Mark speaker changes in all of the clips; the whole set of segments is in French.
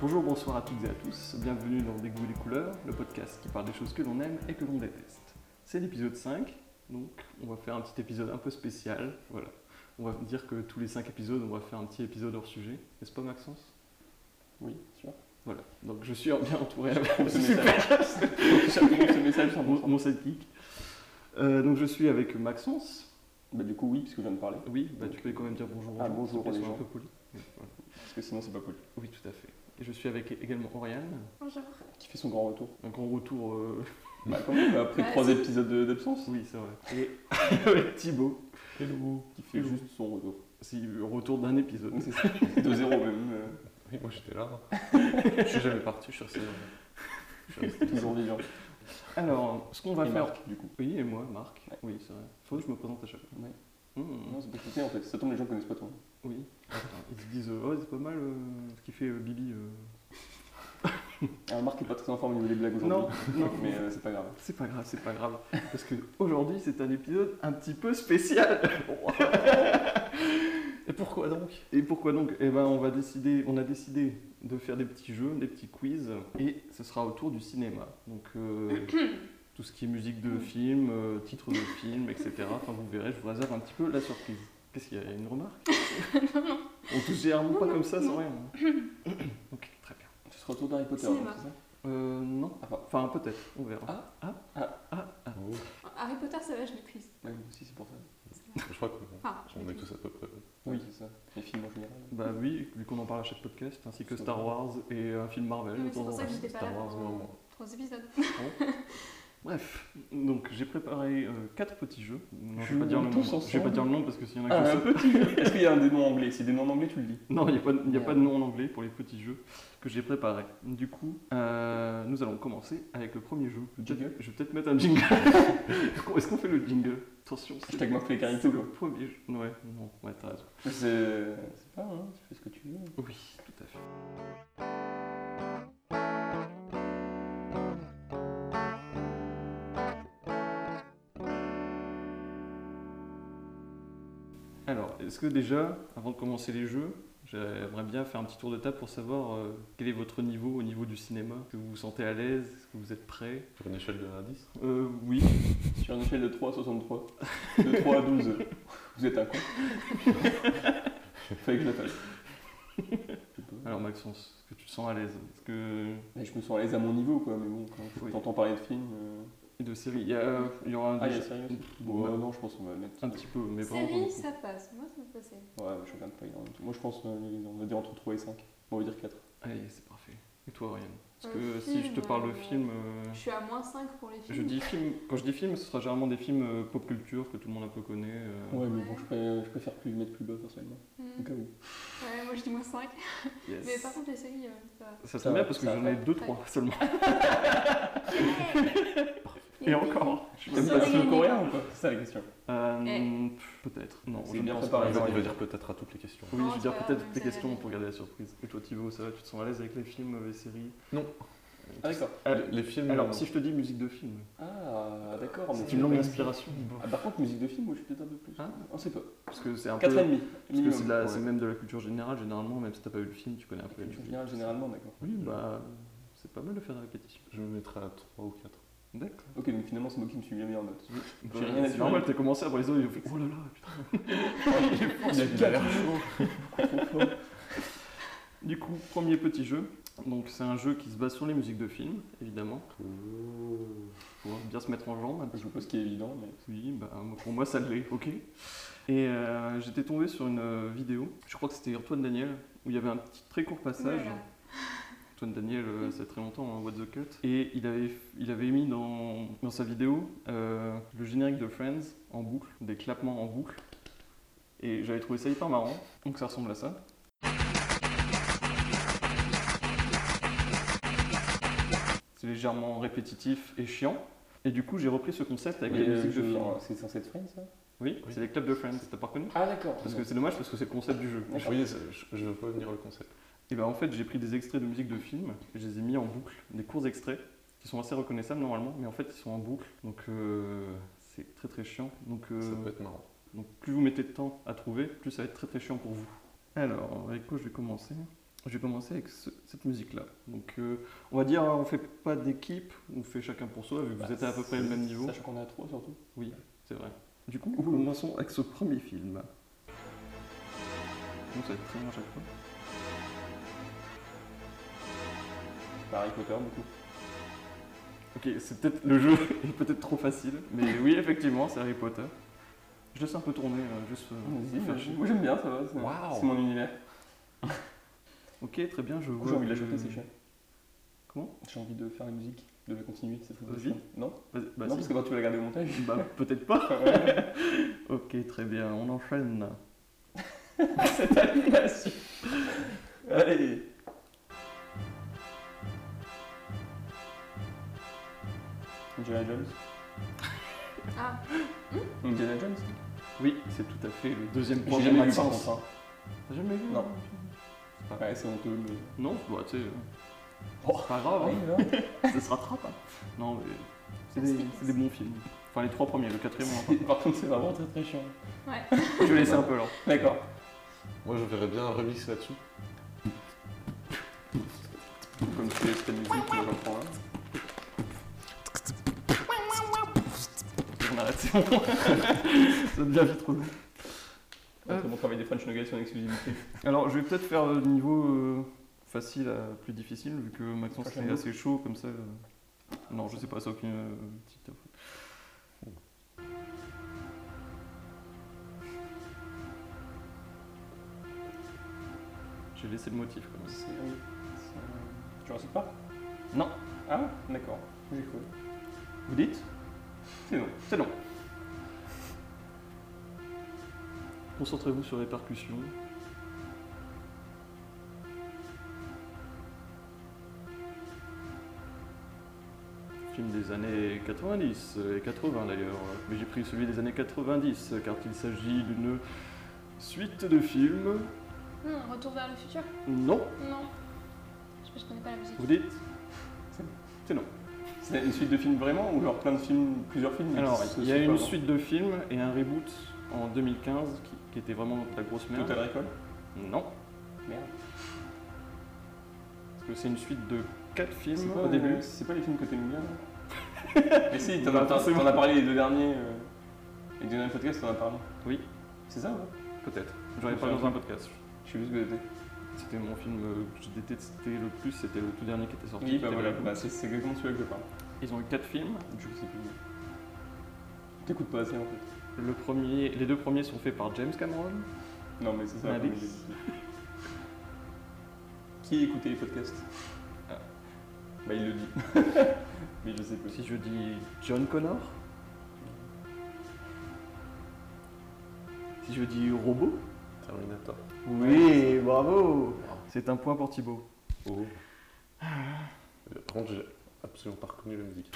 Speaker 1: Bonjour, bonsoir à toutes et à tous. Bienvenue dans Des goûts et des couleurs, le podcast qui parle des choses que l'on aime et que l'on déteste. C'est l'épisode 5, donc on va faire un petit épisode un peu spécial. Voilà. On va dire que tous les 5 épisodes, on va faire un petit épisode hors sujet. N'est-ce pas, Maxence
Speaker 2: Oui, sûr.
Speaker 1: Voilà. Donc je suis bien entouré
Speaker 2: Ah,
Speaker 1: avec mon- ce message. ce message sur mon, mon sidekick. Euh, donc je suis avec Maxence.
Speaker 2: Bah, du coup, oui, puisque je viens de parler.
Speaker 1: Oui, bah,
Speaker 2: Donc,
Speaker 1: tu peux quand même dire bonjour aux
Speaker 2: ah,
Speaker 1: gens,
Speaker 2: bonjour
Speaker 1: s'il te plaît,
Speaker 2: les
Speaker 1: sois un
Speaker 2: gens.
Speaker 1: peu poli. Oui, voilà.
Speaker 2: Parce que sinon, c'est pas cool.
Speaker 1: Oui, tout à fait. Et je suis avec également Oriane,
Speaker 3: Bonjour.
Speaker 2: Qui fait son grand retour.
Speaker 1: un grand retour. euh,
Speaker 2: Bah, quand même, après
Speaker 3: Ouais,
Speaker 2: trois
Speaker 3: c'est-
Speaker 2: épisodes de- d'absence.
Speaker 1: Oui, c'est vrai. Et avec Thibaut,
Speaker 2: Hello. Qui fait
Speaker 1: Hello.
Speaker 2: juste son retour.
Speaker 1: c'est le retour d'un épisode.
Speaker 2: Donc, c'est ça. De zéro, même. euh,
Speaker 4: Oui, moi j'étais là. je suis jamais parti, je suis resté. je suis resté.
Speaker 2: toujours vivant.
Speaker 1: Alors, ce qu'on va
Speaker 2: Et
Speaker 1: faire.
Speaker 2: Marc, du coup.
Speaker 1: Oui, et moi, Marc.
Speaker 2: Ouais.
Speaker 1: Oui, c'est vrai. Faut que je me présente à chaque fois.
Speaker 2: Ouais.
Speaker 1: Hmm,
Speaker 2: Non, c'est pas compliqué en fait. Ça tombe, les gens connaissent pas toi.
Speaker 1: Oui. Attends, ils se disent, euh, oh, c'est pas mal euh, ce qu'il fait euh, Bibi. euh.
Speaker 2: Alors, Marc est pas très en forme au niveau des blagues aujourd'hui.
Speaker 1: non,
Speaker 2: Mais euh, c'est pas grave.
Speaker 1: C'est pas grave, c'est pas grave. Parce que aujourd'hui, c'est un épisode un petit peu spécial.
Speaker 4: Et pourquoi donc
Speaker 1: Et pourquoi donc Eh ben, on va décider, on a décidé de faire des petits jeux, des petits quiz, et ce sera autour du cinéma. Donc euh, tout ce qui est musique de film, euh, titres de film, etc. Enfin, vous verrez, je vous réserve un petit peu la surprise. Qu'est-ce qu'il y a Une remarque On touche généralement pas comme ça sans rien. hein. ok, très bien.
Speaker 2: Tu seras autour d'Harry Potter,
Speaker 3: Cinéma.
Speaker 2: donc, c'est ça
Speaker 1: Euh, non.
Speaker 2: Ah, bah,
Speaker 1: Enfin, peut-être. On verra.
Speaker 2: Ah.
Speaker 1: ah,
Speaker 2: Ah.
Speaker 1: ah, ah.
Speaker 3: Harry Potter, ça va, je maîtrise.
Speaker 2: ouais, moi aussi, c'est pour ça.
Speaker 4: Je crois qu'on
Speaker 3: Enfin, je
Speaker 4: on est
Speaker 3: maîtrise.
Speaker 4: tous à peu près.
Speaker 2: Oui, c'est ça. Les films en général.
Speaker 1: Bah oui, vu qu'on en parle à chaque podcast, ainsi que
Speaker 2: C'est
Speaker 1: Star
Speaker 2: vrai.
Speaker 1: Wars et un film Marvel.
Speaker 3: Non, mais Ah c'est
Speaker 1: autant
Speaker 3: pour ça que
Speaker 1: en
Speaker 3: j'étais pas
Speaker 1: Star
Speaker 3: là
Speaker 1: Wars,
Speaker 3: pendant
Speaker 1: ouais.
Speaker 3: trois épisodes.
Speaker 1: Bref, donc j'ai préparé euh, quatre petits jeux. Non, je
Speaker 2: Jouons
Speaker 1: vais pas dire le nom.
Speaker 2: tous ensemble.
Speaker 1: Je vais pas dire le nom parce que s'il y en a
Speaker 2: Ah,
Speaker 1: que
Speaker 2: un
Speaker 1: ça.
Speaker 2: petit jeu. Est-ce qu'il y a un des noms anglais Si des noms en anglais, tu le dis.
Speaker 1: Non, il n'y a, pas de- il
Speaker 2: Ah
Speaker 1: y a pas de nom en anglais pour les petits jeux que j'ai préparés. Du coup, euh, nous allons commencer avec le premier jeu. Je vais peut-être-
Speaker 2: Jingle
Speaker 1: Je vais peut-être mettre un jingle. Est-ce qu'on fait le jingle Attention, c'est
Speaker 2: Hashtag Marc les
Speaker 1: c'est
Speaker 2: Carito,
Speaker 1: le
Speaker 2: quoi.
Speaker 1: premier jeu. Ouais, non, ouais, t'as raison.
Speaker 2: C'est c'est pas, hein. Tu fais ce que tu veux.
Speaker 1: Oui, tout à fait. Alors, est-ce que déjà, avant de commencer les jeux, j'aimerais bien faire un petit tour de table pour savoir euh, quel est votre niveau au niveau du cinéma Est-ce que vous vous sentez à l'aise Est-ce que vous êtes prêt
Speaker 4: Sur une échelle de 1 à 10
Speaker 1: Euh, oui.
Speaker 2: Sur une échelle de 3 à 63, de 3 à 12, vous êtes un con. Fallait que je la fasse. Je sais pas.
Speaker 1: Alors Maxence, est-ce que tu te sens à l'aise Est-ce que...
Speaker 2: Mais je me sens à l'aise à mon niveau, quoi. Mais bon, quand
Speaker 1: Oui.
Speaker 2: t'entends parler de films. euh,
Speaker 1: Et de série, il y, a, euh, il y aura un,
Speaker 2: Ah, il y a sérieux aussi Bon,
Speaker 1: Ouais.
Speaker 2: bah, non, je pense qu'on va mettre. euh,
Speaker 1: un petit peu, mais pas
Speaker 3: Série,
Speaker 1: beaucoup.
Speaker 3: ça passe. Moi, ça me passait.
Speaker 2: Ouais, je regarde pas énormément. Moi, je pense, euh, les- on va dire entre 3 et 5. Bon, on va dire 4.
Speaker 1: Allez, c'est parfait. Et toi, Ryan Parce
Speaker 3: Un
Speaker 1: que si je te
Speaker 3: film,
Speaker 1: parle de
Speaker 3: euh,
Speaker 1: film, euh,
Speaker 3: Je suis à moins 5 pour les films.
Speaker 1: je dis film. Quand je dis film, ce sera généralement des films euh, pop culture que tout le monde un peu connaît. euh,
Speaker 2: Ouais, mais
Speaker 3: Ouais.
Speaker 2: bon, je préfère, je préfère plus mettre plus bas, personnellement.
Speaker 3: Hmm.
Speaker 2: Au cas où.
Speaker 3: Ouais, moi, je dis moins 5.
Speaker 1: yes.
Speaker 3: Mais par contre, les séries, euh, ça
Speaker 1: Ça
Speaker 2: Ça
Speaker 1: serait bien
Speaker 2: va,
Speaker 1: parce que
Speaker 2: ça
Speaker 1: j'en
Speaker 2: va.
Speaker 1: ai deux, trois seulement.
Speaker 3: va.
Speaker 1: Et encore. Je suis
Speaker 2: T'aimes
Speaker 1: même
Speaker 3: Ça
Speaker 2: pas
Speaker 1: pas
Speaker 2: le
Speaker 3: va.
Speaker 1: sûr.
Speaker 2: film coréen ou pas C'est ça la question.
Speaker 1: Euh,
Speaker 3: Eh.
Speaker 1: pff, Peut-être. Non,
Speaker 2: C'est
Speaker 1: je ne
Speaker 2: bien
Speaker 1: pense
Speaker 2: préparé,
Speaker 1: pas.
Speaker 4: Il va
Speaker 2: ouais.
Speaker 4: dire peut-être à toutes les questions.
Speaker 1: Oui,
Speaker 3: Non,
Speaker 1: je veux
Speaker 3: c'est
Speaker 1: dire
Speaker 3: pas
Speaker 1: peut-être
Speaker 3: grave,
Speaker 1: tes
Speaker 3: ça
Speaker 1: questions
Speaker 3: va.
Speaker 1: pour garder la surprise. Et toi, Thibaut, ça va Tu te sens à l'aise avec les films, euh, les séries
Speaker 2: Ah, d'accord.
Speaker 4: Les- Les films.
Speaker 1: Euh, Alors, si je te dis musique de film,
Speaker 2: Ah, d'accord. mais
Speaker 1: c'est une longue
Speaker 2: pas-
Speaker 1: inspiration.
Speaker 2: Ah, par contre, musique de film, moi, je suis peut-être un peu plus.
Speaker 1: Hein
Speaker 2: On sait pas.
Speaker 1: Parce que c'est un peu.
Speaker 2: 4 et demi.
Speaker 1: Parce que c'est de la-
Speaker 2: minimum.
Speaker 1: c'est même de la culture générale, généralement, même si t'as pas vu le film, tu connais un peu la
Speaker 2: Culture
Speaker 1: musique.
Speaker 2: générale, généralement, d'accord.
Speaker 1: Oui, bah, c'est pas mal de faire des répétitions.
Speaker 4: je me mettrais à 3 ou 4.
Speaker 1: D'accord.
Speaker 2: Ok, donc finalement, c'est moi qui me suis mis la meilleure note.
Speaker 1: J'ai
Speaker 2: rien
Speaker 1: rien
Speaker 2: à
Speaker 1: à
Speaker 2: dire.
Speaker 1: Normal, t'as commencé après les autres, ils ont fait Oh là là, putain.
Speaker 4: Il a- il a l'air chaud.
Speaker 1: Du coup, premier petit jeu. Donc, c'est un jeu qui se base sur les musiques de films, évidemment, pour bien se mettre en jambe. un
Speaker 2: Je
Speaker 1: petit peu.
Speaker 2: suppose ce qui est évident, mais.
Speaker 1: Oui, bah, moi, pour moi, ça l'est, ok. Et euh, j'étais tombé sur une euh, vidéo, je crois que c'était Antoine Daniel, où il y avait un petit très court passage.
Speaker 3: Voilà.
Speaker 1: Antoine Daniel, euh, ça fait très longtemps, hein, What the Cut. Et il avait, il avait mis dans, dans sa vidéo euh, le générique de Friends en boucle, des clapements en boucle. Et j'avais trouvé ça hyper marrant, donc ça ressemble à ça. C'est légèrement répétitif et chiant. Et du coup, j'ai repris ce concept avec
Speaker 2: Mais,
Speaker 1: les
Speaker 2: euh,
Speaker 1: musiques de
Speaker 2: je-
Speaker 1: film.
Speaker 2: alors, C'est censé être Friends, ça
Speaker 1: Oui,
Speaker 4: Oui.
Speaker 1: c'est les claps de Friends, t'as pas reconnu
Speaker 2: Ah, d'accord.
Speaker 1: Parce que c'est dommage, parce que c'est le concept du jeu.
Speaker 4: Je voyais, ça, je je vois venir le concept.
Speaker 1: Et ben en fait, j'ai pris des extraits de musique de films, et je les ai mis en boucle, des courts extraits, qui sont assez reconnaissables normalement, mais en fait, ils sont en boucle, donc euh, c'est très très chiant. Donc, euh,
Speaker 4: Ça peut être marrant.
Speaker 1: donc plus vous mettez de temps à trouver, plus ça va être très très chiant pour vous. Alors, avec quoi je vais commencer Je vais commencer avec ce- cette musique-là. Donc, euh, on va dire, hein, on fait pas d'équipe, on fait chacun pour soi, vu que
Speaker 2: Bah,
Speaker 1: vous êtes à peu près le même niveau.
Speaker 2: Sachant qu'on est à trois surtout.
Speaker 1: Oui, c'est vrai. Du coup, commençons avec ce premier film. Donc, ça va être très bien à chaque fois.
Speaker 2: Par Harry Potter, du coup.
Speaker 1: Ok, c'est peut-être le jeu est peut-être trop facile, mais oui, effectivement, c'est Harry Potter. Je laisse un peu tourner, euh, juste euh,
Speaker 2: Vas-y,
Speaker 1: faire
Speaker 2: vas-y.
Speaker 1: chier.
Speaker 2: Ah, Moi j'aime bien, ça va. c'est-
Speaker 4: Waouh.
Speaker 2: C'est mon univers.
Speaker 1: Ok, très bien, je
Speaker 2: Du
Speaker 1: vois.
Speaker 2: coup, J'ai envie de la
Speaker 1: que-
Speaker 2: chanter, c'est chiant.
Speaker 1: Comment
Speaker 2: J'ai envie de faire la musique, de la continuer, c'est très
Speaker 1: Vas-y.
Speaker 2: chiant. Non
Speaker 1: Vas-y, bah,
Speaker 2: Non,
Speaker 1: si.
Speaker 2: parce que quand tu vas la garder au montage.
Speaker 1: Bah, peut-être pas. ok, très bien, on enchaîne.
Speaker 2: Cette animation. Allez. Indiana Jones.
Speaker 3: Ah,
Speaker 2: Indiana Jones.
Speaker 1: Oui, c'est tout à fait le deuxième
Speaker 2: J'ai
Speaker 1: point.
Speaker 2: jamais vu par
Speaker 1: Maxence.
Speaker 2: contre. hein.
Speaker 1: T'as jamais vu
Speaker 2: Non.
Speaker 1: hein
Speaker 2: Ouais, c'est honteux, mais.
Speaker 1: Non, bah, tu sais, euh,
Speaker 2: Oh.
Speaker 1: c'est pas grave, hein, ça se rattrape. hein. Non, mais c'est des,
Speaker 3: Explique.
Speaker 1: c'est des bons films. Enfin, les trois premiers, le quatrième, on en parle.
Speaker 2: C'est- Par contre, c'est vraiment très très chiant.
Speaker 1: Je vais laisser un peu alors.
Speaker 2: D'accord.
Speaker 4: Moi, je verrais bien un remix là-dessus.
Speaker 2: Comme tu laisses ta musique, j'en prends un.
Speaker 1: hein. On arrête, c'est bon. ça devient vite trop long.
Speaker 2: Ouais, C'est mon travail des French Nuggets en exclusivité.
Speaker 1: Alors, je vais peut-être faire le niveau euh, facile à plus difficile, vu que Maxence
Speaker 2: Prochain
Speaker 1: est
Speaker 2: mot.
Speaker 1: assez chaud comme ça. euh. Non, je sais pas, ça aucune euh, petite. J'ai laissé le motif quand même.
Speaker 2: C'est. c'est- Jurassic Park
Speaker 1: Non,
Speaker 2: Ah, d'accord. J'ai cru.
Speaker 1: vous dites
Speaker 2: C'est non.
Speaker 1: C'est long. Concentrez-vous sur les percussions. Film des années 90 et 80 d'ailleurs, mais j'ai pris celui des années 90 car il s'agit d'une suite de films.
Speaker 3: hmm, Retour vers le futur
Speaker 1: Non,
Speaker 3: Non. Je sais pas, je connais pas la musique.
Speaker 1: vous dites
Speaker 2: C'est une suite de films vraiment ou genre plein de films, plusieurs films mais
Speaker 1: Alors,
Speaker 2: qui se
Speaker 1: il y a
Speaker 2: sont
Speaker 1: une
Speaker 2: pas-
Speaker 1: suite de films et un reboot en 2015 qui, qui était vraiment de la grosse merde.
Speaker 2: Total Recall
Speaker 1: Non.
Speaker 2: Merde.
Speaker 1: Parce que c'est une suite de 4
Speaker 2: C'est
Speaker 1: films
Speaker 2: pas,
Speaker 1: au début.
Speaker 2: euh, c'est pas les films que t'aimes bien. là Mais si, t'en
Speaker 1: Bah,
Speaker 2: as, t'en-
Speaker 1: forcément.
Speaker 2: t'en as parlé les deux derniers. euh, les deux derniers podcasts, t'en as parlé.
Speaker 1: Oui,
Speaker 2: C'est ça, ouais
Speaker 1: peut-être. J'en ai
Speaker 2: C'est
Speaker 1: parlé
Speaker 2: un
Speaker 1: dans un podcast.
Speaker 2: Je suis juste goûté.
Speaker 1: C'était mon film euh, que je détestais le plus, c'était le tout dernier qui était sorti.
Speaker 2: Oui,
Speaker 1: qui
Speaker 2: bah
Speaker 1: était
Speaker 2: voilà,
Speaker 1: le-
Speaker 2: bah, c'est c'est exactement celui-là que je parle.
Speaker 1: Ils ont eu 4 films.
Speaker 2: Je sais plus. T'écoutes pas assez en fait.
Speaker 1: Le premier, les deux premiers sont faits par James Cameron.
Speaker 2: Non, mais c'est ça.
Speaker 1: Malice.
Speaker 2: comme j'ai dit. Qui écoutait les podcasts
Speaker 1: Ah.
Speaker 2: Bah, il le dit. mais je sais plus.
Speaker 1: Si je dis John Connor. Si je dis Robot.
Speaker 4: Terminator.
Speaker 1: Oui, bravo C'est un point pour Thibaut.
Speaker 4: Oh.
Speaker 1: Ah.
Speaker 4: Euh, Par contre, j'ai absolument pas reconnu la musique.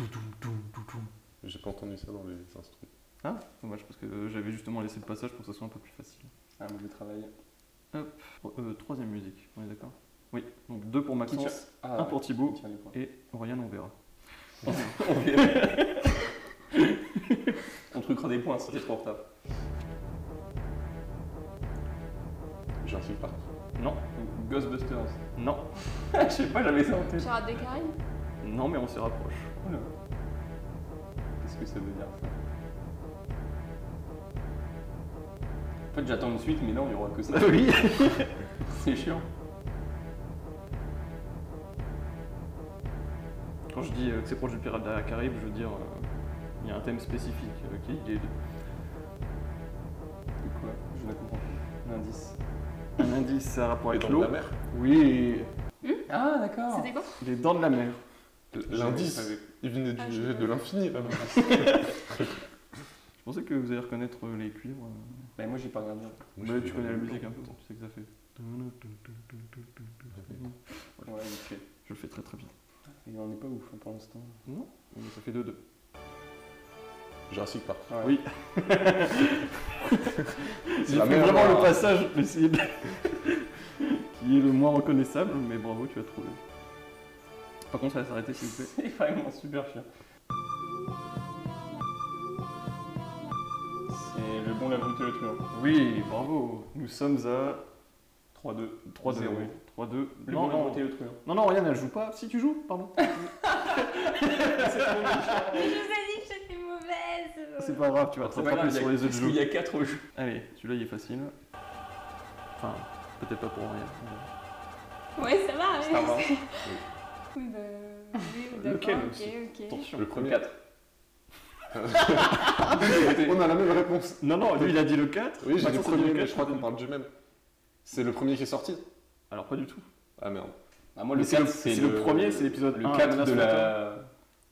Speaker 4: J'ai pas entendu ça dans les instruments.
Speaker 1: Ah, dommage parce que euh, j'avais justement laissé le passage pour que ce soit un peu plus facile.
Speaker 2: Ah, mauvais travail.
Speaker 1: Tro- euh, troisième musique, on est d'accord Oui, donc deux pour
Speaker 2: Qui tient-
Speaker 1: Maxence,
Speaker 2: Ah,
Speaker 1: un pour Thibaut
Speaker 2: Qui tient les points.
Speaker 1: et Aurélien, on verra.
Speaker 2: On truquera des points si t'es trop en retard.
Speaker 4: Jurassic Park.
Speaker 1: Non,
Speaker 2: Donc, Ghostbusters.
Speaker 1: non,
Speaker 2: je sais pas, j'avais ça en tête.
Speaker 3: Pirates des Caraïbes
Speaker 1: non, mais on s'y rapproche.
Speaker 2: Oula. Qu'est-ce que ça veut dire ça En fait, j'attends une suite, mais non, il n'y aura que ça.
Speaker 1: oui
Speaker 2: C'est chiant.
Speaker 1: Quand je dis euh, que c'est proche du Pirate des Caraïbes, je veux dire, euh, il y a un thème spécifique euh, qui est lié.
Speaker 2: C'est quoi Je la comprends. Un indice.
Speaker 1: Un indice, ça a rapport
Speaker 4: Et
Speaker 1: avec
Speaker 4: dans
Speaker 1: l'eau.
Speaker 4: la mer
Speaker 1: Oui,
Speaker 2: Ah, d'accord.
Speaker 3: C'était quoi
Speaker 1: les dents de la mer.
Speaker 4: L'indice, il venait
Speaker 3: Ah,
Speaker 4: du-
Speaker 3: je-
Speaker 4: de l'infini, là.
Speaker 1: Je pensais que vous allez reconnaître euh, les cuivres. euh.
Speaker 2: Bah, moi, j'ai pas regardé.
Speaker 1: Mais tu connais la musique un peu, tu sais que ça fait.
Speaker 2: Ouais, ok.
Speaker 1: Je le fais très très bien.
Speaker 2: Il en est pas ouf hein, pour l'instant.
Speaker 1: Mais Ça fait 2-2.
Speaker 4: Jurassic Park.
Speaker 2: Ouais.
Speaker 1: Oui.
Speaker 4: C'est
Speaker 1: J'ai
Speaker 4: la
Speaker 1: fait
Speaker 4: mer,
Speaker 1: vraiment
Speaker 4: là.
Speaker 1: le passage essayé de- hein. qui est le moins reconnaissable, mais bravo, tu as trouvé. Par contre, ça va s'arrêter s'il vous plaît.
Speaker 2: C'est vraiment super chiant. C'est le bon, la brute et le truand.
Speaker 1: Oui, bravo. Nous sommes à
Speaker 2: 3, 2,
Speaker 1: 3
Speaker 2: 0.
Speaker 1: 0. 3 2.
Speaker 2: Le
Speaker 1: Non,
Speaker 2: bon a
Speaker 1: non,
Speaker 2: voté le truand.
Speaker 1: non, non, Oriane, elle joue pas. Si tu joues, pardon.
Speaker 3: Mais je vous ai dit que j'étais mauvaise.
Speaker 1: C'est pas grave, tu vas te
Speaker 2: C'est pas
Speaker 1: rattraper
Speaker 2: grave,
Speaker 1: sur
Speaker 2: il y a-
Speaker 1: les autres
Speaker 2: parce qu'il
Speaker 1: jeux.
Speaker 2: y a 4 jeux.
Speaker 1: Allez, celui-là il est facile. Enfin, peut-être pas pour Oriane.
Speaker 3: Ouais, ça va.
Speaker 2: Star Wars.
Speaker 3: oui. Oui, bah, oui, ou
Speaker 1: Lequel
Speaker 3: d'accord,
Speaker 1: aussi
Speaker 3: ok, ok.
Speaker 1: Attention.
Speaker 4: Le premier.
Speaker 2: 4. Ah,
Speaker 4: On a la même réponse.
Speaker 1: Non, non, lui il a dit le 4.
Speaker 4: Oui, j'ai
Speaker 1: Maxence a
Speaker 4: le
Speaker 1: dit
Speaker 4: premier,
Speaker 1: le
Speaker 4: mais
Speaker 1: 4,
Speaker 4: je crois
Speaker 1: toi,
Speaker 4: qu'on
Speaker 1: t'as dit-
Speaker 4: parle du même. C'est le premier qui est sorti
Speaker 1: Alors, pas du tout.
Speaker 4: Ah merde.
Speaker 2: Ah, moi,
Speaker 1: Mais
Speaker 2: le
Speaker 1: c'est
Speaker 2: 4,
Speaker 1: le-
Speaker 2: c'est
Speaker 1: c'est le premier, c'est l'épisode
Speaker 2: Le
Speaker 1: un, la
Speaker 2: 4
Speaker 1: menace
Speaker 2: de la.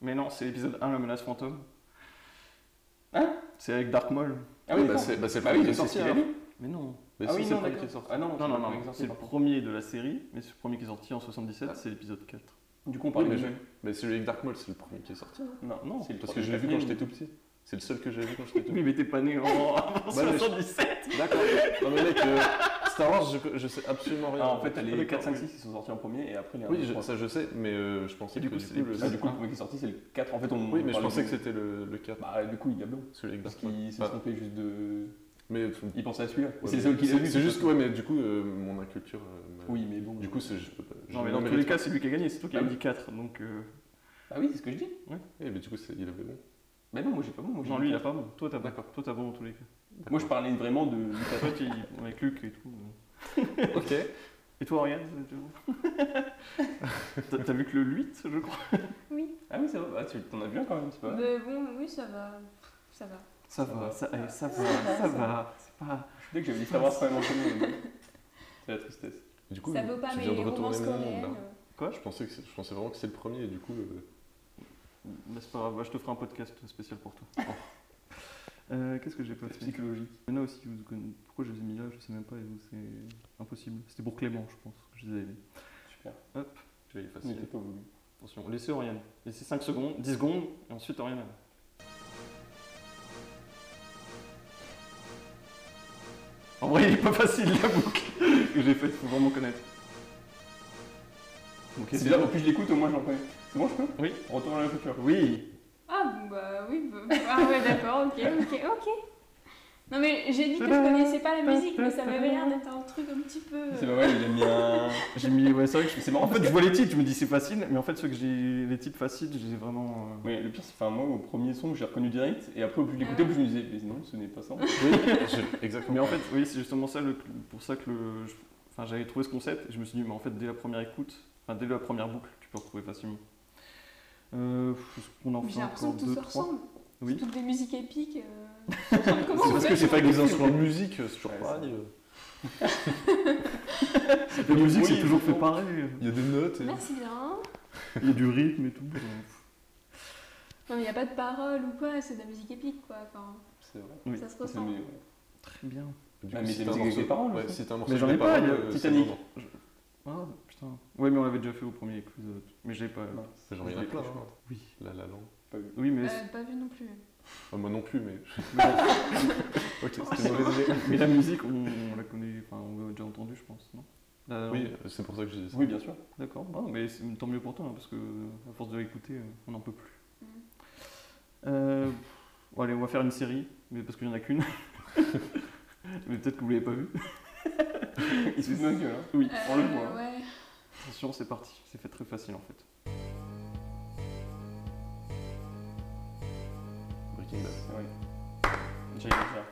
Speaker 1: Mais non, c'est l'épisode 1, la menace fantôme.
Speaker 2: Hein
Speaker 1: C'est avec Dark Maul.
Speaker 2: Ah oui,
Speaker 4: bah
Speaker 2: non.
Speaker 4: c'est bah, c'est le
Speaker 2: Ah oui,
Speaker 4: premier qui
Speaker 2: c'est
Speaker 4: est
Speaker 2: sorti. il
Speaker 4: sorti.
Speaker 2: a
Speaker 4: alors.
Speaker 2: dit.
Speaker 1: Mais non.
Speaker 4: Mais
Speaker 2: Ah
Speaker 4: si,
Speaker 2: oui,
Speaker 4: c'est le
Speaker 2: non,
Speaker 4: premier qui est
Speaker 2: d'accord.
Speaker 4: sorti.
Speaker 2: Ah non,
Speaker 1: Non, non, non,
Speaker 2: exemple,
Speaker 1: c'est le
Speaker 2: par contre.
Speaker 1: premier de la série, mais c'est le premier qui est sorti en 77, c'est l'épisode 4.
Speaker 2: Du coup, on parle
Speaker 4: Oui,
Speaker 2: du
Speaker 4: mais
Speaker 2: même.
Speaker 4: Mais celui avec Dark Maul, c'est le premier qui est sorti.
Speaker 2: Non,
Speaker 1: Non,
Speaker 2: c'est Ah le
Speaker 4: Parce
Speaker 2: trois-
Speaker 4: que je l'ai vu quand
Speaker 1: quatrième.
Speaker 4: j'étais tout petit. C'est le seul que j'ai vu quand j'étais tout
Speaker 1: Oui, mais t'es pas né en Ah, en
Speaker 4: Bah, mais-
Speaker 1: 77
Speaker 4: petit. D'accord. Non mais mec, euh, Star Wars, je, peux- je sais absolument rien.
Speaker 2: Ah, en fait, t'as les
Speaker 1: Oui,
Speaker 2: 4, 5,
Speaker 1: oui.
Speaker 2: 6 qui sont sortis en premier et après les 1,
Speaker 4: Oui,
Speaker 2: 2,
Speaker 4: je-
Speaker 2: 3.
Speaker 4: ça je sais, mais euh, je pensais
Speaker 1: Et du
Speaker 4: que du
Speaker 1: coup,
Speaker 4: coup,
Speaker 1: c'est le-
Speaker 2: Ah, du coup, le premier qui est sorti, c'est le 4. En fait, on.
Speaker 4: Oui, mais je
Speaker 2: parlait
Speaker 4: pensais
Speaker 2: du-
Speaker 4: que c'était le, le 4.
Speaker 2: Bah, du coup, il a blanc.
Speaker 4: celui avec
Speaker 2: Parce
Speaker 4: Dark Maul.
Speaker 2: qu'il s'est
Speaker 4: Bah,
Speaker 2: trompé juste de.
Speaker 4: mais,
Speaker 2: Il pensait à celui-là.
Speaker 4: ouais,
Speaker 2: c'est le seul qu'il a vu.
Speaker 4: C'est juste que, ouais, mais du coup, euh, mon inculture. euh, m'a-
Speaker 2: Oui, mais bon.
Speaker 4: Du coup, c'est- je peux pas. je-
Speaker 1: Non, mais dans tous
Speaker 4: les
Speaker 1: les cas, c'est lui qui a gagné, c'est toi qui
Speaker 2: Ah
Speaker 1: as
Speaker 2: oui.
Speaker 1: dit 4, donc. euh,
Speaker 2: Ah oui, c'est ce que je dis.
Speaker 4: trois- Eh, mais du coup, c'est- il avait bon.
Speaker 2: Mais non, moi, j'ai pas bon. Moi, j'ai
Speaker 1: Non,
Speaker 2: dit
Speaker 1: lui il a
Speaker 2: quatre.
Speaker 1: pas bon, toi t'as bon, toi t'as bon dans tous les cas.
Speaker 2: Moi, je parlais vraiment de. du quatre.
Speaker 1: Toi, tu avec Luc et tout. euh.
Speaker 4: Ok.
Speaker 1: Et toi, Oriane c'est- c'est bon T'as- T'as vu que le 8, je crois
Speaker 3: Oui.
Speaker 2: Ah oui, ça va. Ah, tu t'en as vu un quand même, c'est pas mal.
Speaker 3: Mais bon, oui, ça va. Ça va.
Speaker 1: Ça
Speaker 2: va.
Speaker 1: va, ça, allez, ça va, ça va. C'est pas.
Speaker 2: Dès que j'avais dit Star Wars, pas même enchaîné. C'est la tristesse.
Speaker 4: Du coup,
Speaker 3: ça vaut pas,
Speaker 4: tu
Speaker 3: mais
Speaker 4: viens de
Speaker 3: les romances
Speaker 4: retourner mon
Speaker 3: coréennes.
Speaker 4: monde là.
Speaker 3: euh,
Speaker 1: Quoi
Speaker 4: Je pensais, que c'est- je pensais vraiment que c'est le premier, et du coup. euh,
Speaker 1: Bah, c'est pas grave, bah, je te ferai un podcast spécial pour toi. Euh, Qu'est ce que j'ai pas
Speaker 2: C'est
Speaker 1: fait
Speaker 2: psychologique.
Speaker 1: Il y en a aussi, vous conna- pourquoi je les ai mis là, je sais même pas, et vous, c'est impossible. C'était pour Clément, je pense, que je les avais mis.
Speaker 2: Super.
Speaker 4: je vais y
Speaker 2: N'était
Speaker 4: facile.
Speaker 2: pas voulu.
Speaker 1: Attention, laissez Oriane. Laissez 5 secondes, 10 secondes, et ensuite Oriane. En vrai, il est pas facile la boucle que j'ai faite, faut vraiment connaître. Ok,
Speaker 2: C'est là, au plus je l'écoute, au moins j'en connais. C'est bon, je peux
Speaker 1: Oui.
Speaker 2: Retour vers le futur.
Speaker 1: Oui
Speaker 3: Ah bon, bah oui, bah, ah ouais, d'accord, ok, ok, ok. Non mais j'ai dit que je
Speaker 1: Ta-da,
Speaker 3: connaissais pas la musique, mais ça
Speaker 1: ta-da.
Speaker 3: m'avait l'air d'être un truc un petit peu... euh,
Speaker 2: C'est pas mal, il aime bien.
Speaker 1: J'ai mis, ouais, c'est vrai que je-
Speaker 2: C'est marrant
Speaker 1: En fait,
Speaker 2: parce
Speaker 1: je
Speaker 2: que.
Speaker 1: vois les titres, je me dis c'est facile, mais en fait, ceux que j'ai, les titres faciles, j'ai vraiment. euh,
Speaker 2: Ouais, le pire, c'est enfin, moi, au premier son, j'ai reconnu direct, et après, au plus je l'écoutais, au plus je me disais, mais non, ce n'est pas ça.
Speaker 4: Oui, j'ai-
Speaker 1: Mais
Speaker 4: exactement.
Speaker 1: en fait, oui, c'est justement ça, le, pour ça que le, je- enfin, j'avais trouvé ce concept. Et je me suis dit, mais en fait, dès la première écoute, enfin, dès la première boucle, tu peux retrouver facilement. Euh, pff, on en
Speaker 3: Mais
Speaker 1: fait
Speaker 3: J'ai l'impression
Speaker 1: encore
Speaker 3: que tout
Speaker 1: deux,
Speaker 3: se
Speaker 1: trois.
Speaker 3: ressemble.
Speaker 1: Oui.
Speaker 3: C'est toutes des musiques épiques. euh, ça se ressemble comment
Speaker 4: C'est
Speaker 3: vous
Speaker 4: parce que
Speaker 3: faites
Speaker 4: j'ai pas
Speaker 3: pour-
Speaker 4: avec des instruments de musique, c'est toujours
Speaker 2: Ouais,
Speaker 4: pareil. euh.
Speaker 1: La musique,
Speaker 2: bruit,
Speaker 1: c'est toujours fait
Speaker 2: bon.
Speaker 1: pareil.
Speaker 4: Il y a des notes et.
Speaker 3: Merci bien.
Speaker 1: Il y a du rythme et tout.
Speaker 3: Non mais y a pas de paroles ou quoi, c'est de la musique épique quoi. Enfin,
Speaker 2: C'est vrai.
Speaker 1: Oui.
Speaker 3: ça se Euh,
Speaker 2: C'est
Speaker 3: ressemble.
Speaker 2: mieux.
Speaker 1: Très bien.
Speaker 4: Du
Speaker 2: Ah,
Speaker 4: coup,
Speaker 2: mais
Speaker 4: si
Speaker 2: t'as
Speaker 4: t'as un
Speaker 2: mis des
Speaker 4: morceau-
Speaker 2: paroles,
Speaker 4: ouais,
Speaker 2: aussi.
Speaker 4: si t'as un morceau.
Speaker 1: Mais j'en ai
Speaker 4: avec
Speaker 1: pas,
Speaker 4: paroles,
Speaker 1: il y a
Speaker 4: euh, c'est
Speaker 2: Titanic.
Speaker 4: vraiment-
Speaker 1: Ah, putain. Ouais, mais on l'avait déjà fait au premier épisode. Mais j'ai pas.
Speaker 2: Non,
Speaker 4: Mais Genre, il y en a
Speaker 2: Je l'ai
Speaker 4: plein.
Speaker 2: pas, je
Speaker 4: hein.
Speaker 1: Oui.
Speaker 4: La la langue.
Speaker 2: Pas vu.
Speaker 1: Oui, mais,
Speaker 3: Euh, pas vu non plus.
Speaker 4: Ah, moi non plus, mais. ok, c'était
Speaker 3: c'est
Speaker 4: mauvais idée.
Speaker 1: mais la musique, on, on la connaît. Enfin, on l'a déjà entendue, je pense, non La-
Speaker 4: Oui, c'est pour ça que j'ai dit ça.
Speaker 2: Oui, bien sûr.
Speaker 1: Euh, D'accord, bah, mais c'est- tant mieux pour toi, hein, parce que à force de l'écouter, euh, on n'en peut plus.
Speaker 3: Mm.
Speaker 1: Euh, bon, allez, on va faire une série, mais parce qu'il n'y en a qu'une. mais peut-être que vous ne l'avez pas vue.
Speaker 2: Il se fout de ma gueule, hein.
Speaker 1: Oui,
Speaker 3: Euh,
Speaker 1: on le voit. hein.
Speaker 3: ouais.
Speaker 1: Attention, c'est parti, c'est fait très facile en fait.
Speaker 4: Breaking Bad.
Speaker 2: C'est vrai. J'allais le faire.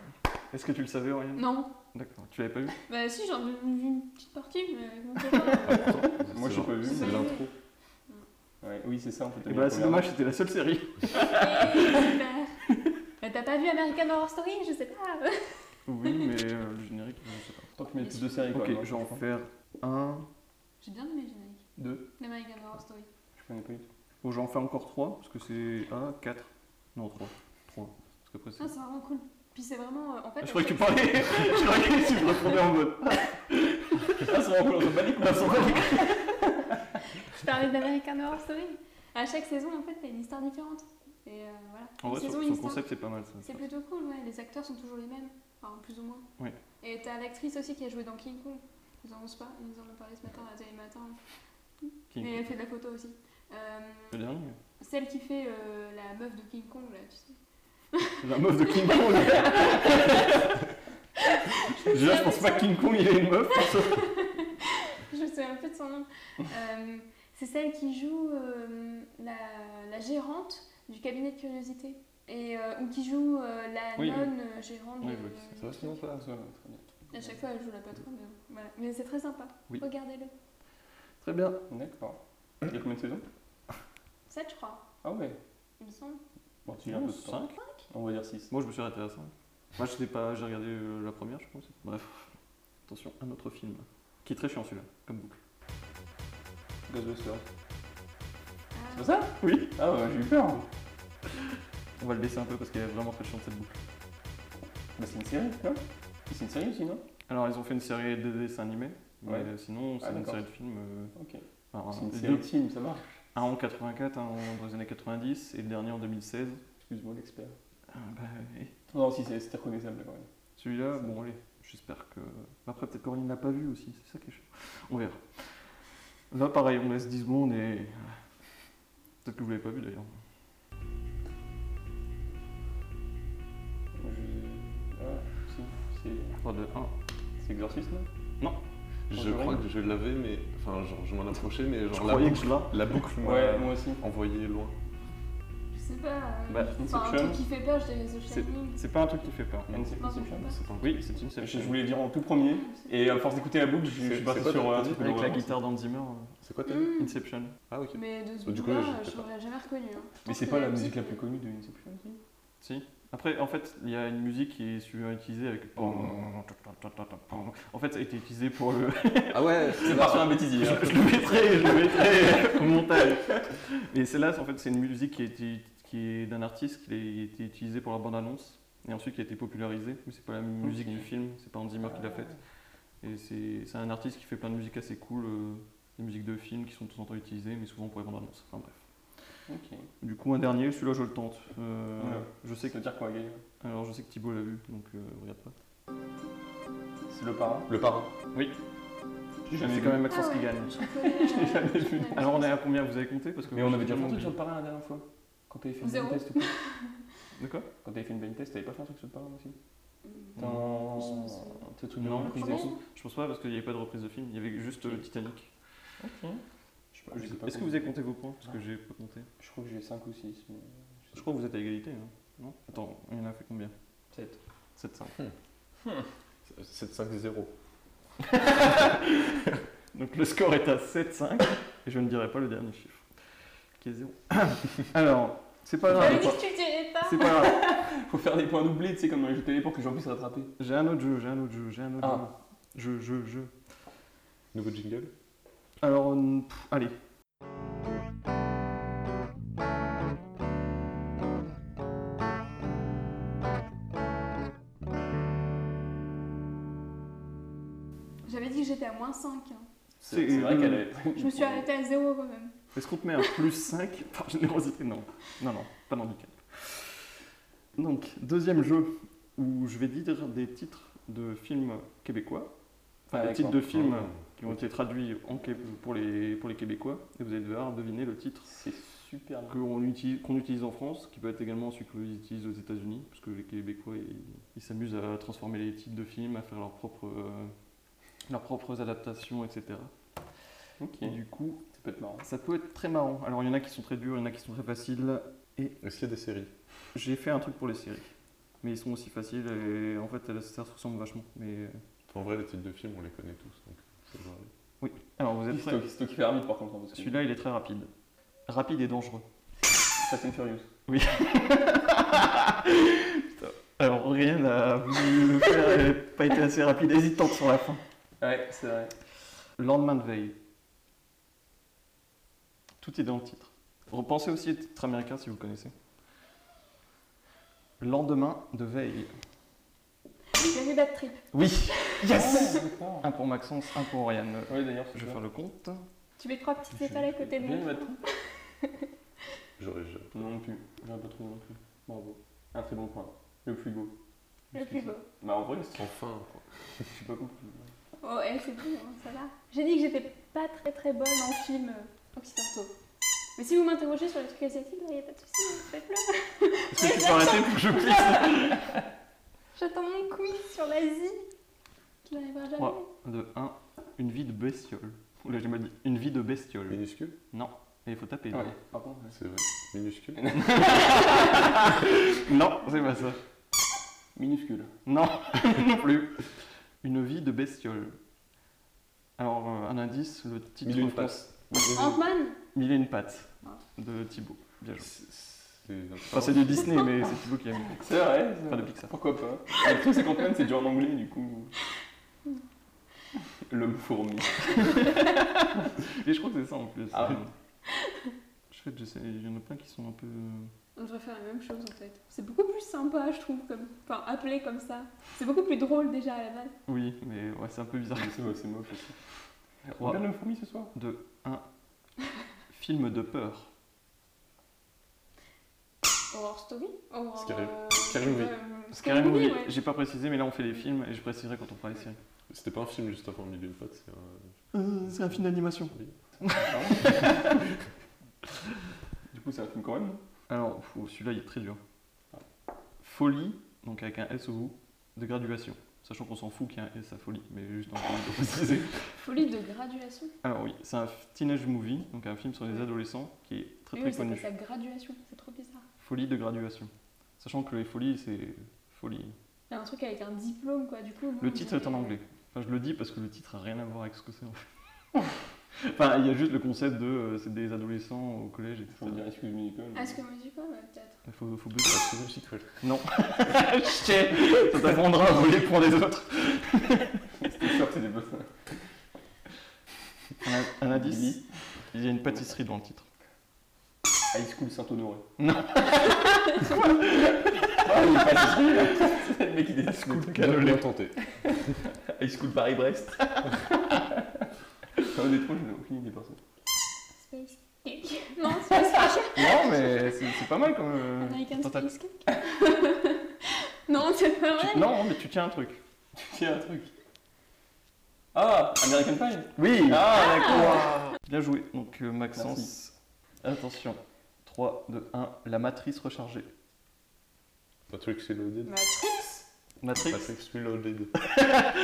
Speaker 1: Est-ce que tu le savais, Oriane
Speaker 3: Non.
Speaker 1: D'accord, tu l'avais pas vu
Speaker 3: Bah si, j'en ai vu une petite partie, mais avec mon copain.
Speaker 4: Ah, pourtant,
Speaker 2: Moi,
Speaker 4: c'est
Speaker 2: j'ai pas
Speaker 4: genre-
Speaker 2: vu,
Speaker 4: C'est
Speaker 3: mais-
Speaker 4: l'intro.
Speaker 2: Ouais, oui, ben, c'est ça, en fait.
Speaker 1: Eh
Speaker 2: la
Speaker 1: bah,
Speaker 2: première
Speaker 1: c'est dommage, c'était la seule série.
Speaker 3: Et, bah, bah, T'as pas vu American Horror Story Je sais pas.
Speaker 1: Oui, mais euh, le générique, je ne sais
Speaker 2: fois. Tant que tu mets plus de séries,
Speaker 1: pas.
Speaker 2: quoi.
Speaker 1: Ok,
Speaker 2: moi,
Speaker 1: je vais en
Speaker 2: franchement.
Speaker 1: faire un.
Speaker 3: J'ai bien aimé le générique.
Speaker 2: Deux.
Speaker 3: L'American Horror Story.
Speaker 2: Je connais pas du tout.
Speaker 1: Bon, oh, j'en fais encore trois, parce que c'est. un, quatre. Non, trois. Trois. Parce qu'après, c'est.
Speaker 3: Ah, c'est vraiment cool. Puis c'est vraiment. euh, en fait,
Speaker 1: Ah, Je
Speaker 3: à
Speaker 1: croyais que tu
Speaker 3: chaque-
Speaker 1: parlais. Je croyais que tu me répondais en mode.
Speaker 2: Ah, c'est vraiment cool, on s'en bat les couilles.
Speaker 1: Ah, c'est vrai.
Speaker 3: Je parlais d'American Horror Story. À chaque saison, en fait, t'as une histoire différente. Et euh, voilà.
Speaker 1: En
Speaker 3: Une
Speaker 1: vrai,
Speaker 3: saison,
Speaker 1: son,
Speaker 3: une
Speaker 1: son
Speaker 3: histoire.
Speaker 1: concept, c'est pas mal ça.
Speaker 3: C'est plutôt cool, ouais. Les acteurs sont toujours les mêmes. Enfin, plus ou moins.
Speaker 1: Oui.
Speaker 3: Et t'as l'actrice aussi qui a joué dans King Kong. Nous en avons pas. Nous en avons parlé ce matin à la télé matin.
Speaker 1: King
Speaker 3: Mais
Speaker 1: Kong.
Speaker 3: elle fait de la photo aussi. Euh,
Speaker 1: Le dernier
Speaker 3: celle qui fait euh, la meuf de King Kong, là, tu sais.
Speaker 1: La meuf de King Kong Déjà, je pense pas que King Kong il est une meuf.
Speaker 3: son nom. Euh, c'est celle qui joue euh, la, la gérante du cabinet de curiosité. Et, euh, ou qui joue euh, la
Speaker 1: Oui, oui.
Speaker 3: nonne euh, gérante.
Speaker 1: Oui,
Speaker 3: de-
Speaker 1: oui, c'est
Speaker 2: Ça va sinon ça, ça va, très bien.
Speaker 3: À chaque fois, elle joue la patronne. euh, voilà. Mais c'est très sympa.
Speaker 1: Oui.
Speaker 3: Regardez-le.
Speaker 1: Très bien.
Speaker 2: D'accord. Il y a combien de saisons
Speaker 3: 7, je crois,
Speaker 2: Ah ouais.
Speaker 3: il me semble.
Speaker 2: Bon, tu as un peu de temps.
Speaker 1: Cinq
Speaker 2: On va dire 6.
Speaker 1: Moi, je me suis arrêté à 5. Moi, je sais pas, j'ai regardé euh, la première, je pense. Bref, attention, un autre film qui est très chiant celui-là, comme boucle.
Speaker 2: Ghostbusters.
Speaker 3: Ah,
Speaker 2: C'est ça
Speaker 1: Oui,
Speaker 2: Ah ouais, j'ai eu peur.
Speaker 1: on va le baisser un peu parce qu'elle est vraiment très chiante cette boucle.
Speaker 2: Bah c'est une série, non C'est une série aussi, non
Speaker 1: Alors, ils ont fait une série de dessins animés, mais
Speaker 2: Ouais.
Speaker 1: euh, sinon, c'est
Speaker 2: Ah,
Speaker 1: une
Speaker 2: d'accord.
Speaker 1: série de films. euh,
Speaker 2: Ok.
Speaker 1: alors,
Speaker 2: Ah, C'est une
Speaker 1: les
Speaker 2: série
Speaker 1: deux.
Speaker 2: de films, ça marche.
Speaker 1: un en 84, un en, dans les années 90 et le dernier en 2016.
Speaker 2: Excuse-moi l'expert.
Speaker 1: Ah, bah, et
Speaker 2: Non, si c'est- c'était reconnaissable quand même.
Speaker 1: Celui-là, bon, allez, j'espère que. Après, peut-être qu'Aurélie ne l'a pas vu aussi, c'est ça qui est chiant. On verra. Là, pareil, on laisse 10 secondes et. Peut-être que vous l'avez pas vu d'ailleurs.
Speaker 2: Je- Ah, si. C'est-
Speaker 1: 3, 2, 1.
Speaker 2: C'est Exorcist, non
Speaker 4: Je
Speaker 2: Conjuring.
Speaker 4: crois que je l'avais, mais. Enfin, genre, je m'en approchais, mais
Speaker 1: Je
Speaker 4: genre, la
Speaker 1: croyais que
Speaker 4: boucle,
Speaker 1: je l'ai.
Speaker 4: la boucle m'a
Speaker 2: Ouais, moi aussi.
Speaker 4: envoyé loin.
Speaker 3: je sais pas. euh,
Speaker 1: Bah,
Speaker 3: enfin, un
Speaker 2: Inception.
Speaker 3: truc qui fait peur, je dirais The Shining.
Speaker 1: C'est pas un truc qui fait peur.
Speaker 2: Man, c'est
Speaker 3: Non,
Speaker 2: Inception.
Speaker 3: c'est
Speaker 1: Oui, c'est une
Speaker 2: Je
Speaker 1: série.
Speaker 2: voulais le dire en tout premier. Et à force d'écouter la boucle, je
Speaker 4: C'est-
Speaker 2: je suis
Speaker 4: c'est
Speaker 2: parti
Speaker 4: quoi
Speaker 2: sur
Speaker 4: ton
Speaker 2: euh, un
Speaker 4: petit
Speaker 2: truc
Speaker 1: Avec la
Speaker 2: d'horreur.
Speaker 1: guitare d'Andy Zimmer, euh,
Speaker 4: C'est quoi ta
Speaker 3: Hmm.
Speaker 1: Inception.
Speaker 4: Ah, ok.
Speaker 3: Mais de ce
Speaker 4: Du coup,
Speaker 3: bout-là,
Speaker 4: je sais
Speaker 3: je
Speaker 4: pas.
Speaker 3: l'aurais jamais reconnu. hein. Je
Speaker 2: Mais
Speaker 3: pense
Speaker 2: c'est
Speaker 3: que Ah
Speaker 2: pas la musique la plus
Speaker 3: est-
Speaker 2: connue de Inception aussi
Speaker 1: Si. Après, en fait, il y a une musique qui est souvent utilisée avec.
Speaker 2: Oh.
Speaker 1: En fait, ça a été utilisé pour le.
Speaker 4: Ah ouais, c'est
Speaker 2: C'est pas sur un bêtisier. hein.
Speaker 1: je le mettrai, je le mettrai au montage. Et celle-là, en fait, c'est une musique qui, a été- qui est d'un artiste qui a été utilisée pour la bande-annonce et ensuite qui a été popularisée. Mais c'est pas la musique
Speaker 2: Ok.
Speaker 1: du film, c'est pas Hans Zimmer qui l'a faite. Et c'est c'est un artiste qui fait plein de musiques assez cool, euh, des musiques de films qui sont de temps en temps utilisées, mais souvent pour les bandes annonces. Enfin bref.
Speaker 2: Ok.
Speaker 1: Du coup, un dernier, celui-là je le tente. Euh,
Speaker 2: Ouais.
Speaker 1: je sais
Speaker 2: Ça
Speaker 1: que,
Speaker 2: veut dire quoi, Gaël
Speaker 1: alors je sais que Thibaut l'a vu, donc euh, regarde pas.
Speaker 2: C'est le parrain
Speaker 4: Le parrain.
Speaker 2: J'ai
Speaker 1: C'est quand même
Speaker 3: Ah
Speaker 1: Maxence
Speaker 3: ouais,
Speaker 1: qui gagne.
Speaker 3: Je reconnais,
Speaker 2: Je l'ai jamais
Speaker 3: euh,
Speaker 2: vu.
Speaker 3: la
Speaker 1: Alors on est
Speaker 3: musique.
Speaker 1: à combien Vous avez compté parce que
Speaker 2: Mais on
Speaker 1: j'ai
Speaker 2: avait déjà fait
Speaker 1: tellement
Speaker 2: un truc sur
Speaker 1: oublié.
Speaker 2: le parrain la dernière fois. Quand t'avais fait une
Speaker 3: Zéro.
Speaker 2: blind test ou quoi
Speaker 1: De quoi
Speaker 2: Quand t'avais fait une blind test, t'avais pas fait un truc sur le parrain aussi
Speaker 3: Mm.
Speaker 2: Non.
Speaker 3: Je me souviens.
Speaker 2: C'est le truc de
Speaker 1: Non.
Speaker 2: reprise
Speaker 3: Le premier
Speaker 2: aussi.
Speaker 1: Je pense pas parce qu'il n'y avait pas de reprise de film, il y avait juste euh, Titanic.
Speaker 2: Je sais pas, je sais pas
Speaker 1: Est-ce que
Speaker 2: comment-
Speaker 1: vous avez compté vos points Parce que j'ai pas compté.
Speaker 2: Je crois que j'ai 5 ou 6. Mais...
Speaker 1: Je crois que vous êtes à égalité, hein, non Attends, il y en a fait combien
Speaker 2: 7.
Speaker 1: 7-5.
Speaker 4: 7-5-0.
Speaker 1: Donc le score est à 7-5 et je ne dirai pas le dernier chiffre qui est 0. Alors, c'est pas
Speaker 3: J'avais
Speaker 1: grave.
Speaker 3: dit que tu le dirais pas.
Speaker 1: C'est pas grave.
Speaker 2: Faut faire des points doublés, tu sais, comme dans les jeux télé pour que j'en puisse rattraper.
Speaker 1: J'ai un autre jeu, j'ai un autre jeu, j'ai un autre
Speaker 2: Ah.
Speaker 1: jeu. Je, je, je.
Speaker 4: Nouveau jingle
Speaker 1: Alors, euh, pff, allez.
Speaker 3: J'avais dit que j'étais à moins 5. hein.
Speaker 1: C'est-
Speaker 2: C'est c'est vrai
Speaker 1: euh,
Speaker 2: qu'elle avait.
Speaker 3: Je me suis arrêtée à 0 quand même.
Speaker 1: Est-ce qu'on te met un plus 5 par générosité Non. Non, non, pas d'handicap. Donc, deuxième jeu où je vais dire des titres de films québécois. Enfin,
Speaker 2: Ah,
Speaker 1: des titres de
Speaker 2: d'accord.
Speaker 1: films qui ont été traduits en qué- pour, les, pour les Québécois. Et vous allez devoir deviner le titre
Speaker 2: C'est super bien.
Speaker 1: qu'on utilise, qu'on utilise en France, qui peut être également celui qu'ils utilisent aux États-Unis, parce que les Québécois, ils ils s'amusent à transformer les titres de films, à faire leurs propres, euh, leurs propres adaptations, etc.
Speaker 2: Ok.
Speaker 1: Et du coup,
Speaker 2: Ça peut être marrant.
Speaker 1: ça peut être très marrant. Alors, il y en a qui sont très durs, il y en a qui sont très faciles.
Speaker 4: Est-ce qu'il y a des séries
Speaker 1: J'ai fait un truc pour les séries, mais ils sont aussi faciles et en fait, ça se ressemble vachement. Mais euh,
Speaker 4: En vrai, les titres de films, on les connaît tous. Donc ça doit aller.
Speaker 1: alors, vous êtes prêts
Speaker 2: C'est toi qui fais arbitre par contre. hein, parce que-
Speaker 1: Celui-là, il est très rapide, rapide et dangereux.
Speaker 2: Fast and Furious.
Speaker 1: Alors, rien n'a voulu le faire, elle n'a pas été assez rapide, hésitante sur la fin.
Speaker 2: Ouais, c'est vrai.
Speaker 1: Lendemain de veille. Tout est dans le titre. Repensez aussi aux titres américains si vous connaissez. Lendemain de veille.
Speaker 3: J'ai vu Bad Trip.
Speaker 1: Oui
Speaker 2: Yes
Speaker 1: Un pour Maxence, un pour Oriane.
Speaker 2: Ah, Ouais, d'ailleurs,
Speaker 1: Je vais faire le compte.
Speaker 3: Tu mets trois petites étoiles à côté de
Speaker 2: Bien,
Speaker 3: moi.
Speaker 2: Bad
Speaker 4: J'aurais jamais.
Speaker 2: Non, non plus. J'aurais pas trouvé non plus. Bravo. Un très bon point. Le plus beau.
Speaker 3: Le plus beau.
Speaker 2: Bah, en vrai, c'est-
Speaker 4: Enfin, quoi.
Speaker 2: je suis pas compris.
Speaker 3: Oh, eh, c'est bon, hein, ça va. J'ai dit que j'étais pas très très bonne en films euh, occidentaux. Mais si vous m'interrogez sur les trucs asiatiques, il n'y a pas de souci, faites-le.
Speaker 1: Est-ce que tu peux arrêter pour que je puisse
Speaker 3: J'attends mon quiz sur l'Asie. Je n'arriverai jamais.
Speaker 1: De 1. Une vie de bestiole. Oula, j'ai mal dit. Une vie de bestiole.
Speaker 4: Minuscule
Speaker 1: Non. Et il faut taper.
Speaker 2: Ah
Speaker 1: non.
Speaker 2: ouais, pardon. ouais.
Speaker 4: C'est vrai. Minuscule
Speaker 1: Non, c'est pas ça.
Speaker 2: Minuscule.
Speaker 1: Non, non plus. Une vie de bestiole. Alors, euh, un indice, le titre
Speaker 4: Mille et une
Speaker 1: français-
Speaker 3: Ant-Man
Speaker 1: Mille et une pattes de Thibaut. Bien joué.
Speaker 4: C'est- C'est
Speaker 1: Enfin, c'est de Disney, mais c'est Thibaut qui a mis.
Speaker 2: C'est vrai. c'est
Speaker 1: Enfin, de
Speaker 2: vrai.
Speaker 1: Pixar.
Speaker 2: Pourquoi pas Ah, Le truc, c'est qu'en fait, c'est déjà en anglais, du coup. L'homme fourmi.
Speaker 1: Et je crois que c'est ça en plus.
Speaker 2: Ah ouais.
Speaker 1: Je fais, je sais, il y en a plein qui sont un peu.
Speaker 3: On devrait faire la même chose en fait. C'est beaucoup plus sympa, je trouve, comme... enfin, appelé comme ça. C'est beaucoup plus drôle déjà à la base.
Speaker 1: Oui, mais ouais, c'est un peu bizarre.
Speaker 2: Mais C'est moche, c'est moche aussi. On
Speaker 1: Ouah.
Speaker 2: regarde l'homme fourmi ce soir
Speaker 1: De 1. Film de peur.
Speaker 3: Horror Story Horror...
Speaker 4: Scary-
Speaker 3: euh,
Speaker 4: Scary Movie.
Speaker 3: euh,
Speaker 1: Scary Movie,
Speaker 3: ouais.
Speaker 1: j'ai pas précisé, mais là on fait les films et je préciserai quand on fera les séries.
Speaker 4: C'était pas un film juste avant Mille et une pattes, c'est un.
Speaker 1: Euh, c'est un film d'animation.
Speaker 2: Du coup, c'est un film quand même, non
Speaker 1: Alors, pff, celui-là il est très dur. Folie, donc avec un S au bout, de graduation. Sachant qu'on s'en fout qu'il y ait un S à folie, mais juste en de préciser.
Speaker 3: Folie de graduation
Speaker 1: Alors oui, c'est un teenage movie, donc un film sur les adolescents qui est très très
Speaker 3: Mais oui, c'est
Speaker 1: connu.
Speaker 3: sa graduation, c'est trop bizarre.
Speaker 1: Folie de graduation. Sachant que les folies, c'est folie.
Speaker 3: Il y a un truc avec un diplôme quoi, du coup...
Speaker 1: Le titre est en anglais. Enfin, je le dis parce que le titre a rien à voir avec ce que c'est. en fait. enfin, il y a juste le concept de euh, c'est des adolescents au collège, etc.
Speaker 2: Je veux dire, excuse-moi, Nicole. mais-
Speaker 3: Ah, ce que musical, ouais, peut-être.
Speaker 1: Il faut, faut buzzer.
Speaker 4: C'est un sequel.
Speaker 1: Non. Je sais, ça t'apprendra à voler pour des autres.
Speaker 2: C'était sûr que c'était pas ça.
Speaker 1: Un, un indice il y a une pâtisserie dans le titre.
Speaker 2: High School Saint-Honoré.
Speaker 1: Non.
Speaker 2: Ah, il est pas sûr, là. C'est le mec qui dit High School.
Speaker 4: Bien bien tenté.
Speaker 2: High School Paris-Brest. C'est un des trous, je n'ai aucune idée perso.
Speaker 3: Space Cake. non, Space Cake.
Speaker 1: Non, mais c'est c'est pas mal comme. euh,
Speaker 3: American
Speaker 1: tentative.
Speaker 3: Space Cake. non, c'est pas
Speaker 1: Tu-
Speaker 3: vrai.
Speaker 1: non, mais tu tiens un truc.
Speaker 2: Tu tiens un truc. Ah, American Pie
Speaker 1: Oui
Speaker 2: Ah, d'accord.
Speaker 1: Bien joué. Donc, euh, Maxence, attention. 3, 2, 1, la matrice rechargée.
Speaker 4: Patrick Reloaded.
Speaker 3: Matrix
Speaker 1: Matrix
Speaker 4: Patrick Reloaded.
Speaker 1: Alors, Ah,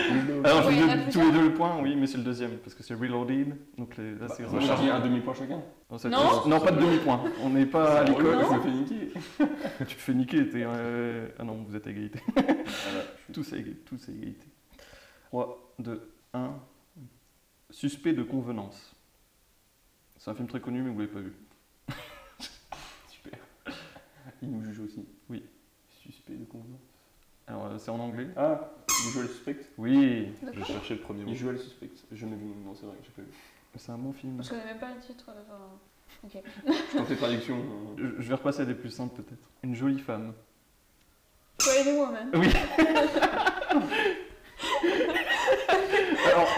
Speaker 1: je
Speaker 3: Oui,
Speaker 1: vous
Speaker 3: la
Speaker 1: donne
Speaker 3: plus
Speaker 1: tous les deux le point, oui, mais c'est le deuxième, parce que c'est reloaded, donc les- là c'est
Speaker 2: C'est
Speaker 1: rechargé.
Speaker 2: rechargé un demi-point chacun.
Speaker 1: Non, ça-
Speaker 3: Non.
Speaker 1: non, pas de demi-point, on n'est pas à
Speaker 2: C'est drôle,
Speaker 1: l'école.
Speaker 2: Ah, Je me fais niquer.
Speaker 1: Tu te fais niquer, t'es. euh, Ah non, vous êtes à égalité.
Speaker 2: Voilà, je suis-
Speaker 1: Tous à égalité. Tous à égalité. 3, 2, 1. Suspect de convenance. C'est un film très connu, mais vous l'avez pas vu.
Speaker 2: Super. Il nous juge aussi.
Speaker 1: Oui.
Speaker 2: Suspect de convenance.
Speaker 1: Alors, euh, c'est en anglais
Speaker 2: Ah, Usual Suspect.
Speaker 1: Oui,
Speaker 3: De
Speaker 4: Je
Speaker 3: quoi
Speaker 4: cherchais le premier mot.
Speaker 2: Usual Suspect. J'ai jamais vu. Non, c'est vrai, j'ai pas vu.
Speaker 1: c'est un bon film.
Speaker 3: Je connais même pas le titre. Enfin... Ok.
Speaker 2: Je tentais traduction. euh,
Speaker 1: Je je vais repasser à des plus simples peut-être. Une jolie femme.
Speaker 3: Toilet Woman.
Speaker 1: Alors,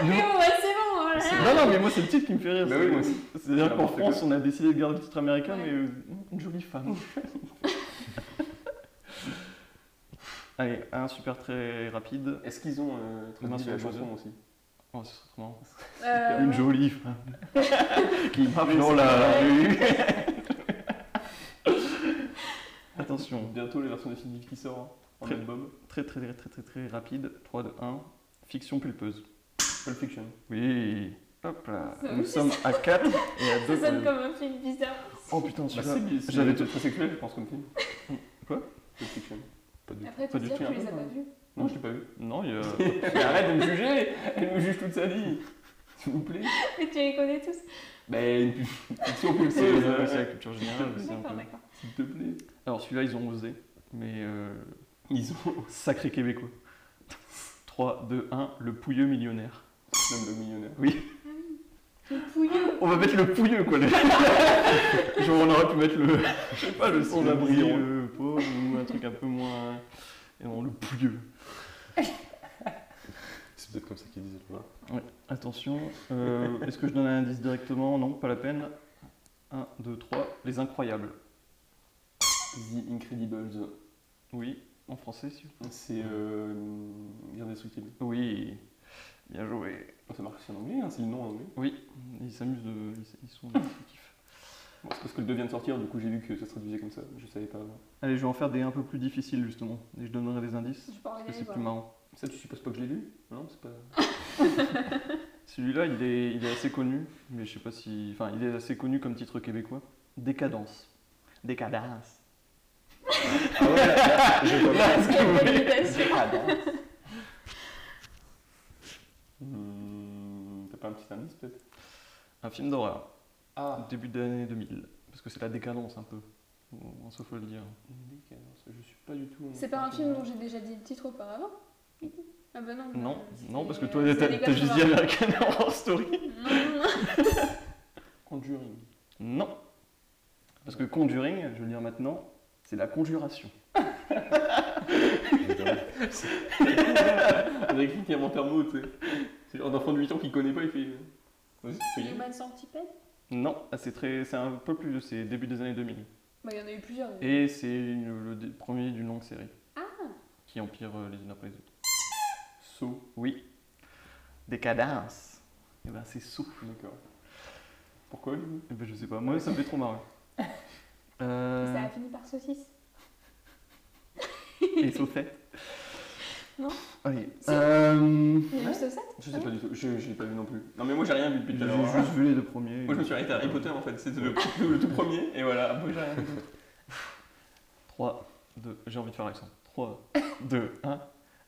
Speaker 1: nous-
Speaker 3: Mais bon, bah, c'est bon, voilà.
Speaker 1: Non, non, mais moi c'est le titre qui me fait rire.
Speaker 2: Bah
Speaker 1: c'est-
Speaker 2: oui, moi aussi.
Speaker 1: C'est-à-dire qu'en
Speaker 2: N'importe
Speaker 1: France, on a décidé de garder le titre américain,
Speaker 3: Ouais.
Speaker 1: mais euh, une jolie femme. Allez, un super très rapide.
Speaker 2: Est-ce qu'ils ont euh,
Speaker 1: Non,
Speaker 2: traduit
Speaker 1: c'est
Speaker 2: la
Speaker 1: la
Speaker 2: chanson
Speaker 1: chanson.
Speaker 2: aussi
Speaker 1: Oh, ce serait trop marrant.
Speaker 3: Euh,
Speaker 1: Une jolie femme qui marche dans la rue. Attention,
Speaker 2: Bientôt les versions définitives qui sortent en
Speaker 1: Très-
Speaker 2: album.
Speaker 1: très très très très très très rapide. 3, 2, 1. Fiction pulpeuse.
Speaker 2: Pulp Fiction.
Speaker 1: Oui. Hop là.
Speaker 3: Ça,
Speaker 1: Nous
Speaker 3: oui,
Speaker 1: sommes à 4 et à 2.
Speaker 3: Ça sonne comme un film bizarre.
Speaker 1: Oh putain,
Speaker 2: Bah,
Speaker 1: celui-là.
Speaker 2: c'est
Speaker 1: J'avais
Speaker 2: j'avais
Speaker 1: tout-
Speaker 2: tout très sexuel, je pense, comme film.
Speaker 1: Quoi
Speaker 2: Pulp Fiction.
Speaker 3: Après,
Speaker 1: Pas
Speaker 3: faut
Speaker 1: du
Speaker 3: dire que
Speaker 2: tout,
Speaker 3: tu
Speaker 2: un
Speaker 3: les as
Speaker 2: peu,
Speaker 3: pas
Speaker 2: hein.
Speaker 3: vus.
Speaker 2: Non, je l'ai pas vu.
Speaker 1: Non, il y a.
Speaker 2: Mais arrête de me juger Elle me juge toute sa vie S'il vous plaît
Speaker 3: Mais tu les connais tous.
Speaker 2: Mais Bah, une pu- fiction
Speaker 1: C'est
Speaker 2: pulpeuse,
Speaker 1: euh, c'est la
Speaker 2: euh,
Speaker 1: culture générale. c'est un
Speaker 3: D'accord,
Speaker 1: peu-
Speaker 3: d'accord.
Speaker 2: s'il te plaît.
Speaker 1: Alors celui-là, ils ont osé, mais euh, oh,
Speaker 2: Ils ont
Speaker 1: sacré québécois. 3, 2, 1, le pouilleux millionnaire.
Speaker 2: l'homme le millionnaire.
Speaker 3: Le pouilleux.
Speaker 1: On va mettre le pouilleux, quoi. les- Genre, on aurait pu mettre le, je sais pas, le sans-abri
Speaker 2: brillant.
Speaker 1: euh, pauvre ou un truc un peu moins... Et non, le pouilleux.
Speaker 4: C'est peut-être comme ça qu'ils disaient le nom.
Speaker 1: Attention, euh, est-ce que je donne un indice directement Non, pas la peine. 1, 2, 3, les incroyables.
Speaker 2: The Incredibles.
Speaker 1: Oui, en français, si vous
Speaker 2: C'est euh, Guerre Destructible.
Speaker 1: Oui, bien joué.
Speaker 2: Ça marche aussi en anglais, hein, c'est le nom en anglais.
Speaker 1: Oui, ils s'amusent de... Ils, ils sont...
Speaker 2: Bon, c'est parce que le 2 vient de sortir, du coup j'ai vu que ça se traduisait comme ça. Je savais pas avant.
Speaker 1: Allez, je vais en faire des un peu plus difficiles, justement. Et je donnerai des indices,
Speaker 3: J'ai pas envie
Speaker 1: parce que
Speaker 3: d'aller
Speaker 1: c'est
Speaker 3: voir.
Speaker 1: plus marrant.
Speaker 2: Ça, tu supposes pas que je l'ai lu Non, c'est pas.
Speaker 1: Celui-là, il est, il est assez connu, mais je sais pas si. Enfin, il est assez connu comme titre québécois. Décadence. Décadence.
Speaker 2: Ah ouais, là, là, je vois pas.
Speaker 3: Décadence.
Speaker 2: Hmm, T'as pas un petit indice peut-être
Speaker 1: Un film d'horreur,
Speaker 2: Ah
Speaker 1: début de l'année 2000. Parce que c'est la décadence un peu. On se faut le dire.
Speaker 2: Je suis pas du tout.
Speaker 3: C'est pas un film dont j'ai déjà dit le titre auparavant Ah bah non.
Speaker 1: Non,
Speaker 3: euh,
Speaker 1: non, parce que
Speaker 3: c'est-
Speaker 1: toi,
Speaker 3: c'est
Speaker 1: t'as
Speaker 3: les
Speaker 1: t'as juste dit
Speaker 3: 80.
Speaker 1: American Horror Story.
Speaker 3: Non, non, non.
Speaker 2: Conjuring.
Speaker 1: Non. Parce que Conjuring, je veux dire maintenant, c'est la conjuration.
Speaker 2: On a écrit qu'il invente un mot, tu sais. C'est genre un enfant de 8 ans qui connaît pas, il fait. euh. Vas-y, tu peux y aller.
Speaker 3: Human Centipede
Speaker 1: Non, ah, c'est très, c'est un peu plus, c'est début des années 2000.
Speaker 3: Bah il y en a eu plusieurs.
Speaker 1: Et c'est une- le dé- premier d'une longue série
Speaker 3: Ah
Speaker 1: qui empire euh, les unes après les autres.
Speaker 2: Saut.
Speaker 1: Oui. Décadence. Et ben c'est sous.
Speaker 2: D'accord. Pourquoi du coup
Speaker 1: Eh ben je sais pas, moi ça me fait trop marrer.
Speaker 3: Et Ça
Speaker 1: Euh,
Speaker 3: a fini par saucisse.
Speaker 1: et saucette.
Speaker 3: Non.
Speaker 1: Allez.
Speaker 3: Si.
Speaker 1: Euh,
Speaker 3: Il y a eu saucette
Speaker 2: Je sais pas du tout, je, j'ai pas vu non plus. Non mais moi j'ai rien vu depuis tout à l'heure. hein.
Speaker 1: J'ai juste vu les deux premiers.
Speaker 2: Moi je me suis arrêté à Harry Potter en fait, c'était le, le tout premier, et voilà, moi j'ai rien vu.
Speaker 1: 3, 2, j'ai envie de faire l'accent. 3, 2, 1.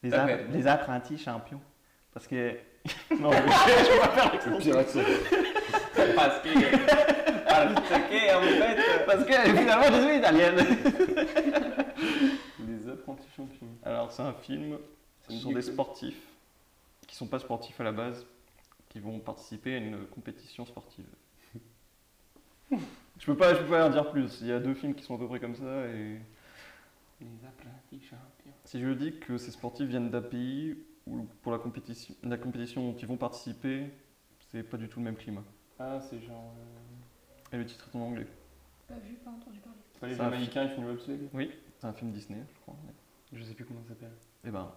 Speaker 1: Les,
Speaker 2: Ah
Speaker 1: app-
Speaker 2: ouais.
Speaker 1: les apprentis champions. Parce que. non, je je vais pas faire l'accent.
Speaker 2: Parce que. Parce que en fait.
Speaker 1: Parce que finalement je suis italienne.
Speaker 2: Les apprentis champions.
Speaker 1: Alors c'est un film
Speaker 2: Ça
Speaker 1: Ce
Speaker 2: me
Speaker 1: sont
Speaker 2: dit
Speaker 1: des
Speaker 2: quelque
Speaker 1: sportifs qui sont pas sportifs à la base, qui vont participer à une compétition sportive. je peux pas, je peux pas en dire plus. Il y a deux films qui sont à peu près comme ça et
Speaker 2: chose. Les apprentis champions.
Speaker 1: si je dis que ces sportifs viennent d'un pays où pour la compétition, la compétition dont ils vont participer, c'est pas du tout le même climat.
Speaker 2: Ah, c'est genre. euh,
Speaker 1: Et le titre est en anglais.
Speaker 3: Pas vu, pas entendu parler.
Speaker 2: C'est pas les
Speaker 1: Ça a-
Speaker 2: Jamaïcains, ils font du website
Speaker 1: Oui, c'est un film Disney, je crois.
Speaker 2: Je sais plus comment ça s'appelle.
Speaker 1: Et ben,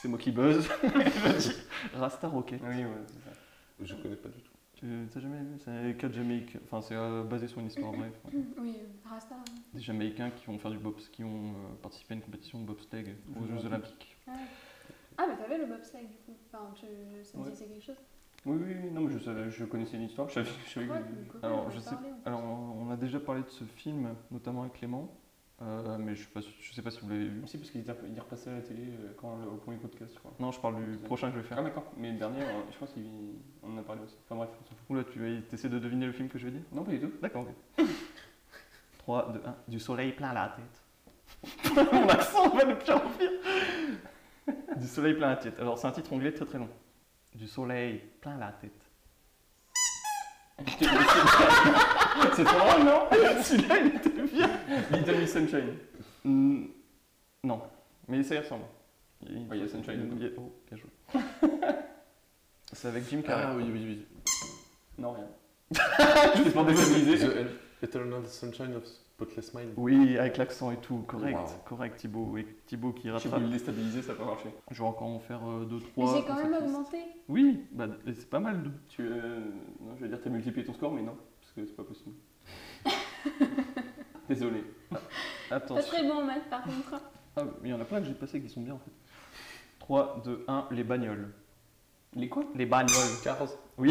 Speaker 1: c'est moi qui buzz. je dis Rasta Rocket.
Speaker 2: Oui, ouais, c'est ça.
Speaker 4: Je connais pas du tout.
Speaker 1: Tu t'as jamais vu C'est quatre Jamaïcains. Enfin, c'est euh, basé sur une histoire vraie. ouais.
Speaker 3: Oui, euh, Rasta. hein.
Speaker 1: des Jamaïcains qui vont faire du bobs, qui ont euh, participé à une compétition de bobsleigh aux
Speaker 2: Jeux
Speaker 1: Jeux
Speaker 2: Olympiques.
Speaker 1: Olympiques.
Speaker 3: Ah mais t'avais le bobsleigh du coup. Enfin, tu, ça me
Speaker 2: Ouais.
Speaker 3: disait quelque chose.
Speaker 2: Oui, oui, oui, non, mais je, savais- je connaissais l'histoire, je savais, je savais
Speaker 3: Ouais,
Speaker 2: que-
Speaker 3: mon copain
Speaker 1: alors,
Speaker 3: en
Speaker 1: je
Speaker 3: avait
Speaker 1: sais-
Speaker 3: parlé, en fait.
Speaker 1: Alors, on a déjà parlé de ce film, notamment avec Clément, euh, mais je ne sais, pas si- je sais pas si vous l'avez vu.
Speaker 2: Si, parce qu'il était il est repassé à la télé euh, quand, le- au premier podcast, je crois.
Speaker 1: Non, je parle du prochain que je vais
Speaker 2: Ah,
Speaker 1: faire.
Speaker 2: d'accord, mais le dernier, euh, je pense qu'il on en a parlé aussi. Enfin bref, on s'en fout.
Speaker 1: Oula, tu vas essayer de deviner le film que je vais dire
Speaker 2: Non, pas du tout.
Speaker 1: D'accord. ok. 3, 2, 1. Du soleil plein la tête. Mon accent va de pire en pire. du soleil plein la tête. Alors, c'est un titre anglais très très long. Du soleil plein la tête.
Speaker 2: Ah, c'est trop drôle, non
Speaker 1: Celui-là, il était bien.
Speaker 2: Little Miss Sunshine.
Speaker 1: Hmm, Non, mais ça y ressemble.
Speaker 2: Ouais, il y a Sunshine,
Speaker 1: il y a- oh, bien joué. C'est avec
Speaker 2: Ah,
Speaker 1: Jim Carrey.
Speaker 4: Ah, oui, oui, oui.
Speaker 2: Non, rien.
Speaker 1: Juste pour déstabiliser.
Speaker 4: The Eternal Sunshine of Spotless Mind.
Speaker 1: Oui, avec l'accent et tout, correct,
Speaker 4: Wow.
Speaker 1: correct Thibaut. Et Thibaut qui
Speaker 2: J'ai
Speaker 1: rattrape.
Speaker 2: voulu le déstabiliser, ça n'a pas marché.
Speaker 1: Je vais encore en faire euh, 2-3.
Speaker 3: Mais j'ai quand même augmenté.
Speaker 1: Oui, bah, c'est pas mal. deux.
Speaker 2: Tu. euh, non, je vais dire, t'as multiplié ton score, mais non, parce que c'est pas possible. Désolé.
Speaker 3: Pas
Speaker 1: Attention.
Speaker 3: très bon en maths par contre.
Speaker 1: Ah, mais il y en a plein que j'ai passé qui sont bien en fait. 3, 2, 1, les bagnoles.
Speaker 2: Les quoi
Speaker 1: Les bagnoles.
Speaker 4: Cars.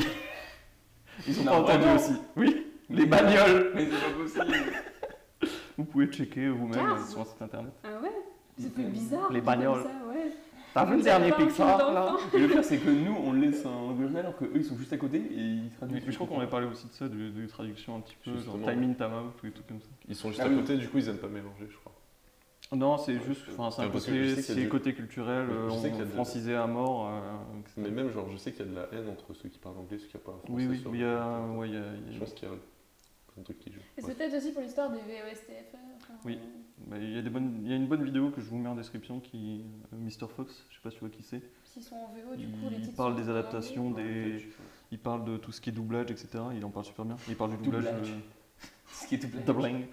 Speaker 1: Ils ont
Speaker 2: Non,
Speaker 1: pas entendu
Speaker 2: vraiment
Speaker 1: aussi. Oui, les bagnoles.
Speaker 2: Mais c'est pas possible
Speaker 1: Vous pouvez checker vous-même
Speaker 3: Cars.
Speaker 1: euh, sur un site internet.
Speaker 3: Ah ouais Ça fait bizarre.
Speaker 1: Les
Speaker 3: dit comme
Speaker 1: bagnoles.
Speaker 3: ça, ouais.
Speaker 1: T'as vu le dernier
Speaker 3: Pas un film
Speaker 1: Pixar là
Speaker 3: d'enfant.
Speaker 2: Et le pire, c'est que nous, on le laisse en original alors qu'eux, ils sont juste à côté et ils
Speaker 1: Ah, Mais
Speaker 2: traduisent.
Speaker 1: je crois qu'on avait parlé aussi de ça, de, de traduction un petit peu, genre
Speaker 4: Justement.
Speaker 1: time in, time out, tous les trucs comme ça.
Speaker 4: Ils sont juste
Speaker 2: Ah
Speaker 4: à
Speaker 2: oui.
Speaker 4: côté, du coup ils aiment pas mélanger, je crois.
Speaker 1: Non, c'est
Speaker 4: Ouais,
Speaker 1: juste,
Speaker 4: je-
Speaker 1: enfin, c'est un
Speaker 4: parce que
Speaker 1: côté,
Speaker 4: je sais qu'il y a
Speaker 1: c'est
Speaker 4: du-
Speaker 1: côté culturel,
Speaker 4: Je
Speaker 1: euh,
Speaker 4: sais qu'il y a
Speaker 1: on
Speaker 4: de-
Speaker 1: francisé à mort. euh, etc.
Speaker 4: Mais même, genre, je sais qu'il y a de la haine entre ceux qui parlent anglais et ceux qui parlent français.
Speaker 1: oui, oui,
Speaker 4: sur-
Speaker 1: mais il y a, ouais, il y a- il y
Speaker 4: Je
Speaker 1: a-
Speaker 4: pense qu'il y a plein de trucs qui jouent.
Speaker 3: Et
Speaker 4: Ouais.
Speaker 3: c'est peut-être aussi pour l'histoire des VOSTFR. E, enfin, euh,
Speaker 1: Oui. bah, il y a des bonnes, il y a une bonne vidéo que je vous mets en description qui, euh, Mr Fox, je sais pas si tu vois qui c'est,
Speaker 3: S'ils sont en VO, Oh, du coup, les
Speaker 1: il
Speaker 3: titres
Speaker 1: parle
Speaker 3: sont
Speaker 1: des
Speaker 3: en
Speaker 1: adaptations,
Speaker 3: anglais.
Speaker 1: des, il parle de tout ce qui est doublage, etc. Il en parle super bien. Il parle du doublage.
Speaker 2: Doublage.
Speaker 1: euh,
Speaker 2: Ce qui est tout plein.
Speaker 1: Doubling.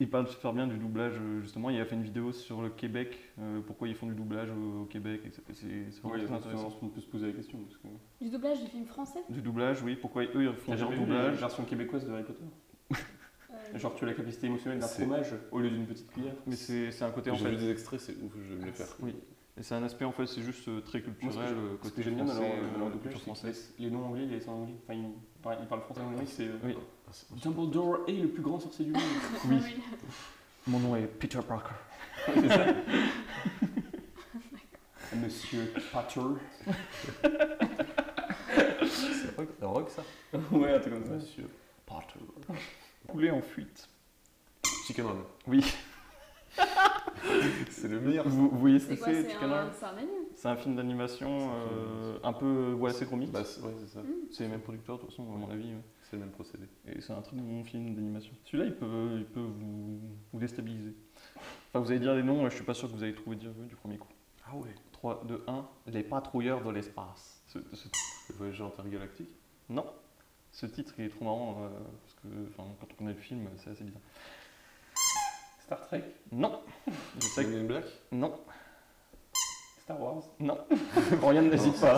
Speaker 1: Il parle super bien du doublage, euh, justement. Il a fait une vidéo sur le Québec, euh, pourquoi ils font du doublage au, au Québec. etc. C'est c'est vraiment
Speaker 2: Ouais,
Speaker 1: très intéressant.
Speaker 2: on peut se poser la question. Parce que...
Speaker 3: Du doublage de films français
Speaker 1: Du doublage, oui. Pourquoi eux, ils font
Speaker 2: T'as
Speaker 1: du
Speaker 2: jamais vu la
Speaker 1: doublage
Speaker 2: version québécoise de Harry Potter
Speaker 3: euh,
Speaker 2: Genre, tu as la capacité émotionnelle d'un
Speaker 4: C'est-
Speaker 2: fromage au lieu d'une petite cuillère.
Speaker 1: Mais c'est c'est un côté, en
Speaker 4: J'ai vu
Speaker 1: fait...
Speaker 4: des extraits, c'est ouf, je vais me les faire.
Speaker 1: Oui. Et c'est un aspect, en fait, c'est juste euh, très
Speaker 2: Moi, ce
Speaker 1: culturel,
Speaker 2: que je-
Speaker 1: euh,
Speaker 2: Ce
Speaker 1: côté
Speaker 2: que j'aime bien dans leur,
Speaker 1: français,
Speaker 2: dans
Speaker 1: euh, culture
Speaker 2: leur doublage, c'est qu'ils
Speaker 1: française.
Speaker 2: laissent les noms anglais et les accents anglais. Enfin, ils, par- ils parlent français en anglais, c'est. euh,
Speaker 1: Oui.
Speaker 4: Ah, c'est-
Speaker 2: Dumbledore est le plus grand sorcier du monde.
Speaker 1: Oui. Mon nom est Peter Parker.
Speaker 2: c'est ça. Monsieur Potter.
Speaker 1: Le rock, ça
Speaker 2: ouais, un truc comme ça.
Speaker 4: Monsieur
Speaker 1: Potter. Poulet en fuite.
Speaker 4: Chicken Run.
Speaker 1: Oui,
Speaker 4: C'est le meilleur.
Speaker 1: vous, vous voyez ce que
Speaker 3: C'est quoi
Speaker 1: c'est,
Speaker 3: C'est
Speaker 1: Chicken
Speaker 3: un,
Speaker 1: Run
Speaker 3: c'est un anime
Speaker 1: C'est un film d'animation
Speaker 4: C'est un film
Speaker 1: euh,
Speaker 4: d'animation.
Speaker 1: un peu. Ouais, c'est comique.
Speaker 4: Bah, c'est- ouais, c'est ça.
Speaker 3: Hmm.
Speaker 1: c'est les mêmes producteurs, de toute façon, à mon avis. ouais.
Speaker 4: C'est le même procédé.
Speaker 1: Et c'est un très bon film d'animation. Celui-là, il peut, il peut vous, vous déstabiliser. Enfin, vous allez dire des noms, je suis pas sûr que vous allez trouver du, du premier coup.
Speaker 4: Ah ouais.
Speaker 1: 3, 2, 1. Les patrouilleurs de l'espace. Ce, ce-
Speaker 4: Le voyage intergalactique
Speaker 1: non. Ce titre, il est trop marrant, euh, parce que enfin, quand on connaît le film, c'est assez bizarre.
Speaker 2: Star Trek,
Speaker 1: Non. Je sais
Speaker 4: Men
Speaker 1: que-
Speaker 4: in Black
Speaker 1: Non.
Speaker 2: Star Wars,
Speaker 1: Non. Rien n'hésite pas.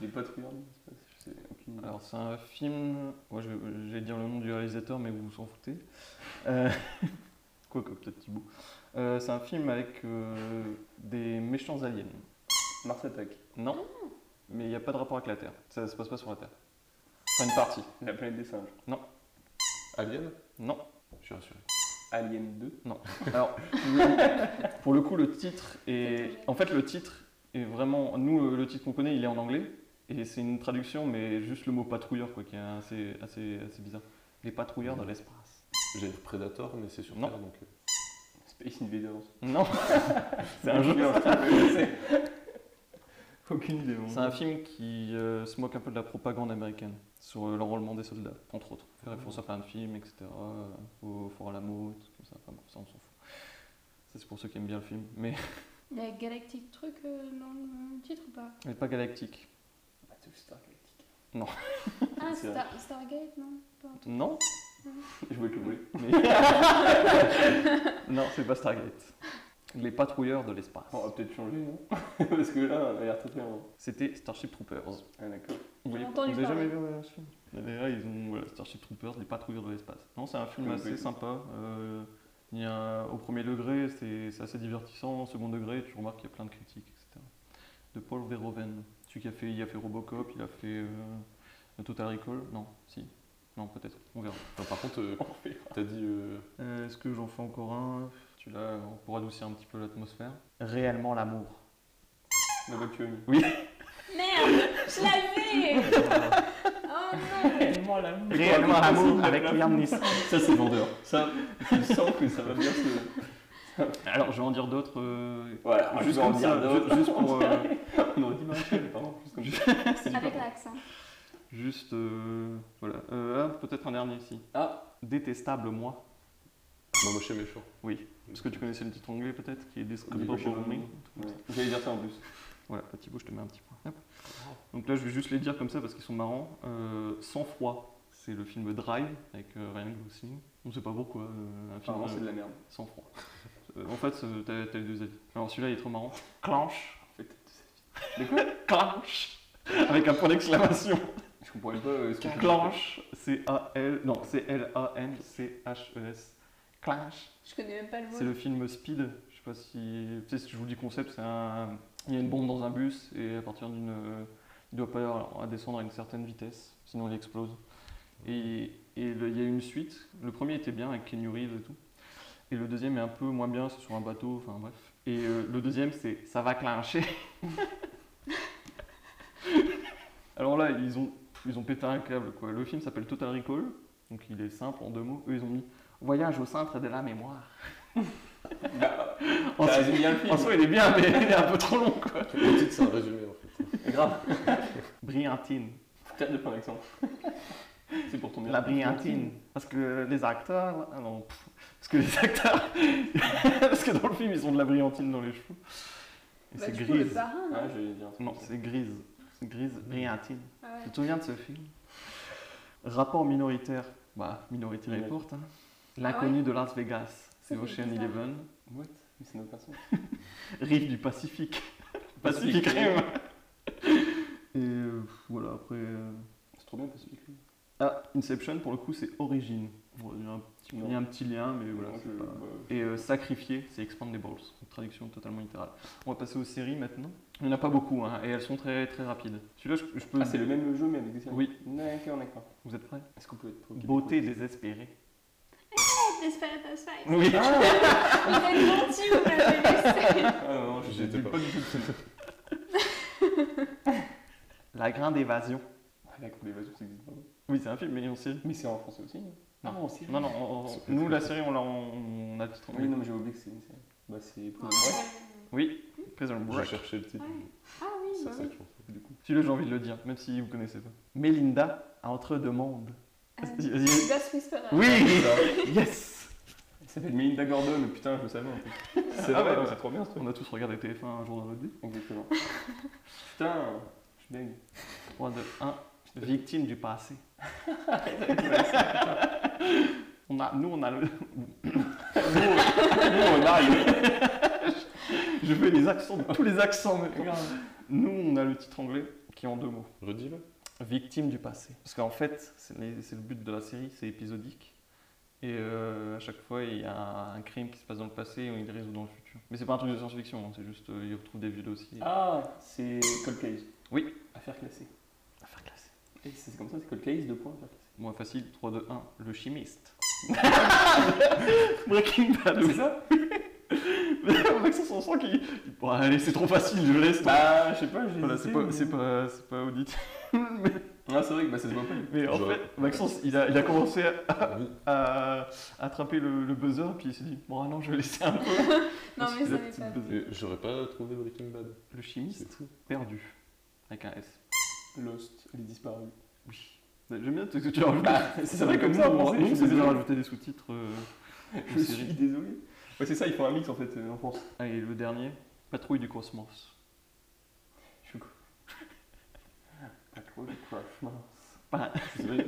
Speaker 2: les patrouilleurs de l'espace, je sais, aucune idée.
Speaker 1: Alors, c'est un film. Moi, je vais, je vais dire le nom du réalisateur, mais vous vous en foutez. Euh, Quoique, peut-être Thibaut. Euh, c'est un film avec euh, des méchants aliens.
Speaker 2: Mars Attack,
Speaker 1: Non, mais il n'y a pas de rapport avec la Terre. Ça se passe pas sur la Terre. Enfin, une partie.
Speaker 2: la planète des singes,
Speaker 4: Alien
Speaker 1: Non.
Speaker 4: Je suis rassuré.
Speaker 2: Alien 2,
Speaker 1: Alors, le- pour le coup, le titre est.
Speaker 3: Peut-être que j'ai-
Speaker 1: En fait, le titre est vraiment. Nous, euh, le titre qu'on connaît, il est en anglais. Et c'est une traduction, mais juste le mot patrouilleur, quoi, qui est assez, assez, assez bizarre. Les patrouilleurs de l'espace.
Speaker 4: J'ai le Predator, mais c'est sur
Speaker 1: Non.
Speaker 4: Terre donc. euh,
Speaker 2: Space Invaders.
Speaker 1: Non C'est un jeu.
Speaker 2: je sais. Aucune idée.
Speaker 1: C'est un film qui euh, se moque un peu de la propagande américaine sur euh, l'enrôlement des soldats, entre autres. Fait référence à plein de films, etc. euh, Au Fort Alamo, tout comme ça. Enfin bon, ça, on s'en fout. Ça, c'est pour ceux qui aiment bien le film. Mais,
Speaker 3: Il y a Galactic Truc euh, dans le titre ou pas
Speaker 1: mais pas galactique.
Speaker 2: Battlestar Galactica.
Speaker 3: Ah,
Speaker 2: C'est
Speaker 3: Star- Stargate, non Pas un truc.
Speaker 1: Non
Speaker 2: Je voulais te le voler.
Speaker 1: mais- Non, c'est pas Stargate. Les patrouilleurs de l'espace.
Speaker 2: On va peut-être changer, non Parce que là, on a l'air très très loin.
Speaker 1: C'était Starship Troopers.
Speaker 2: Ah, d'accord.
Speaker 1: Vous voyez-
Speaker 3: entendu
Speaker 1: vous avez
Speaker 3: parler.
Speaker 1: jamais vu euh, ce film Mais là, ils ont voilà, Starship Troopers, les patrouilleurs de l'espace. Non, c'est un film
Speaker 2: Oui,
Speaker 1: assez
Speaker 2: oui.
Speaker 1: sympa. euh, il y a, au premier degré, c'est c'est assez divertissant. Au second degré, tu remarques qu'il y a plein de critiques, etc. De Paul Verhoeven. Celui qui a fait, il a fait Robocop, il a fait euh, le Total Recall. Non, si. Non, peut-être. On verra.
Speaker 4: enfin, par contre, euh,
Speaker 2: Enfer.
Speaker 4: t'as dit. euh,
Speaker 1: Euh, Est-ce que j'en fais encore un Tu l'as euh, pour adoucir un petit peu l'atmosphère. Réellement l'amour.
Speaker 2: La voix que tu as mis.
Speaker 3: Merde Je l'avais Oh non
Speaker 2: Réellement l'amour.
Speaker 1: Réellement l'amour avec Liam Neeson.
Speaker 2: Ça, c'est vendeur. Ça, je sens que ça va bien se.
Speaker 1: Alors, je vais en dire d'autres. euh,
Speaker 2: Voilà,
Speaker 1: juste
Speaker 2: on
Speaker 1: comme
Speaker 2: va
Speaker 1: ça,
Speaker 2: en dire
Speaker 1: ju- juste pour. euh,
Speaker 2: d'autres. On aurait dit Michael, pardon. Juste comme ça. C'est
Speaker 3: Avec
Speaker 2: différent.
Speaker 3: l'accent.
Speaker 1: Juste, euh, voilà. Euh, ah, peut-être un dernier ici.
Speaker 2: Ah,
Speaker 1: Détestable moi.
Speaker 4: Non, moi je suis méchant.
Speaker 1: Oui. Est-ce que tu connaissais le titre anglais peut-être qui est
Speaker 2: Du coup, je sais
Speaker 1: Discomfortable
Speaker 2: pas.
Speaker 1: Me
Speaker 2: ouais. J'allais dire ça en plus.
Speaker 1: Voilà, petit bout, je te mets un petit point. Hop. Donc là, je vais juste les dire comme ça parce qu'ils sont marrants. Euh, Sans froid, c'est le film Drive avec euh, Ryan Gosling. On sait pas pourquoi, euh, un film
Speaker 2: Apparemment,
Speaker 1: euh,
Speaker 2: c'est de la merde.
Speaker 1: sans froid. Euh, en fait, euh, t'as t'as les deux avis. Alors celui-là, il est trop marrant. Clanche.
Speaker 2: En fait, c'est-
Speaker 1: Clanche Avec un point d'exclamation.
Speaker 2: Je comprenais pas euh, ce que tu
Speaker 1: Clanche, C-A-L, non, C-L-A-N-C-H-E-S. E Clanche.
Speaker 3: Je connais même pas le mot.
Speaker 1: C'est le film Speed. Je sais pas si. Tu sais, si je vous dis concept, c'est un. Il y a une bombe dans un bus et à partir d'une. euh, Il doit pas avoir à descendre à une certaine vitesse, sinon il explose. Et, et le- il y a une suite. Le premier était bien avec Kenny Reeves et tout. Et le deuxième est un peu moins bien, c'est sur un bateau, enfin bref. Et euh, le deuxième, c'est Ça va clincher. Alors là, ils ont, ils ont pété un câble quoi. Le film s'appelle Total Recall, donc il est simple en deux mots. Eux, ils ont mis Voyage au centre de la mémoire.
Speaker 2: disais. Bah,
Speaker 1: En
Speaker 2: ça
Speaker 1: soi-
Speaker 2: résume bien le film.
Speaker 1: en soi, il est bien, mais il est un peu trop long, quoi.
Speaker 4: Le titre, c'est un résumé en fait.
Speaker 2: Grave.
Speaker 1: Brillantine.
Speaker 2: T'as de prendre l'accent. C'est pour ton bien.
Speaker 1: La brillantine. Parce que les acteurs... ah non, pff. parce que les acteurs... parce que dans le film, ils ont de la brillantine dans les cheveux. Et
Speaker 3: Bah,
Speaker 1: c'est
Speaker 3: du coup, le
Speaker 1: grise.
Speaker 3: parrain, non
Speaker 2: Ah, j'allais dire. un truc
Speaker 1: Non,
Speaker 2: comme ça.
Speaker 1: c'est grise. C'est grise, brillantine.
Speaker 3: Ah ouais.
Speaker 1: Tu te souviens de ce film Rapport minoritaire. Bah, minorité
Speaker 2: Ouais.
Speaker 1: report, hein. L'inconnu de Las Vegas. C'est
Speaker 3: Ah Ça, c'est
Speaker 1: Ocean
Speaker 3: bizarre.
Speaker 1: Eleven.
Speaker 2: What Mais ça n'a pas de sens.
Speaker 1: Rive du Pacifique. Pacifique
Speaker 2: Pacifique
Speaker 1: Rim. Et euh, voilà, après... euh,
Speaker 2: C'est trop bien Pacific Rim.
Speaker 1: Ah, Inception, pour le coup, c'est Origine. Bon, il y a un petit-
Speaker 2: Non.
Speaker 1: il y a un petit lien, mais voilà.
Speaker 2: Moi,
Speaker 1: c'est
Speaker 2: je-
Speaker 1: pas-
Speaker 2: bah,
Speaker 1: Et euh, sacrifier, c'est expandables. Une traduction totalement littérale. On va passer aux séries maintenant. Il n'y en a pas beaucoup, hein, et elles sont très très rapides. Celui-là, je, je peux.
Speaker 2: Ah, c'est le même jeu mais avec des séries
Speaker 1: Oui.
Speaker 2: D'accord, d'accord.
Speaker 1: Vous êtes prêts
Speaker 2: Est-ce qu'on peut être.
Speaker 1: Beauté désespérée. Ah
Speaker 3: Desperate Housewives.
Speaker 1: Oui.
Speaker 3: Vous êtes gentils, vous m'avez laissé.
Speaker 2: Ah non,
Speaker 4: J'y
Speaker 2: j'ai
Speaker 4: étais pas.
Speaker 2: pas du tout dessus.
Speaker 1: La grande évasion.
Speaker 2: Ah, la Cour des Vases, ça existe pas.
Speaker 1: Oui, c'est un film, mais en série.
Speaker 2: Mais c'est en français aussi. Non Ah,
Speaker 1: Non.
Speaker 2: en série.
Speaker 1: Non, non, on- on-
Speaker 4: C'est pas
Speaker 1: nous,
Speaker 4: très
Speaker 1: la
Speaker 4: cool.
Speaker 1: série, on l'a on, on a titre en
Speaker 2: Oui,
Speaker 1: anglais.
Speaker 2: non, mais j'ai oublié que c'est une série. Bah, c'est Prison Break.
Speaker 1: Oui, Prison
Speaker 4: J'ai
Speaker 1: Break.
Speaker 4: cherché le titre.
Speaker 3: Ouais. Ah oui,
Speaker 4: C'est
Speaker 3: bah
Speaker 4: ça
Speaker 3: oui.
Speaker 4: que je pensais.
Speaker 1: Celui-là, j'ai envie de le dire, même si vous connaissez pas. Mélinda, à entre deux mondes. Vas-y, vas-y.
Speaker 3: Euh, Ghost Whisperer.
Speaker 1: Oui
Speaker 2: Ça.
Speaker 1: Yes
Speaker 2: Elle s'appelle Melinda Gordon, mais putain, je le savais en fait. C'est
Speaker 1: Ah
Speaker 2: vrai,
Speaker 1: ouais,
Speaker 2: mais
Speaker 1: ouais.
Speaker 2: c'est trop bien ce truc.
Speaker 1: On a tous regardé TF1 un jour dans notre vie.
Speaker 2: Exactement. Putain, je suis dingue.
Speaker 1: 3, 2, 1. Victime du passé. on a, nous, on a le.
Speaker 2: Nous, on arrive.
Speaker 1: Je fais les accents, de tous les accents. mais regarde. Nous, on a le titre anglais qui est en deux mots.
Speaker 4: Redis-le.
Speaker 1: Victime du passé. Parce qu'en fait, c'est les- c'est le but de la série, c'est épisodique. Et euh, à chaque fois, il y a un crime qui se passe dans le passé et on le résout dans le futur. Mais c'est pas un truc de science-fiction, hein, c'est juste, euh, ils retrouvent des vieux dossiers.
Speaker 2: Ah, c'est Cold Case.
Speaker 1: Oui.
Speaker 2: Affaire classée.
Speaker 1: Affaire classée.
Speaker 2: Et c'est comme ça, c'est Cold Case, deux points, affaire classée.
Speaker 1: Moins facile, 3, 2, 1, le chimiste. Breaking Bad,
Speaker 2: C'est ça
Speaker 1: Avec son sang qui. Bon, allez, c'est trop facile, je laisse.
Speaker 2: Bah, je sais pas, j'ai.
Speaker 1: Voilà,
Speaker 2: hésité,
Speaker 1: Ah, c'est pas,
Speaker 2: mais-
Speaker 1: c'est pas, c'est pas auditif. mais,
Speaker 2: Ah, c'est vrai que bah, ça se voit pas.
Speaker 1: mais en
Speaker 4: J'aurais-
Speaker 1: fait, Maxence, il a, il a commencé
Speaker 4: Ah Oui.
Speaker 1: à, à attraper le, le buzzer, puis il s'est dit Bon, ah non, je vais laisser un peu.
Speaker 3: Non, mais
Speaker 1: Le
Speaker 3: ça
Speaker 1: petit
Speaker 3: m'étonne.
Speaker 1: buzzer.
Speaker 4: Et J'aurais pas trouvé Breaking Bad.
Speaker 1: Le chimiste
Speaker 4: C'est fou.
Speaker 1: perdu. Avec un S.
Speaker 2: Lost, les disparus.
Speaker 1: Oui. J'aime bien ce que tu rajoutes.
Speaker 2: Bah, c'est
Speaker 1: C'est vrai que
Speaker 2: comme
Speaker 1: nous,
Speaker 2: ça,
Speaker 1: on- nous, on s'est déjà
Speaker 2: désolé.
Speaker 1: rajouté des sous-titres. euh,
Speaker 2: Je
Speaker 1: aux
Speaker 2: suis
Speaker 1: séries.
Speaker 2: désolé. Ouais, c'est ça, ils font un mix en fait euh, en France.
Speaker 1: Allez, Ah, le dernier Patrouille du cosmos.
Speaker 2: Je suis con. Pas trop de crush, mince.
Speaker 1: Pas-
Speaker 2: C'est vrai,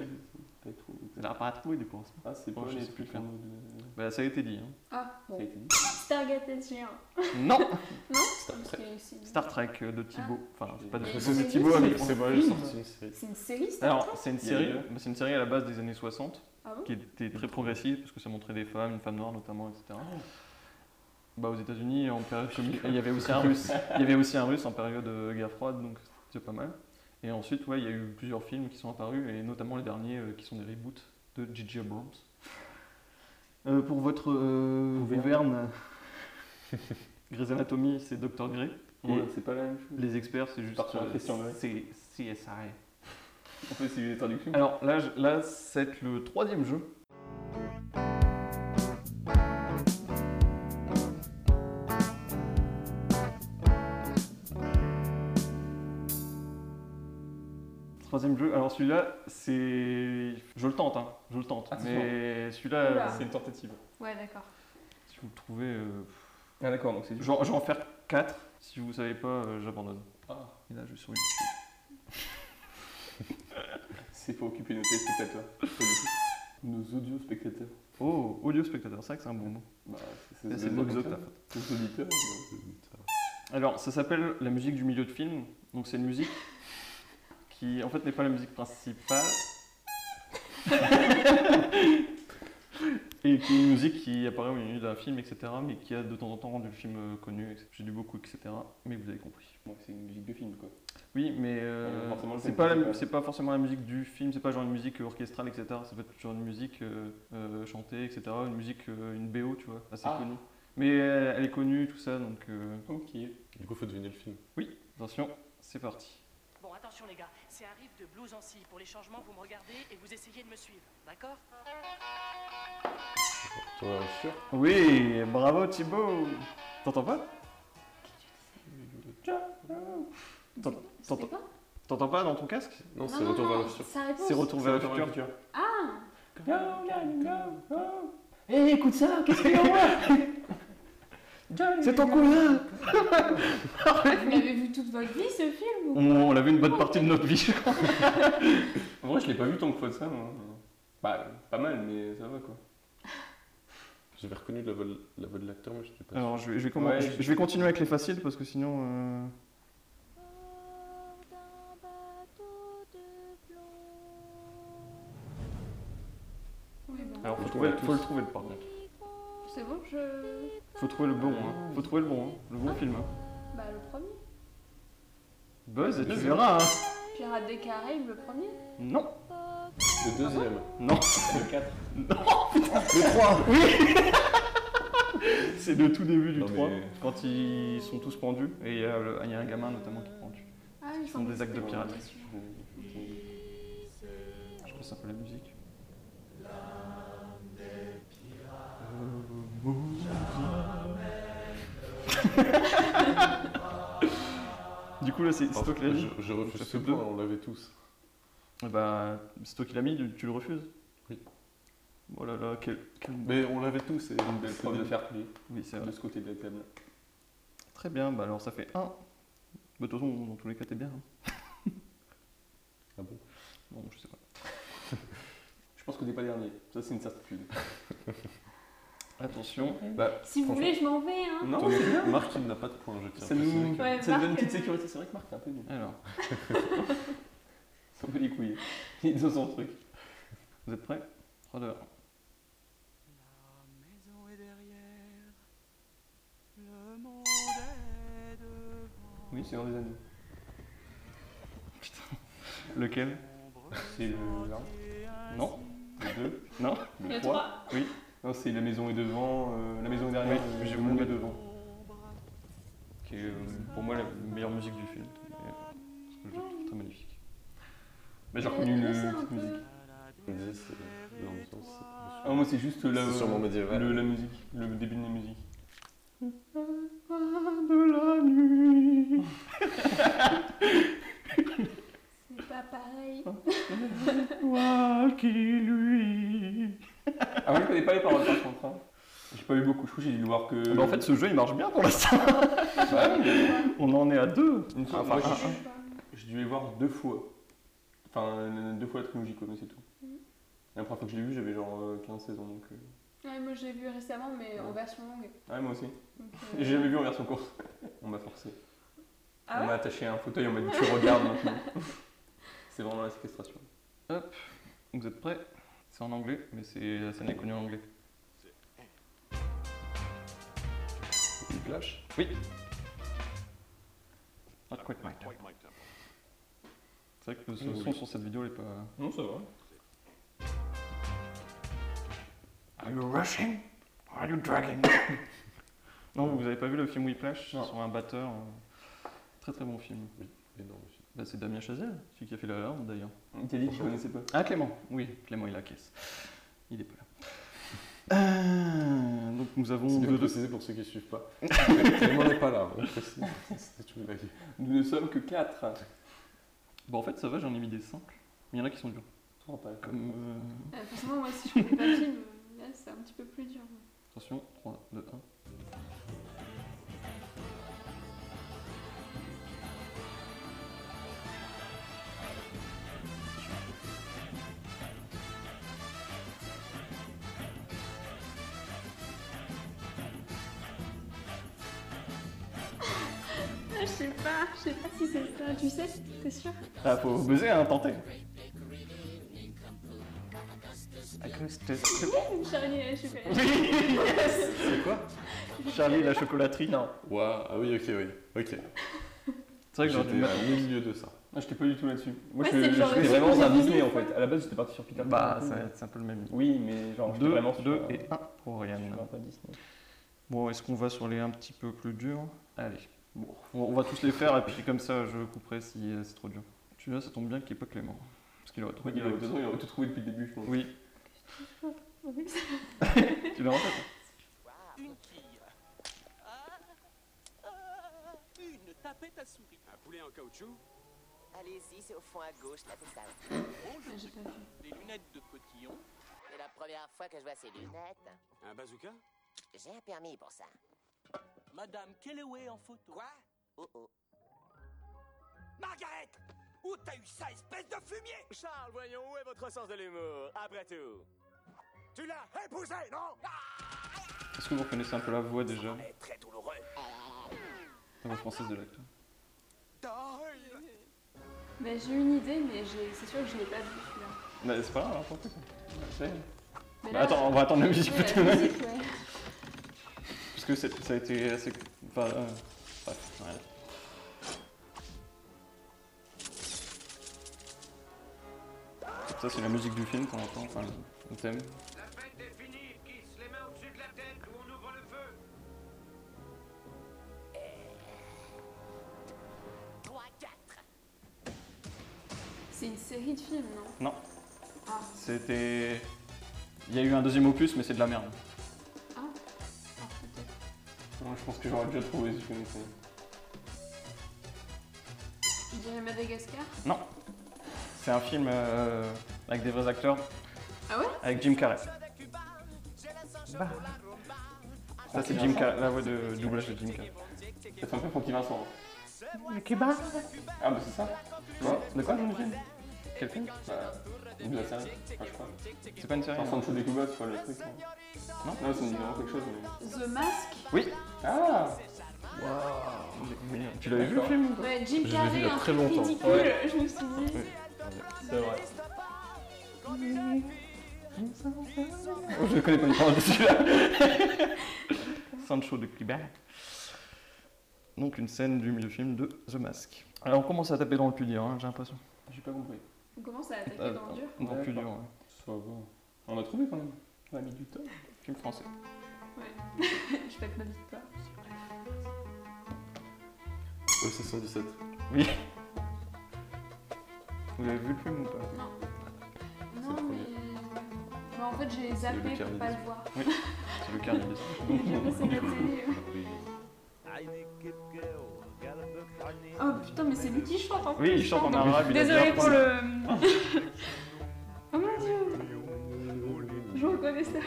Speaker 2: c'est pas trop de
Speaker 1: La patrouille du cosmos.
Speaker 2: Ah, c'est
Speaker 1: Bon,
Speaker 2: pas
Speaker 1: je
Speaker 2: les
Speaker 1: sais plus
Speaker 2: trucs en
Speaker 1: faire.
Speaker 2: mode. euh,
Speaker 1: Bah, ça a été dit. hein.
Speaker 3: Ah,
Speaker 2: Ça a
Speaker 3: bon.
Speaker 2: été dit.
Speaker 3: Stargate SG1.
Speaker 1: Non
Speaker 3: Non
Speaker 4: Star
Speaker 3: Parce que c'est une-
Speaker 1: Star Trek euh, de Thibaut. Enfin, c'est pas de
Speaker 3: Mais
Speaker 1: Thibaut, mais
Speaker 3: c'est
Speaker 1: Thibaut
Speaker 3: juste-
Speaker 1: avec.
Speaker 4: C'est moi, j'ai sorti une série.
Speaker 3: C'est une série, Star
Speaker 1: Alors, c'est une,
Speaker 2: Il y a
Speaker 1: série,
Speaker 2: eu-
Speaker 1: bah, c'est une série à la base des années 60
Speaker 3: Ah bon
Speaker 1: qui était très progressive parce que ça montrait des femmes, une femme noire notamment, etc. Bah, aux États-Unis, en période commune- il y avait aussi un russe. Il y avait aussi un russe en période euh, guerre froide, donc c'est pas mal. Et ensuite, ouais, il y a eu plusieurs films qui sont apparus et notamment les derniers euh, qui sont des reboots de J.J. Abrams. Euh, pour votre euh, gouverne, Grey's Anatomy, c'est Dr. Grey. Et
Speaker 2: Ouais, c'est pas la même chose.
Speaker 1: les experts, c'est juste
Speaker 2: Partir à
Speaker 1: euh,
Speaker 2: Christian Grey.
Speaker 1: c'est CSI.
Speaker 2: En fait, c'est des traductions.
Speaker 1: Alors là, je- là c'est le troisième jeu. Troisième jeu, alors celui-là, c'est. Je le tente, hein, je le tente.
Speaker 2: Ah, c'est
Speaker 1: mais celui-là,
Speaker 3: Oula.
Speaker 1: euh,
Speaker 2: C'est une tentative.
Speaker 3: Ouais, d'accord.
Speaker 1: si vous le trouvez. euh,
Speaker 2: Ah, d'accord, donc c'est du.
Speaker 1: Genre, je vais en faire 4. Si vous savez pas, euh, j'abandonne.
Speaker 2: Ah,
Speaker 1: Et là, je suis sur YouTube.
Speaker 2: c'est pour occuper nos téléspectateurs. Pas du tout. Nos audio spectateurs.
Speaker 1: Oh, audio spectateur, c'est vrai que c'est un bon mot.
Speaker 2: Bah,
Speaker 1: Ça,
Speaker 2: ça
Speaker 1: C'est
Speaker 2: se
Speaker 1: Bob
Speaker 2: dit comme
Speaker 1: Zota.
Speaker 2: ça. Nos auditeurs. euh,
Speaker 1: Alors, ça s'appelle la musique du milieu de film. Donc, c'est une musique qui, en fait, n'est pas la musique principale. et qui est une musique qui apparaît au milieu d'un film, etc. Mais qui a de temps en temps rendu le film euh, connu. etc. J'ai dit beaucoup, etc. Mais vous avez compris.
Speaker 2: Bon, c'est une musique de film quoi.
Speaker 1: Oui, mais euh,
Speaker 2: Ouais, forcément, le
Speaker 1: c'est
Speaker 2: thème
Speaker 1: pas, la mu-
Speaker 2: principal.
Speaker 1: c'est pas forcément la musique du film, c'est pas genre une musique euh, orchestrale, etc. Ça peut être genre une musique euh, euh, chantée, etc. Une musique, euh, une BO, tu vois, assez
Speaker 2: Ah.
Speaker 1: connue. Mais euh, elle, elle est connue, tout ça, donc euh,
Speaker 2: Ok.
Speaker 4: Du coup, faut deviner le film.
Speaker 1: attention, c'est parti.
Speaker 5: Bon, attention les gars, c'est un riff de blues en scie. Pour les changements, vous me regardez et vous essayez de me suivre, d'accord
Speaker 4: T'en as un sûr
Speaker 1: Oui, bravo Thibaut T'entends pas T'entends-
Speaker 3: C'était
Speaker 1: T'entends
Speaker 3: quoi
Speaker 1: t'entends pas dans ton casque
Speaker 4: Non,
Speaker 3: Non,
Speaker 4: c'est
Speaker 3: non,
Speaker 4: Retour vers
Speaker 3: non,
Speaker 4: le futur.
Speaker 3: Ça répond.
Speaker 1: C'est retour vers le
Speaker 2: Retour vers
Speaker 1: futur.
Speaker 2: le futur.
Speaker 3: Ah
Speaker 2: Go, go, go, go. Eh, écoute ça, qu'est-ce qu'il y a moi
Speaker 1: C'est ton cousin
Speaker 3: Vous l'avez vu toute votre vie, ce film ou-
Speaker 1: On, on l'a vu une bonne partie de notre vie.
Speaker 2: En vrai, je l'ai pas vu tant que fois de ça, moi. Bah, pas mal, mais ça va quoi.
Speaker 4: J'avais reconnu la voix de la voix de l'acteur, mais je sais pas. sûr.
Speaker 1: Alors je vais, je vais comment-
Speaker 2: Ouais,
Speaker 1: je- je vais continuer avec les faciles parce que sinon... euh,
Speaker 3: Oui, bon.
Speaker 1: Alors trouver,
Speaker 4: on a
Speaker 1: faut le
Speaker 4: tous.
Speaker 1: trouver, par contre.
Speaker 3: C'est bon, je.
Speaker 1: Faut trouver le bon, hein. Faut trouver le bon, hein. Le bon film. hein.
Speaker 3: Bah, le premier.
Speaker 1: Buzz, et tu
Speaker 2: Buzz.
Speaker 1: verras, hein.
Speaker 3: Pirates des Caraïbes, le premier.
Speaker 1: Non,
Speaker 4: Le deuxième.
Speaker 2: Ah
Speaker 1: non.
Speaker 2: Le 4.
Speaker 4: Le 3
Speaker 1: C'est le tout début du
Speaker 4: Non,
Speaker 1: 3,
Speaker 4: mais-
Speaker 1: quand ils sont tous pendus, et il y, a le- il y a un gamin notamment qui est pendu.
Speaker 3: Ah oui,
Speaker 1: Ils font des actes de piraterie.
Speaker 3: celui-là.
Speaker 1: Je pense un peu la musique. Euh, musique. du coup là c'est
Speaker 4: Oh,
Speaker 1: c'est toi qui l'as mis.
Speaker 4: Je, je refuse
Speaker 1: Ça
Speaker 4: ce
Speaker 1: fait deux.
Speaker 4: point, on l'avait tous.
Speaker 1: Eh ben, c'est toi qui l'as mis, tu- tu le refuses
Speaker 4: Oui.
Speaker 1: Oh là là, quel... quel-
Speaker 4: Mais on l'avait tous. C'est
Speaker 2: Une belle preuve de fair play
Speaker 1: Oui c'est
Speaker 2: de
Speaker 1: vrai.
Speaker 2: ce côté de la table.
Speaker 1: Très bien, bah alors ça fait 1. Bah de toute façon dans tous les cas t'es bien. hein.
Speaker 4: Ah bon
Speaker 1: Bon je sais pas.
Speaker 2: Je pense que t'es pas dernier. Ça, c'est une certitude.
Speaker 1: Attention.
Speaker 4: Bah,
Speaker 3: Si vous
Speaker 4: Franchement.
Speaker 3: voulez, je m'en vais, hein.
Speaker 2: Non,
Speaker 4: Thomas-
Speaker 2: c'est bien.
Speaker 4: Marc, il n'a pas de point, je tiens à
Speaker 2: Ça nous,
Speaker 4: préciser.
Speaker 3: que- Ouais,
Speaker 2: ça nous donne
Speaker 3: Marc,
Speaker 2: une petite
Speaker 3: euh,
Speaker 2: sécurité. C'est vrai que Marc est un peu nul.
Speaker 1: Alors,
Speaker 2: C'est un peu les couilles. Il est dans son truc.
Speaker 1: vous êtes prêts 3, 2, 1.
Speaker 5: La maison est derrière, le monde est devant.
Speaker 2: Oui, c'est dans les anneaux.
Speaker 1: Lequel
Speaker 2: C'est le 1,
Speaker 1: Non.
Speaker 2: le 2,
Speaker 1: Non
Speaker 3: Il y
Speaker 2: le
Speaker 3: a
Speaker 2: 3.
Speaker 3: trois.
Speaker 2: Non, c'est la maison est devant, euh, la maison est derrière,
Speaker 1: Oui,
Speaker 2: euh,
Speaker 1: j'ai
Speaker 2: le
Speaker 1: voulu
Speaker 2: monde est
Speaker 1: mettre-
Speaker 2: devant.
Speaker 1: Qui est euh, pour moi la meilleure musique du film. Et, euh, parce que je la trouve très magnifique.
Speaker 2: Bah, j'ai
Speaker 3: Mais
Speaker 2: reconnu une
Speaker 3: là, c'est Euh, un
Speaker 2: petite
Speaker 3: peu-
Speaker 2: musique.
Speaker 4: Je me disais, c'est l'ambiance.
Speaker 2: Ah, moi, c'est juste la,
Speaker 4: C'est sûrement médiéval.
Speaker 2: le- la musique, le début de la musique.
Speaker 1: de la nuit.
Speaker 3: C'est pas pareil.
Speaker 1: Ah, Oh. Toi qui lui.
Speaker 2: Ah, moi, je connais pas les paroles par contre. hein. J'ai pas eu beaucoup. Je crois que j'ai dû le voir que.
Speaker 1: Bah, en fait, ce jeu il marche bien pour l'instant.
Speaker 2: Ouais, mais-
Speaker 1: On en est à deux.
Speaker 2: Une fois,
Speaker 1: Ah, Enfin,
Speaker 2: moi,
Speaker 1: un,
Speaker 2: j'ai- J'ai dû les voir deux fois. Enfin, euh, deux fois la trilogie, quoi, mais c'est tout.
Speaker 3: Mhm.
Speaker 2: La première fois que je l'ai vu, j'avais genre euh, 15 saisons donc. euh.
Speaker 3: Ouais, moi, j'ai vu récemment, mais en
Speaker 2: Ouais.
Speaker 3: version longue.
Speaker 2: Ah, moi aussi.
Speaker 3: Donc, euh,
Speaker 2: J'ai jamais vu en version courte. On m'a forcé.
Speaker 3: Ah
Speaker 2: on
Speaker 3: ouais
Speaker 2: m'a attaché à un fauteuil, on m'a dit tu regardes maintenant. c'est vraiment la séquestration.
Speaker 1: Vous êtes prêts C'est en anglais, mais c'est la scène est connue en anglais.
Speaker 4: Il clash
Speaker 1: Not quite my time. C'est vrai que le son sur cette vidéo il est pas.
Speaker 2: Non, ça va.
Speaker 1: Are you rushing? Are you dragging? non, vous avez pas vu le film Whiplash
Speaker 2: Non.
Speaker 1: sur un batteur. euh, Très très bon film.
Speaker 4: Énorme film.
Speaker 1: Bah, c'est Damien Chazelle, celui qui a fait la larme d'ailleurs.
Speaker 2: Il t'a dit que tu connaissais pas.
Speaker 1: Ah Clément, oui, Clément il a la caisse. Il est pas là. Euh, donc nous avons
Speaker 4: C'est bien
Speaker 1: deux,
Speaker 4: de
Speaker 1: deux.
Speaker 4: préciser pour ceux qui ne suivent pas. Clément n'est pas là, on précise. C'est une blague.
Speaker 2: Nous ne sommes que 4.
Speaker 1: Bon en fait ça va, j'en ai mis des simples. Mais il y en a qui sont durs. Comme euh,
Speaker 3: euh, forcément, moi, si je connais pas le film, euh, là, c'est un petit peu plus dur.
Speaker 1: attention, 3, 2, 1.
Speaker 3: Ah, Je sais pas, je sais pas si c'est ça. Tu sais, t'es sûr
Speaker 1: Ah faut buzzer hein, tenter. Acoustic-
Speaker 3: Charlie, je sais pas.
Speaker 1: C'est quoi Charlie et la chocolaterie Non.
Speaker 4: Waouh, ah oui, ok, oui. Ok.
Speaker 1: C'est vrai que j'aurais dû
Speaker 4: J'étais
Speaker 1: mettre.
Speaker 4: au milieu de ça.
Speaker 2: Ah, j'étais pas du tout là-dessus. Moi,
Speaker 3: Ouais,
Speaker 2: je,
Speaker 3: c'est le
Speaker 2: je
Speaker 3: genre de
Speaker 2: suis
Speaker 3: film
Speaker 2: vraiment
Speaker 3: que
Speaker 2: un
Speaker 3: j'ai vu
Speaker 2: Disney
Speaker 3: une
Speaker 2: en
Speaker 3: fois.
Speaker 2: fait. À la base, j'étais parti sur Peter Pan. euh,
Speaker 1: Bah ça- c'est un peu le même.
Speaker 2: Oui, mais genre, j'étais
Speaker 1: 2,
Speaker 2: vraiment sur.
Speaker 1: 2
Speaker 2: euh,
Speaker 1: et 1 pour
Speaker 2: je
Speaker 1: Ryan.
Speaker 2: suis pas Disney.
Speaker 1: Bon, est-ce qu'on va sur les un petit peu plus durs Allez. Bon, on on va tous les faire et puis comme ça je couperai si euh, c'est trop dur. Tu vois, ça tombe bien qu'il n'y ait pas Clément. Parce qu'il aurait
Speaker 2: Ouais,
Speaker 1: trouvé.
Speaker 2: il aurait- De toute façon, il aurait tout trouvé depuis le début, je pense.
Speaker 1: Oui, tu l'as en tête
Speaker 5: Une quille. Ah, ah, une tapette à souris.
Speaker 6: Un poulet en caoutchouc
Speaker 7: Allez-y, c'est au fond à gauche, la salle.
Speaker 5: Oh, je
Speaker 3: J'ai
Speaker 5: sais.
Speaker 3: pas vu.
Speaker 5: Des lunettes de cotillon.
Speaker 7: C'est la première fois que je vois ces lunettes.
Speaker 6: Un bazooka
Speaker 7: J'ai un permis pour ça.
Speaker 5: Madame Kelleway en photo.
Speaker 6: Quoi
Speaker 7: Oh oh.
Speaker 6: Margaret Où t'as eu ça, espèce de fumier Charles, voyons, où est votre sens de l'humour Après tout. Tu l'as épousé, non
Speaker 1: Est-ce que vous reconnaissez un peu la voix déjà
Speaker 6: Elle est très douloureux.
Speaker 1: La voix française de l'acteur.
Speaker 3: Bah, j'ai une idée, mais j'ai- c'est sûr que je l'ai pas vu celui-là.
Speaker 1: Bah, c'est pas grave, hein, tant pis.
Speaker 2: C'est-
Speaker 3: Mais
Speaker 2: Bah,
Speaker 3: là,
Speaker 2: attends, on va attendre la musique
Speaker 3: ouais,
Speaker 2: plutôt.
Speaker 3: la musique, ouais.
Speaker 1: Parce que c'est- ça a été assez. Enfin, euh, bref, rien. Ça, c'est la musique du film qu'on entend, enfin, le- le thème.
Speaker 8: La fête est finie, Kiss, les mains au-dessus de la tête ou on ouvre le feu.
Speaker 7: Trois, quatre.
Speaker 3: C'est une série de films, non
Speaker 1: Non.
Speaker 3: Ah.
Speaker 1: C'était. Il y a eu un deuxième opus, mais c'est de la merde.
Speaker 3: Ah, peut-être.
Speaker 2: Moi, je pense que j'aurais déjà trouvé si je connaissais.
Speaker 3: Je dirais Madagascar.
Speaker 1: Non. C'est un film euh, avec des vrais acteurs.
Speaker 3: Ah ouais
Speaker 1: Avec Jim Carrey. Ça, c'est Jim Carrey, la voix de doublage de Jim Carrey.
Speaker 2: C'est un peu Francky Vincent. Le Cuba Ah, bah c'est ça.
Speaker 1: Ouais.
Speaker 2: De quoi, mon film
Speaker 1: Quel film
Speaker 2: Bah, ou de la série. Enfin, je crois.
Speaker 1: C'est pas une série. hein
Speaker 2: Enfin,
Speaker 1: non.
Speaker 2: Sancho de Cuba, c'est pas le truc.
Speaker 1: Non.
Speaker 2: hein. Non, ça me dit vraiment quelque chose. Mais...
Speaker 3: The Mask.
Speaker 1: Oui.
Speaker 2: Ah
Speaker 1: Mais Tu l'avais vu le film
Speaker 3: Ouais, Jim
Speaker 4: Je l'ai vu il
Speaker 3: Carrey,
Speaker 4: y a
Speaker 3: un
Speaker 4: très
Speaker 3: truc
Speaker 4: longtemps.
Speaker 3: ridicule. Je me suis dit.
Speaker 2: C'est vrai. Oh, je le connais pas du tout celui-là.
Speaker 1: Sancho de Cuba. Donc une scène du milieu film de The Mask. Alors on commence à taper dans le plus dur, hein, j'ai l'impression.
Speaker 2: J'ai pas compris.
Speaker 3: On commence à
Speaker 4: Ah,
Speaker 3: attaquer
Speaker 1: Euh,
Speaker 3: dans le dur.
Speaker 1: Dans le plus dur, ouais.
Speaker 2: Ça va. On a trouvé quand même. On a mis du temps.
Speaker 1: Film français.
Speaker 3: je fête ma victoire.
Speaker 4: Oh, 717.
Speaker 1: Vous l'avez vu le film ou pas
Speaker 3: Non.
Speaker 4: le
Speaker 3: Non,
Speaker 4: premier.
Speaker 3: mais. Bah, en fait, j'ai zappé pour
Speaker 4: Carnet
Speaker 3: pas
Speaker 4: des-
Speaker 3: le voir.
Speaker 1: C'est le carnet des
Speaker 3: J'ai passé la télé. Oh putain, mais c'est lui qui chante en fait.
Speaker 1: Oui, il chante en arabe. il a bien
Speaker 3: Désolé pour
Speaker 1: appris.
Speaker 3: le. oh mon dieu, je reconnais ça.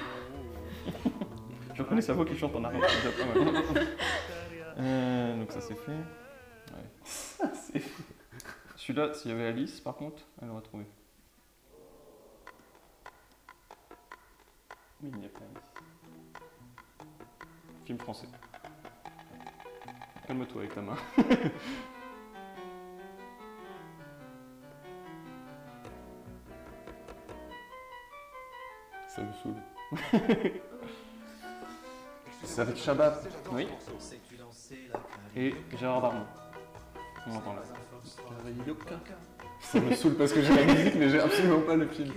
Speaker 1: Je reconnais sa voix qui chante en arabe. c'est déjà pas mal. Euh, donc ça c'est fait. Ouais. c'est fait. Celui-là, s'il y avait Alice par contre, elle aurait trouvé.
Speaker 2: Mais il n'y a pas ici.
Speaker 1: Film français. Calme-toi avec la main.
Speaker 4: Ça me saoule. C'est avec Shabbat.
Speaker 1: Oui. Et Gérard Darmon. On l'entend là.
Speaker 4: Ça me saoule parce que j'ai la musique, mais j'ai absolument pas le film.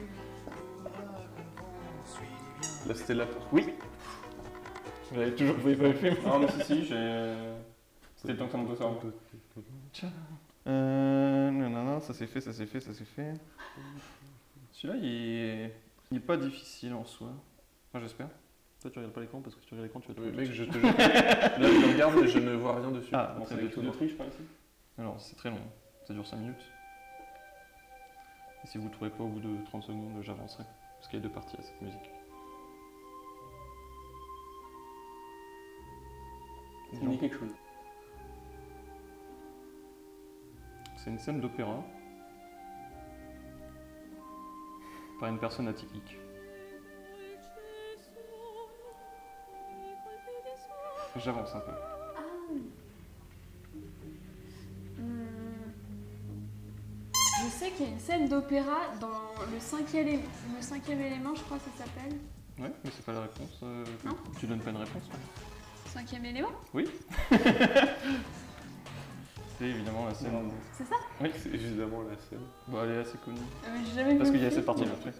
Speaker 4: Là, c'était la
Speaker 1: Oui Vous l'avez toujours trouvé pas le film
Speaker 2: Non, mais si, si, j'ai. C'était le temps que ça monte au cerveau.
Speaker 1: Euh. Non, non, non, ça s'est fait, ça s'est fait, ça s'est fait. Celui-là, il est... il est pas difficile en soi. Moi, j'espère. Toi, tu regardes pas l'écran parce que si tu regardes l'écran, tu vas te
Speaker 4: Oui, mec, je te jure. Là, je regarde et je ne vois rien dessus.
Speaker 1: Ah,
Speaker 2: Bon,
Speaker 1: bon,
Speaker 2: c'est
Speaker 1: ça
Speaker 2: des
Speaker 1: va
Speaker 2: trucs de triche par ici.
Speaker 1: Alors, c'est très long. Ça dure 5 minutes. Et si vous ne trouvez pas au bout de 30 secondes, j'avancerai. Parce qu'il y a deux parties à cette musique.
Speaker 2: Ça me dit quelque chose.
Speaker 1: C'est une scène d'opéra. Par une personne atypique. J'avance un peu.
Speaker 3: Ah. Hmm. Je sais qu'il y a une scène d'opéra dans le cinquième, élé- le cinquième élément, je crois que ça s'appelle.
Speaker 1: Ouais, mais c'est pas la réponse. euh,
Speaker 3: Non.
Speaker 1: Tu donnes pas une réponse. toi.
Speaker 3: Cinquième élément
Speaker 1: C'est évidemment la scène.
Speaker 3: C'est ça
Speaker 1: Oui,
Speaker 4: C'est évidemment la scène.
Speaker 1: bon, elle est assez connue.
Speaker 3: Euh, J'ai jamais vu.
Speaker 1: Parce
Speaker 3: le
Speaker 1: qu'il y a
Speaker 3: film.
Speaker 1: cette partie-là après.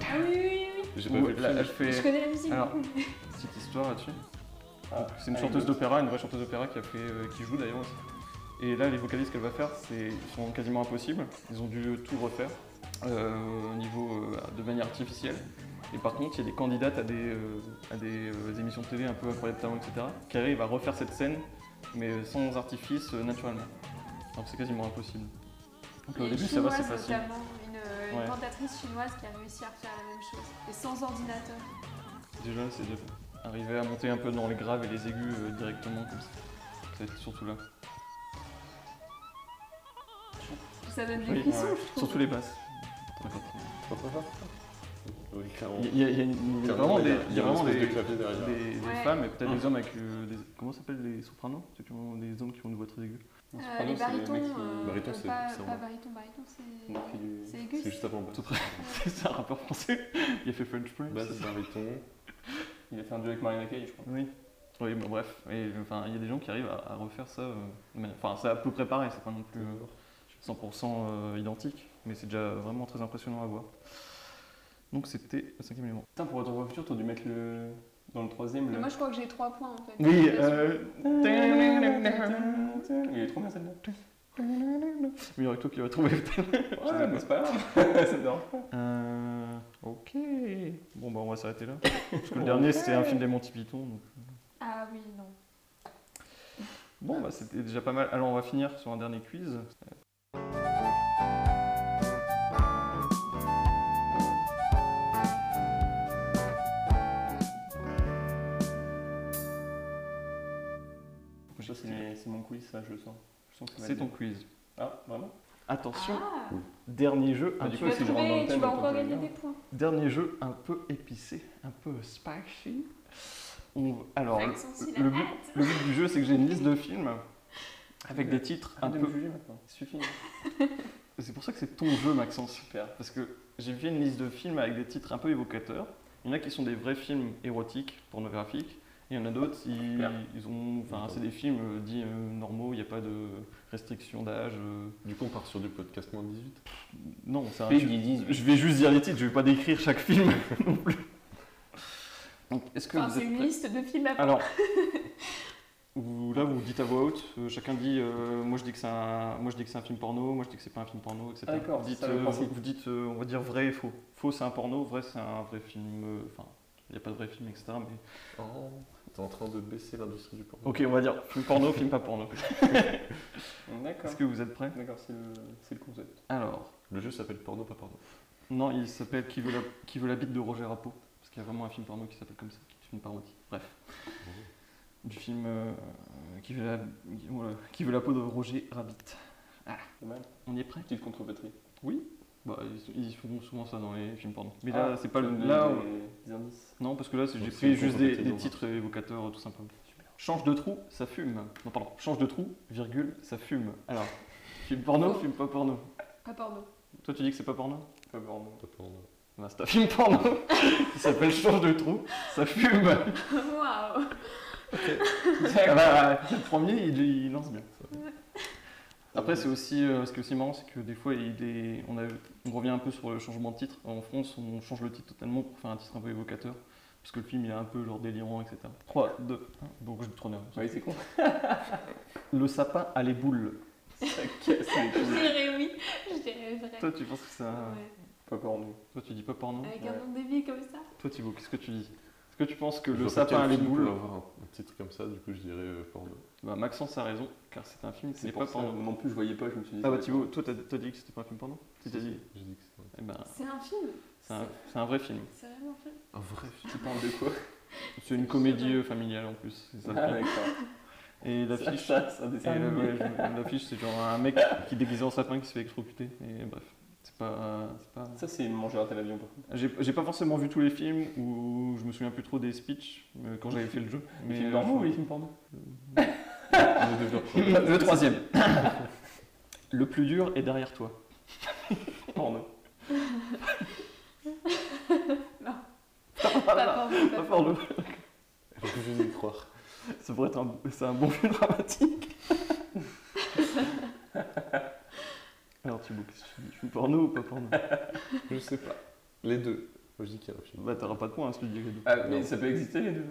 Speaker 3: Ah oui, oui, oui, oui.
Speaker 4: J'ai pas
Speaker 1: Où
Speaker 4: vu le
Speaker 1: elle-
Speaker 4: film.
Speaker 1: elle
Speaker 3: Je
Speaker 1: fait
Speaker 3: connais la musique.
Speaker 1: Alors.
Speaker 3: du coup.
Speaker 1: petite histoire là-dessus.
Speaker 2: Ah,
Speaker 1: C'est une
Speaker 2: ah,
Speaker 1: chanteuse
Speaker 2: il-
Speaker 1: d'opéra, une vraie chanteuse d'opéra qui, a fait, euh, qui joue d'ailleurs aussi. Et là, les vocalistes qu'elle va faire c'est, sont quasiment impossibles. Ils ont dû tout refaire euh, au niveau, euh, de manière artificielle. Et par contre, il y a des candidates à des, euh, à des euh, émissions de télé un peu incroyables talent, etc. qui arrivent à refaire cette scène, mais sans artifice, euh, naturellement. Donc c'est quasiment impossible. Donc euh, au
Speaker 3: Il y a une
Speaker 1: début, ça va, c'est
Speaker 3: Chinoise,
Speaker 1: facile.
Speaker 3: notamment, Une, euh, une
Speaker 1: Ouais.
Speaker 3: cantatrice chinoise qui a réussi à refaire la même chose. Et sans ordinateur.
Speaker 1: Déjà, c'est de arriver à monter un peu dans les graves et les aigus euh, directement, comme ça. C'est surtout là.
Speaker 3: Ça donne des
Speaker 1: Oui,
Speaker 3: frissons,
Speaker 1: ouais.
Speaker 3: je trouve.
Speaker 1: Surtout les basses.
Speaker 4: Pas, pas, pas. Oui, clairement.
Speaker 1: Il y a, il y a une- il y a vraiment des, il y a
Speaker 4: une
Speaker 1: vraiment des,
Speaker 4: espèce de clavier derrière.
Speaker 1: des- des
Speaker 3: Ouais.
Speaker 1: femmes et peut-être
Speaker 2: Mm.
Speaker 1: des hommes avec euh, des, comment ça s'appelle les sopranos Ceux qui ont des hommes qui ont une voix très aiguë.
Speaker 2: Ah Non,
Speaker 3: Euh,
Speaker 2: c'est pas
Speaker 3: les
Speaker 2: nous, c'est
Speaker 3: barytons.
Speaker 2: mecs qui-
Speaker 3: euh,
Speaker 4: barytons,
Speaker 3: euh,
Speaker 4: c'est-
Speaker 3: pas,
Speaker 4: c'est en
Speaker 3: pas
Speaker 4: bas.
Speaker 3: baryton, baryton, c'est.
Speaker 2: Non, c'est du-
Speaker 3: C'est aigu.
Speaker 4: C'est juste avant bas.
Speaker 1: Tout près. c'est un rappeur français. Il a fait French Prince.
Speaker 4: Basse, bariton.
Speaker 2: Il a fait un duo avec Marina Kaye, je crois.
Speaker 1: Oui. Oui, bon, bref. Et, enfin, il y a des gens qui arrivent à, à refaire ça. euh, de manière- Enfin, c'est à peu près pareil. C'est pas non plus euh, 100% euh, identique, mais c'est déjà vraiment très impressionnant à voir. Donc c'était le cinquième élément.
Speaker 2: Putain, pour retour au futur, t'aurais dû mettre le. Dans le troisième,
Speaker 3: Mais
Speaker 2: le.
Speaker 3: Moi, je crois que j'ai 3 points en fait.
Speaker 1: Oui.
Speaker 3: Parce que-
Speaker 1: Euh...
Speaker 2: Il est trop bien celle-là.
Speaker 1: Oui, avec toi qui va trouver.
Speaker 2: Ouais, mais c'est pas grave. Ça me dérange pas.
Speaker 1: Euh, ok. Bon, bah, on va s'arrêter là. Parce que le dernier, c'était un film des Monty Python. donc-
Speaker 3: Ah oui, non.
Speaker 1: Bon, bah, c'était déjà pas mal. Alors, on va finir sur un dernier quiz.
Speaker 2: Ça, c'est mes- c'est mon quiz, ça, je le sens. Je sens que ça va
Speaker 1: C'est
Speaker 2: être
Speaker 1: ton
Speaker 2: bien.
Speaker 1: quiz.
Speaker 2: Ah, vraiment
Speaker 1: Attention,
Speaker 3: Ah,
Speaker 1: dernier jeu,
Speaker 2: Bah,
Speaker 1: un
Speaker 2: du
Speaker 3: tu
Speaker 1: peu,
Speaker 2: coup,
Speaker 3: vas
Speaker 2: si je rentre dans le
Speaker 3: trouver, tu
Speaker 2: thème,
Speaker 3: vas
Speaker 2: on peut
Speaker 3: encore
Speaker 2: jouer
Speaker 3: gagner
Speaker 2: bien.
Speaker 3: des points.
Speaker 1: dernier jeu un peu épicé, un peu spicy. On va- Alors, le,
Speaker 3: Maxence, il a
Speaker 1: le but,
Speaker 3: hâte.
Speaker 1: le but du jeu, c'est que j'ai une liste de films avec des titres un
Speaker 2: Arrête de me
Speaker 1: peu.
Speaker 2: juger maintenant. Suffit.
Speaker 1: C'est pour ça que c'est ton jeu, Maxence.
Speaker 2: Super.
Speaker 1: Parce que j'ai fait une liste de films avec des titres un peu évocateurs. Il y en a qui sont des vrais films érotiques, pornographiques. Et il y en a d'autres, ils,
Speaker 2: Super.
Speaker 1: ils ont, enfin, c'est des films euh, dits euh, normaux, il n'y a pas de restriction d'âge. euh.
Speaker 4: Du coup, on part sur du podcast moins 18.
Speaker 1: Non, c'est un.
Speaker 2: Peggy 18.
Speaker 1: Je, je vais juste dire les titres, je vais pas décrire chaque film non plus. Donc, est-ce que
Speaker 3: Enfin,
Speaker 1: vous
Speaker 3: c'est
Speaker 1: êtes Ah.
Speaker 3: une
Speaker 1: prêts
Speaker 3: liste de films à
Speaker 1: Alors, vous- là, vous dites à voix haute. euh, chacun dit, euh, moi je dis que c'est un, moi je dis que c'est un film porno, moi je dis que c'est pas un film porno, etc.
Speaker 2: Ah, d'accord,
Speaker 1: Vous
Speaker 2: c'est
Speaker 1: dites,
Speaker 2: ça, le
Speaker 1: euh,
Speaker 2: principe.
Speaker 1: vous dites, euh, on va dire vrai et faux. Faux, c'est un porno. Vrai, c'est un vrai film. euh, Enfin, il n'y a pas de vrai film, etc. Mais...
Speaker 4: Oh, t'es en train de baisser l'industrie du porno.
Speaker 1: Ok, on va dire film porno, film pas porno.
Speaker 2: D'accord.
Speaker 1: Est-ce que vous êtes prêts
Speaker 2: D'accord, c'est le, c'est le concept.
Speaker 1: Alors,
Speaker 4: Le jeu s'appelle Porno, pas porno.
Speaker 1: non, il s'appelle Qui veut la, qui veut la bite de Roger Rappo parce qu'il y a vraiment un film porno qui s'appelle comme ça, qui est une parodie. Bref. Du film euh, qui, veut la, voilà, qui veut la peau de Roger Rabbit. Ah.
Speaker 2: Pas mal.
Speaker 1: On y est prêt
Speaker 2: Petite contre-batterie.
Speaker 1: Bah, ils, ils font souvent ça dans les films porno. Mais là, c'est pas le. Là,
Speaker 2: Ah, Là, des indices.
Speaker 1: on- non, parce que là, c'est- j'ai
Speaker 4: Donc,
Speaker 1: pris
Speaker 4: c'est
Speaker 1: juste des,
Speaker 4: complètement
Speaker 1: des
Speaker 4: nouveau.
Speaker 1: titres évocateurs, tout simplement. Change de trou, ça fume. Non, pardon. Change de trou, virgule, ça fume. Alors, film porno, film pas porno.
Speaker 3: Pas porno.
Speaker 1: Toi, tu dis que c'est pas porno
Speaker 2: Pas vraiment.
Speaker 4: Pas porno.
Speaker 1: Bah, c'est un film porno qui s'appelle Change de trou, ça fume.
Speaker 3: Waouh
Speaker 1: Ah bah, le premier, il, il lance bien. Après, c'est aussi, euh, ce qui est aussi marrant, c'est que des fois, il est, on, a- on revient un peu sur le changement de titre. En France, on change le titre totalement pour faire un titre un peu évocateur, parce que le film, il est un peu genre délirant, etc. 3, 2, 1, donc je tourne.
Speaker 2: Oui, c'est con.
Speaker 1: Le sapin à les boules.
Speaker 2: Ça casse les
Speaker 3: Je
Speaker 2: couilles.
Speaker 3: dirais oui, je dirais vrai.
Speaker 1: Toi, tu penses que ça...
Speaker 3: Ouais. Ah,
Speaker 2: Pas porno.
Speaker 1: Toi, tu dis pas porno.
Speaker 3: Avec
Speaker 2: Ouais.
Speaker 3: un nom de vie comme ça.
Speaker 1: Toi, Thibaut, qu'est-ce que tu dis Est-ce que tu penses que
Speaker 4: Je
Speaker 1: le
Speaker 4: vois pas
Speaker 1: sapin à
Speaker 4: quel
Speaker 1: les
Speaker 4: film peut
Speaker 1: boules...
Speaker 4: avoir un, un titre comme ça, du coup, je dirais euh, porno.
Speaker 1: Bah, Maxence a raison, car c'est un film qui n'est
Speaker 2: pour
Speaker 1: pas
Speaker 2: ça,
Speaker 1: porno.
Speaker 2: Non plus, je voyais pas, je me suis dit.
Speaker 1: Ah
Speaker 2: ça
Speaker 1: bah
Speaker 2: va
Speaker 1: Thibaut, toi, t'as t'as dit que c'était pas un film porno Tu t'as dit
Speaker 4: J'ai dit que c'était
Speaker 1: Eh ben,
Speaker 3: C'est un film.
Speaker 1: c'est un- c'est un vrai film. Oh
Speaker 3: C'est vraiment un film.
Speaker 4: un vrai film.
Speaker 2: Tu parles de quoi
Speaker 1: C'est une comédie euh, familiale en plus. c'est ça le
Speaker 2: Ah,
Speaker 1: problème.
Speaker 2: d'accord.
Speaker 1: et
Speaker 2: Ça
Speaker 1: l'affiche,
Speaker 2: chasse un
Speaker 1: et
Speaker 2: dessin.
Speaker 1: la-
Speaker 2: animé.
Speaker 1: ouais, je- l'affiche, c'est genre un mec qui est déguisé en sapin qui se fait électrocuter. Et bref, c'est pas, c'est pas.
Speaker 2: Ça, c'est manger raté l'avion, par contre.
Speaker 1: J'ai j'ai pas forcément vu tous les films où je me souviens plus trop des speeches euh, quand j'avais fait le jeu.
Speaker 2: Mais
Speaker 1: Mais
Speaker 2: film
Speaker 1: euh,
Speaker 2: porno
Speaker 1: je-
Speaker 2: ou les films porno
Speaker 1: le troisième. le plus dur est derrière toi.
Speaker 2: Porno.
Speaker 3: Pas porno, pas
Speaker 1: Pas
Speaker 3: porno.
Speaker 1: porno.
Speaker 4: Je vais y croire.
Speaker 1: Ça pourrait être un, c'est un bon film dramatique. Alors Thibaut, qu'est-ce que tu dis Film porno ou pas porno
Speaker 4: Je sais pas. Les deux. Moi, je dis qu'il y a un film.
Speaker 1: Bah t'auras pas de points à se le dire. les deux.
Speaker 2: Ah, mais ça peut exister les deux.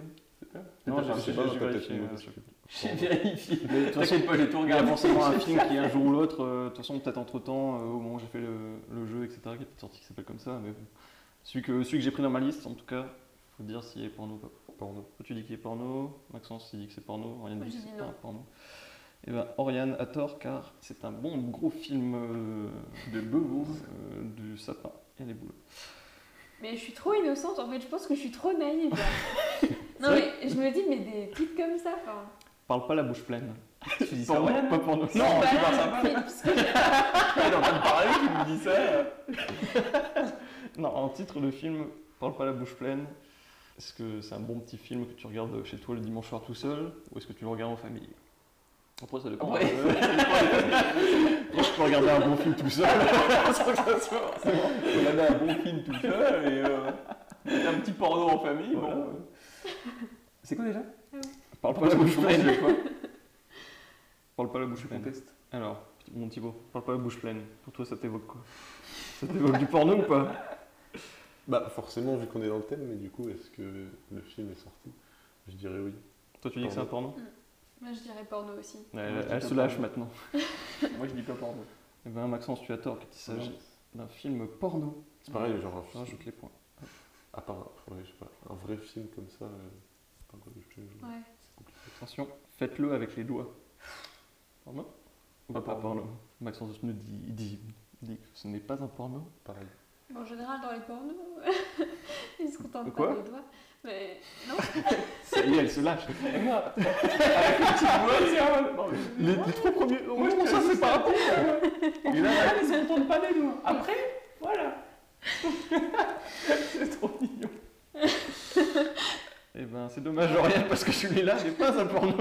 Speaker 1: Non, j'ai-
Speaker 4: Je
Speaker 1: j'ai
Speaker 4: sais pas,
Speaker 1: j'ai
Speaker 4: peut-être
Speaker 1: vérifié.
Speaker 4: une
Speaker 1: euh,
Speaker 4: autre.
Speaker 1: je-
Speaker 2: J'ai vérifié.
Speaker 1: Mais de toute façon,
Speaker 2: T'inquiète pas, j'ai tout
Speaker 1: il y a
Speaker 2: regardé.
Speaker 1: forcément un film qui, un jour ou l'autre, euh, de toute façon, peut-être entre temps, au moment où j'ai fait le, le jeu, etc., qui est sorti, qui s'appelle comme ça. Mais bon. celui que, celui que j'ai pris dans ma liste, en tout cas, faut dire s'il est porno ou pas.
Speaker 4: Porno.
Speaker 1: Toi, tu dis qu'il est porno, Maxence, il dit que c'est porno, Oriane
Speaker 3: Moi,
Speaker 1: dit
Speaker 3: j'ai
Speaker 1: que
Speaker 3: dit
Speaker 1: c'est pas
Speaker 3: non.
Speaker 1: un porno. Et ben, Oriane a tort car c'est un bon gros film euh,
Speaker 2: De Beauvau.
Speaker 1: euh, du sapin et les boules.
Speaker 3: Mais je suis trop innocente en fait, je pense que je suis trop naïve. là. non mais je me dis, mais des titres comme ça, enfin.
Speaker 1: Parle pas la bouche pleine.
Speaker 2: Tu dis ça,
Speaker 1: Porno,
Speaker 2: ouais.
Speaker 1: pas porno.
Speaker 2: Non,
Speaker 3: Voilà,
Speaker 2: tu parles sympa.
Speaker 3: mais parce que-
Speaker 2: Il est en train de parler, tu me dis ça.
Speaker 1: Non, en titre de film, Parle pas la bouche pleine. Est-ce que c'est un bon petit film que tu regardes chez toi le dimanche soir tout seul ou est-ce que tu le regardes en famille Après, ça dépend.
Speaker 2: Ouais.
Speaker 1: euh, ça dépend. Moi, je peux regarder un bon film tout seul. sans que ça soit forcément-
Speaker 2: Regarder un bon film tout seul et euh, un petit porno en famille,
Speaker 1: Voilà.
Speaker 2: bon. euh. C'est quoi déjà
Speaker 1: Parle pas la bouche
Speaker 2: pleine,
Speaker 1: pleine.
Speaker 2: quoi.
Speaker 1: Parle pas la bouche
Speaker 2: Je
Speaker 1: pleine.
Speaker 2: conteste.
Speaker 1: Alors, mon Thibaut, parle pas la bouche pleine. Pour toi, ça t'évoque quoi Ça t'évoque du porno ou pas
Speaker 4: Bah, forcément, vu qu'on est dans le thème, mais du coup, est-ce que le film est sorti Je dirais oui.
Speaker 1: Toi, tu dis que c'est un porno
Speaker 3: Moi, je dirais porno aussi.
Speaker 1: Ouais,
Speaker 2: Moi, je
Speaker 1: Elle,
Speaker 2: dis
Speaker 1: elle
Speaker 2: pas
Speaker 1: se lâche
Speaker 2: porno.
Speaker 1: maintenant.
Speaker 2: Moi je dis pas porno. Ah
Speaker 1: Eh ben, Maxence, tu as tort qu'il s'agit d'un film porno.
Speaker 4: C'est pareil, genre, un film-
Speaker 1: Rajoute les points.
Speaker 4: à part ouais, je sais pas, un vrai film comme ça, euh, c'est pas quoi, je- je-
Speaker 3: Ouais.
Speaker 4: c'est compliqué.
Speaker 1: Attention, faites-le avec les doigts. Porno Pas,
Speaker 2: Pas porno.
Speaker 1: porno. Maxence nous dit, dit, dit ce n'est pas un porno.
Speaker 4: Pareil.
Speaker 3: En général, dans les pornos, ils se contentent
Speaker 1: Quoi
Speaker 3: pas des doigts. Mais non,
Speaker 1: Ça y est, elle se lâche. les, les trois premiers. Moi, je pense que c'est pas un porno.
Speaker 2: Et là, ils ne tournent pas des doigts. Après, voilà. c'est trop mignon.
Speaker 1: Eh ben, c'est dommage, Aurélien, parce que celui-là n'est pas un porno.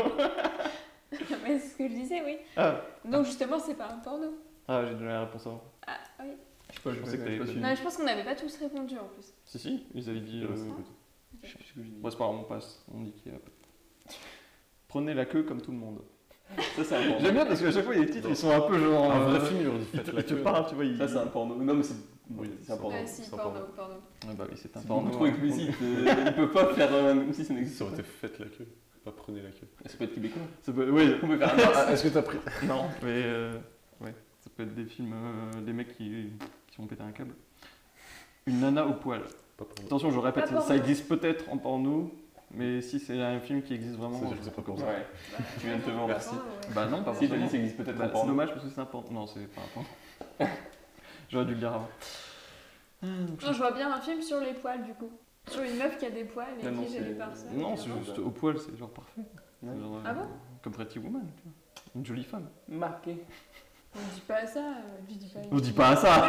Speaker 3: mais c'est ce que je disais, oui.
Speaker 1: Ah.
Speaker 3: Donc justement, c'est pas un porno.
Speaker 1: Ah, j'ai donné la réponse avant.
Speaker 3: Ah oui.
Speaker 1: Je, sais pas, je
Speaker 2: Je
Speaker 1: pensais que
Speaker 2: connais,
Speaker 1: t'avais pas
Speaker 2: je
Speaker 1: suivi.
Speaker 3: Non, je pense qu'on n'avait pas tous répondu en plus.
Speaker 1: Si, si, ils avaient dit. euh,
Speaker 2: Je sais plus ce que j'ai dit.
Speaker 1: Bon, c'est pas grave, on passe, on dit qu'il y a. Prenez la queue comme tout le monde. Ça, c'est un J'aime bien parce qu'à chaque fois, les titres, ils sont un peu genre.
Speaker 4: Un
Speaker 1: euh,
Speaker 4: vrai film, il aurait dit
Speaker 1: Ils
Speaker 4: faites
Speaker 1: te,
Speaker 4: la
Speaker 1: ils te
Speaker 4: queue.
Speaker 1: parlent, tu vois. Ils...
Speaker 2: Ça, c'est un porno. Non, mais c'est.
Speaker 4: Oui,
Speaker 2: c'est un
Speaker 4: c'est
Speaker 2: porno.
Speaker 3: Ah
Speaker 4: Porno,
Speaker 3: si,
Speaker 4: c'est un
Speaker 3: porno,
Speaker 4: porno.
Speaker 3: porno.
Speaker 1: Ah bah oui, c'est un
Speaker 2: C'est
Speaker 1: porno.
Speaker 2: beaucoup trop explicite. euh, Ils peuvent pas faire. euh, Même si ça n'existe
Speaker 4: Ça
Speaker 2: pas.
Speaker 4: aurait été faites la queue, pas prenez la queue.
Speaker 2: Ça peut être québécois.
Speaker 1: Ça peut- Oui,
Speaker 2: On peut faire un autre.
Speaker 4: Est-ce que t'as pris
Speaker 1: non, mais. euh, Ouais, ça peut être des films, euh, des mecs qui, qui ont pété un câble. Une nana au poil.
Speaker 4: Pas pour moi.
Speaker 1: Attention, je répète,
Speaker 3: Pas porno.
Speaker 1: ça existe peut-être en porno, mais si c'est un film qui existe vraiment.
Speaker 4: Ça, je sais pas comment ça.
Speaker 2: Ouais. Tu viens de te vendre.
Speaker 1: Merci.
Speaker 3: Porno, ouais.
Speaker 1: Bah non, pas
Speaker 2: Si, t'as
Speaker 1: forcément.
Speaker 2: dit, ça existe peut-être
Speaker 1: Bah,
Speaker 2: en
Speaker 1: c'est
Speaker 2: porno.
Speaker 1: dommage parce que c'est un porno. Non, c'est pas un porno. J'aurais dû le dire avant.
Speaker 3: Non, je vois bien un film sur les poils du coup. Sur une meuf qui a des poils et
Speaker 2: Non, non,
Speaker 3: qui est gênée
Speaker 2: c'est-
Speaker 3: par ça.
Speaker 1: Non, Ah, c'est
Speaker 2: non.
Speaker 1: juste au poil, c'est genre parfait. C'est
Speaker 2: Ouais.
Speaker 1: genre,
Speaker 3: Ah
Speaker 1: euh,
Speaker 3: bon
Speaker 1: Comme Pretty Woman, tu vois. Une jolie femme.
Speaker 2: Marqué.
Speaker 3: On dit pas ça, euh, je dis pas.
Speaker 1: On dit pas ça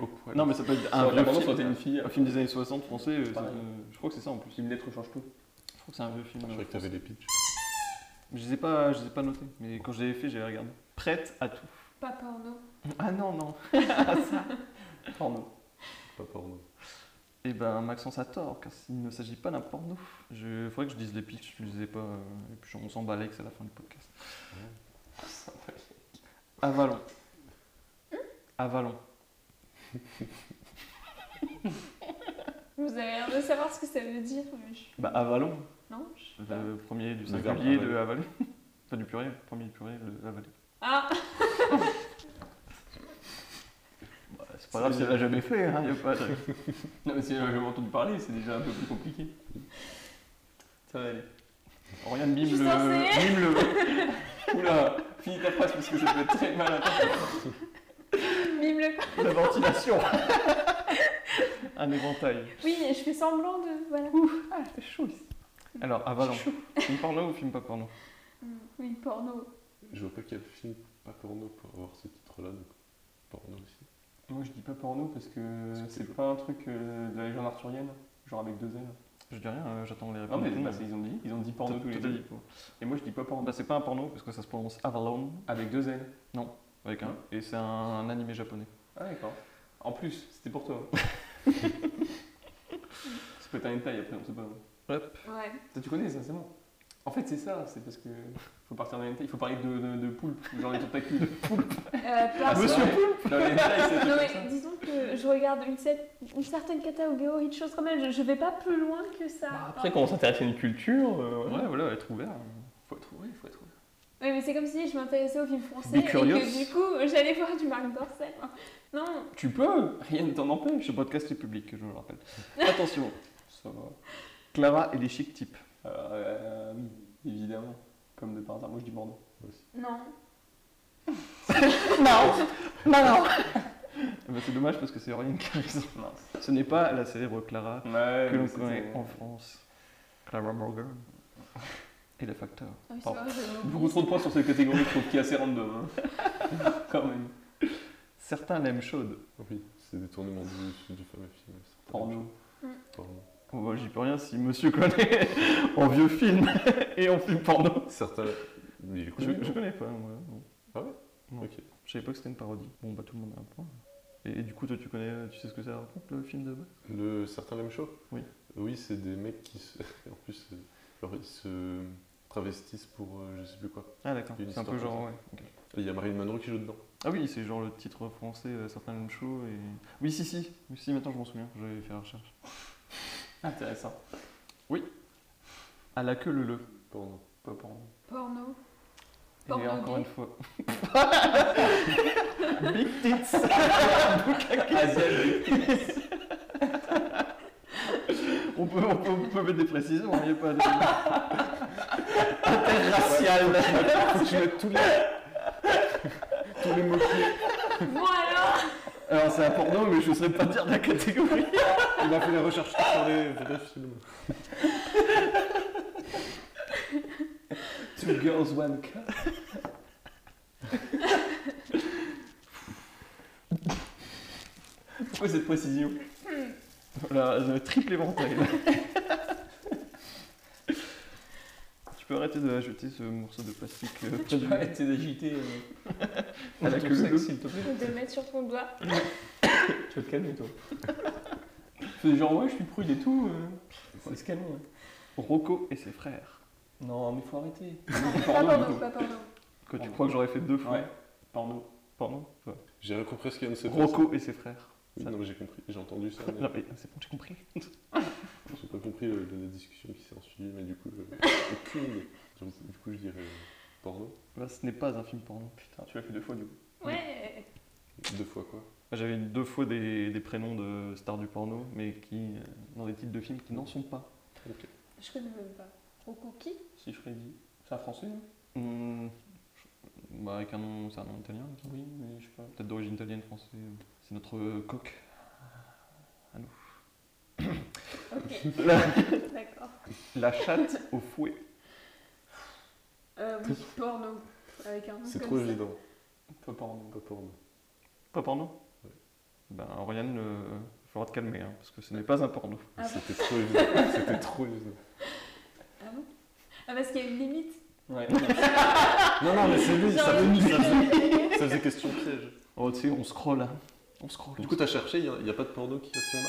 Speaker 4: Au poil.
Speaker 1: Non, mais ça peut être un
Speaker 2: Soit
Speaker 1: vieux
Speaker 2: porno, soit
Speaker 1: film.
Speaker 2: t'es une fille.
Speaker 1: Un film des années 60 français, euh, c'est,
Speaker 2: Pareil.
Speaker 1: euh, je crois que c'est ça en plus.
Speaker 2: Une lettre change tout.
Speaker 1: Je crois que c'est un vieux film.
Speaker 4: Je croyais
Speaker 1: euh,
Speaker 4: que t'avais des pitchs.
Speaker 1: Je les ai pas, je les ai pas notés, mais quand je les ai fait, j'avais regardé. Prête à tout.
Speaker 3: Pas porno.
Speaker 1: Ah non, non.
Speaker 2: Porno.
Speaker 4: Pas porno.
Speaker 1: Eh ben, Maxence a tort, car il ne s'agit pas d'un porno. Je faudrait que je dise les pitchs, je les ai pas. euh, et puis on s'en bat Alex à la fin du podcast. Ah, Avalon.
Speaker 4: Hum
Speaker 1: Avalon.
Speaker 3: Vous avez l'air de savoir ce que ça veut dire, mais je...
Speaker 1: Bah, Avalon,
Speaker 3: non je-
Speaker 1: le premier du
Speaker 4: Le verbe
Speaker 1: singulier de avaler. Enfin, du pluriel, premier du pluriel, le avaler.
Speaker 3: Ah
Speaker 1: Bah, c'est pas grave si elle l'a jamais fait, hein, y a pas de.
Speaker 2: Non, mais si j'avais entendu parler, c'est déjà un peu plus compliqué. Ça va aller.
Speaker 1: Oriane mime
Speaker 3: Je suis
Speaker 1: le.
Speaker 3: censée.
Speaker 1: mime le.
Speaker 2: Oula, finis ta phrase parce que ça peut être très mal
Speaker 3: Mime le
Speaker 1: La ventilation Un éventail.
Speaker 3: Oui, et je fais semblant de. Voilà.
Speaker 1: Ah, c'est chaud ici. Alors, Avalon. Film porno ou film pas porno
Speaker 3: Mm, Oui, porno.
Speaker 4: Je vois pas quel film pas porno pour avoir ce titre-là, donc porno aussi.
Speaker 2: Moi je dis pas porno parce que
Speaker 4: Parce que
Speaker 2: c'est
Speaker 4: tu-
Speaker 2: pas un truc euh, de la légende arthurienne, genre avec deux ailes.
Speaker 1: Je dis rien, euh, j'attends les
Speaker 2: Non
Speaker 1: réponses.
Speaker 2: mais bah, c'est- ils ont dit, ils ont dit porno tous les
Speaker 1: Tout est
Speaker 2: deux.
Speaker 1: dit, quoi.
Speaker 2: Et moi je dis pas porno.
Speaker 1: Bah, c'est pas un porno parce que ça se prononce Avalon
Speaker 2: Avec deux ailes.
Speaker 1: avec un. Et c'est un, un animé japonais.
Speaker 2: Ah d'accord. En plus, c'était pour toi. ça peut être un taille après, on sait pas.
Speaker 1: Hop.
Speaker 3: Ouais.
Speaker 2: Ça, tu connais ça, c'est bon. En fait c'est ça, c'est parce que faut partir d'un hentai, il faut parler de, de, de poulpe, genre les tentacules.
Speaker 3: Euh, plein-
Speaker 2: Ah, Monsieur poulpe Dans les hentai, c'est
Speaker 3: Non
Speaker 2: comme ça.
Speaker 3: mais disons que je regarde une, cer- une certaine catégorie de choses quand même, je, je vais pas plus loin que ça.
Speaker 2: Bah, Après quand on s'intéresse à une culture, euh,
Speaker 1: Ouais, voilà, être ouvert.
Speaker 2: faut être ouvert, faut être ouvert.
Speaker 3: Oui mais c'est comme si je m'intéressais au film français
Speaker 1: Be
Speaker 3: et
Speaker 1: curious.
Speaker 3: que du coup j'allais voir du Marc Dorcel. Non,
Speaker 2: Tu peux, rien ne t'en empêche.
Speaker 1: Ce podcast est public, je me le rappelle. Attention
Speaker 2: Ça va.
Speaker 1: Clara et les chic types.
Speaker 2: Alors, euh, oui, évidemment. Comme de par hasard, moi je dis porno.
Speaker 3: non. Ah
Speaker 1: Eh ben, c'est dommage parce que c'est Oriane qui a raison.
Speaker 2: Mince.
Speaker 1: Ce n'est pas la célèbre Clara
Speaker 2: Ouais,
Speaker 1: que
Speaker 2: mais
Speaker 1: l'on
Speaker 2: c'est-
Speaker 1: connaît
Speaker 2: c'est-
Speaker 1: en France. Clara Morgan. Et le facteur.
Speaker 3: Ah oui, c'est
Speaker 1: Pardon.
Speaker 3: vrai, j'ai oublié.
Speaker 2: Beaucoup trop de points sur cette catégorie, je trouve, qui est assez random. hein. Quand même.
Speaker 1: Certains l'aiment chaude.
Speaker 4: Oui, c'est des tournements du, du fameux film. c'est pas la même
Speaker 2: Porno.
Speaker 4: Porno.
Speaker 1: Bon, bah, J'y peux rien si monsieur connaît en vieux film et en film porno.
Speaker 4: Certains. Mais il est
Speaker 1: Je,
Speaker 4: connu,
Speaker 1: je
Speaker 4: non
Speaker 1: connais pas, moi. non.
Speaker 4: Ah ouais
Speaker 1: Non.
Speaker 4: Ok.
Speaker 1: Je savais pas que c'était une parodie. Bon, bah tout le monde a un point. Et, et du coup, toi, tu connais, tu sais ce que ça raconte le film de base
Speaker 4: Le Certains l'aiment chaud
Speaker 1: Oui.
Speaker 4: Oui, c'est des mecs qui se. en plus, euh, alors, ils se travestissent pour euh, je sais plus quoi.
Speaker 1: Ah, d'accord.
Speaker 4: Il y a une
Speaker 1: C'est un peu
Speaker 4: histoire
Speaker 1: genre,
Speaker 4: comme
Speaker 1: ouais. ok.
Speaker 4: Et il y a Marilyn Monroe qui joue dedans.
Speaker 1: Ah oui, c'est genre le titre français, euh, certains même show et. Oui, si, si. Oui, Si, maintenant je m'en souviens, j'avais fait la recherche.
Speaker 2: Intéressant.
Speaker 1: À la queue le le.
Speaker 4: Porno.
Speaker 2: Pas pour moi.
Speaker 3: Porno.
Speaker 1: Et
Speaker 3: Porno
Speaker 1: encore
Speaker 3: gay.
Speaker 1: une fois. Big tits Ah, on, peut, on, peut, on peut mettre des précisions, il n'y a pas de. Interracial
Speaker 4: tu mets tous les. tous les mots
Speaker 3: Bon alors
Speaker 1: Alors c'est un porno, mais je ne saurais pas dire la catégorie.
Speaker 4: Il a fait la recherche sur les vrais films.
Speaker 2: Two girls, one cup.
Speaker 1: Pourquoi cette précision Voilà, euh, triple éventail. tu peux arrêter de jeter ce morceau de plastique euh, près du-
Speaker 2: Arrêtez d'agiter. euh,
Speaker 1: à la queue le le.
Speaker 2: s'il te plaît.
Speaker 3: De le mettre sur ton doigt.
Speaker 2: Tu vas te calmer, toi. Fais genre, ouais, je suis prude et tout. euh. Faut se calmer. ouais.
Speaker 1: Rocco et ses frères.
Speaker 2: Non, mais faut arrêter.
Speaker 3: Pas
Speaker 2: Porno, du
Speaker 3: porno,
Speaker 2: coup.
Speaker 3: pas porno.
Speaker 1: Quoi, tu crois que j'aurais fait deux fois
Speaker 2: Ouais. Porno.
Speaker 1: Porno Ouais.
Speaker 4: J'ai rien compris à ce qu'il y a de se passer.
Speaker 1: Rocco et ses frères.
Speaker 4: Oui, non, mais j'ai compris. J'ai entendu ça. mais
Speaker 1: Non, mais c'est bon, j'ai compris.
Speaker 4: J'ai pas compris euh, la discussion qui s'est ensuivie, mais du coup, euh, aucune idée. Donc, Du coup, je dirais euh, porno.
Speaker 1: Bah, ce n'est pas un film porno.
Speaker 2: Putain, tu l'as fait deux fois, du coup.
Speaker 3: Ouais.
Speaker 4: Deux fois quoi
Speaker 1: Bah, J'avais deux fois des, des prénoms de stars du porno, mais qui, euh, dans des titres de films qui n'en sont pas.
Speaker 3: Je connais même pas. Rocco qui
Speaker 2: Si Freddy. C'est un français, hein non
Speaker 1: Hmm, bah, avec un nom, c'est un nom italien, il me semble.
Speaker 2: Oui, mais je sais pas.
Speaker 1: peut-être d'origine italienne, française. C'est notre euh, coq.
Speaker 3: Ok,
Speaker 1: La,
Speaker 3: d'accord.
Speaker 1: la chatte au fouet.
Speaker 3: Euh, oui, porno. Avec un nom
Speaker 4: C'est
Speaker 3: Ah, comme
Speaker 4: trop
Speaker 3: ça.
Speaker 4: évident,
Speaker 2: Pas porno.
Speaker 4: pas porno.
Speaker 1: Pas porno
Speaker 4: Ouais.
Speaker 1: Ben, Ryan, il faudra te calmer, hein, parce que ce n'est pas un porno.
Speaker 3: Ah bon
Speaker 4: C'était trop évident, c'était trop évident.
Speaker 3: Ah bon Ah parce qu'il y a une limite.
Speaker 2: Ouais.
Speaker 4: Non, non, mais c'est lui, ça
Speaker 3: Genre,
Speaker 4: venait, ça faisait,
Speaker 3: je-
Speaker 4: ça faisait question piège.
Speaker 1: Oh, tu sais, on scroll. hein. On scroll.
Speaker 4: Du coup, t'as cherché, il n'y a, pas de porno qui a ce nom-là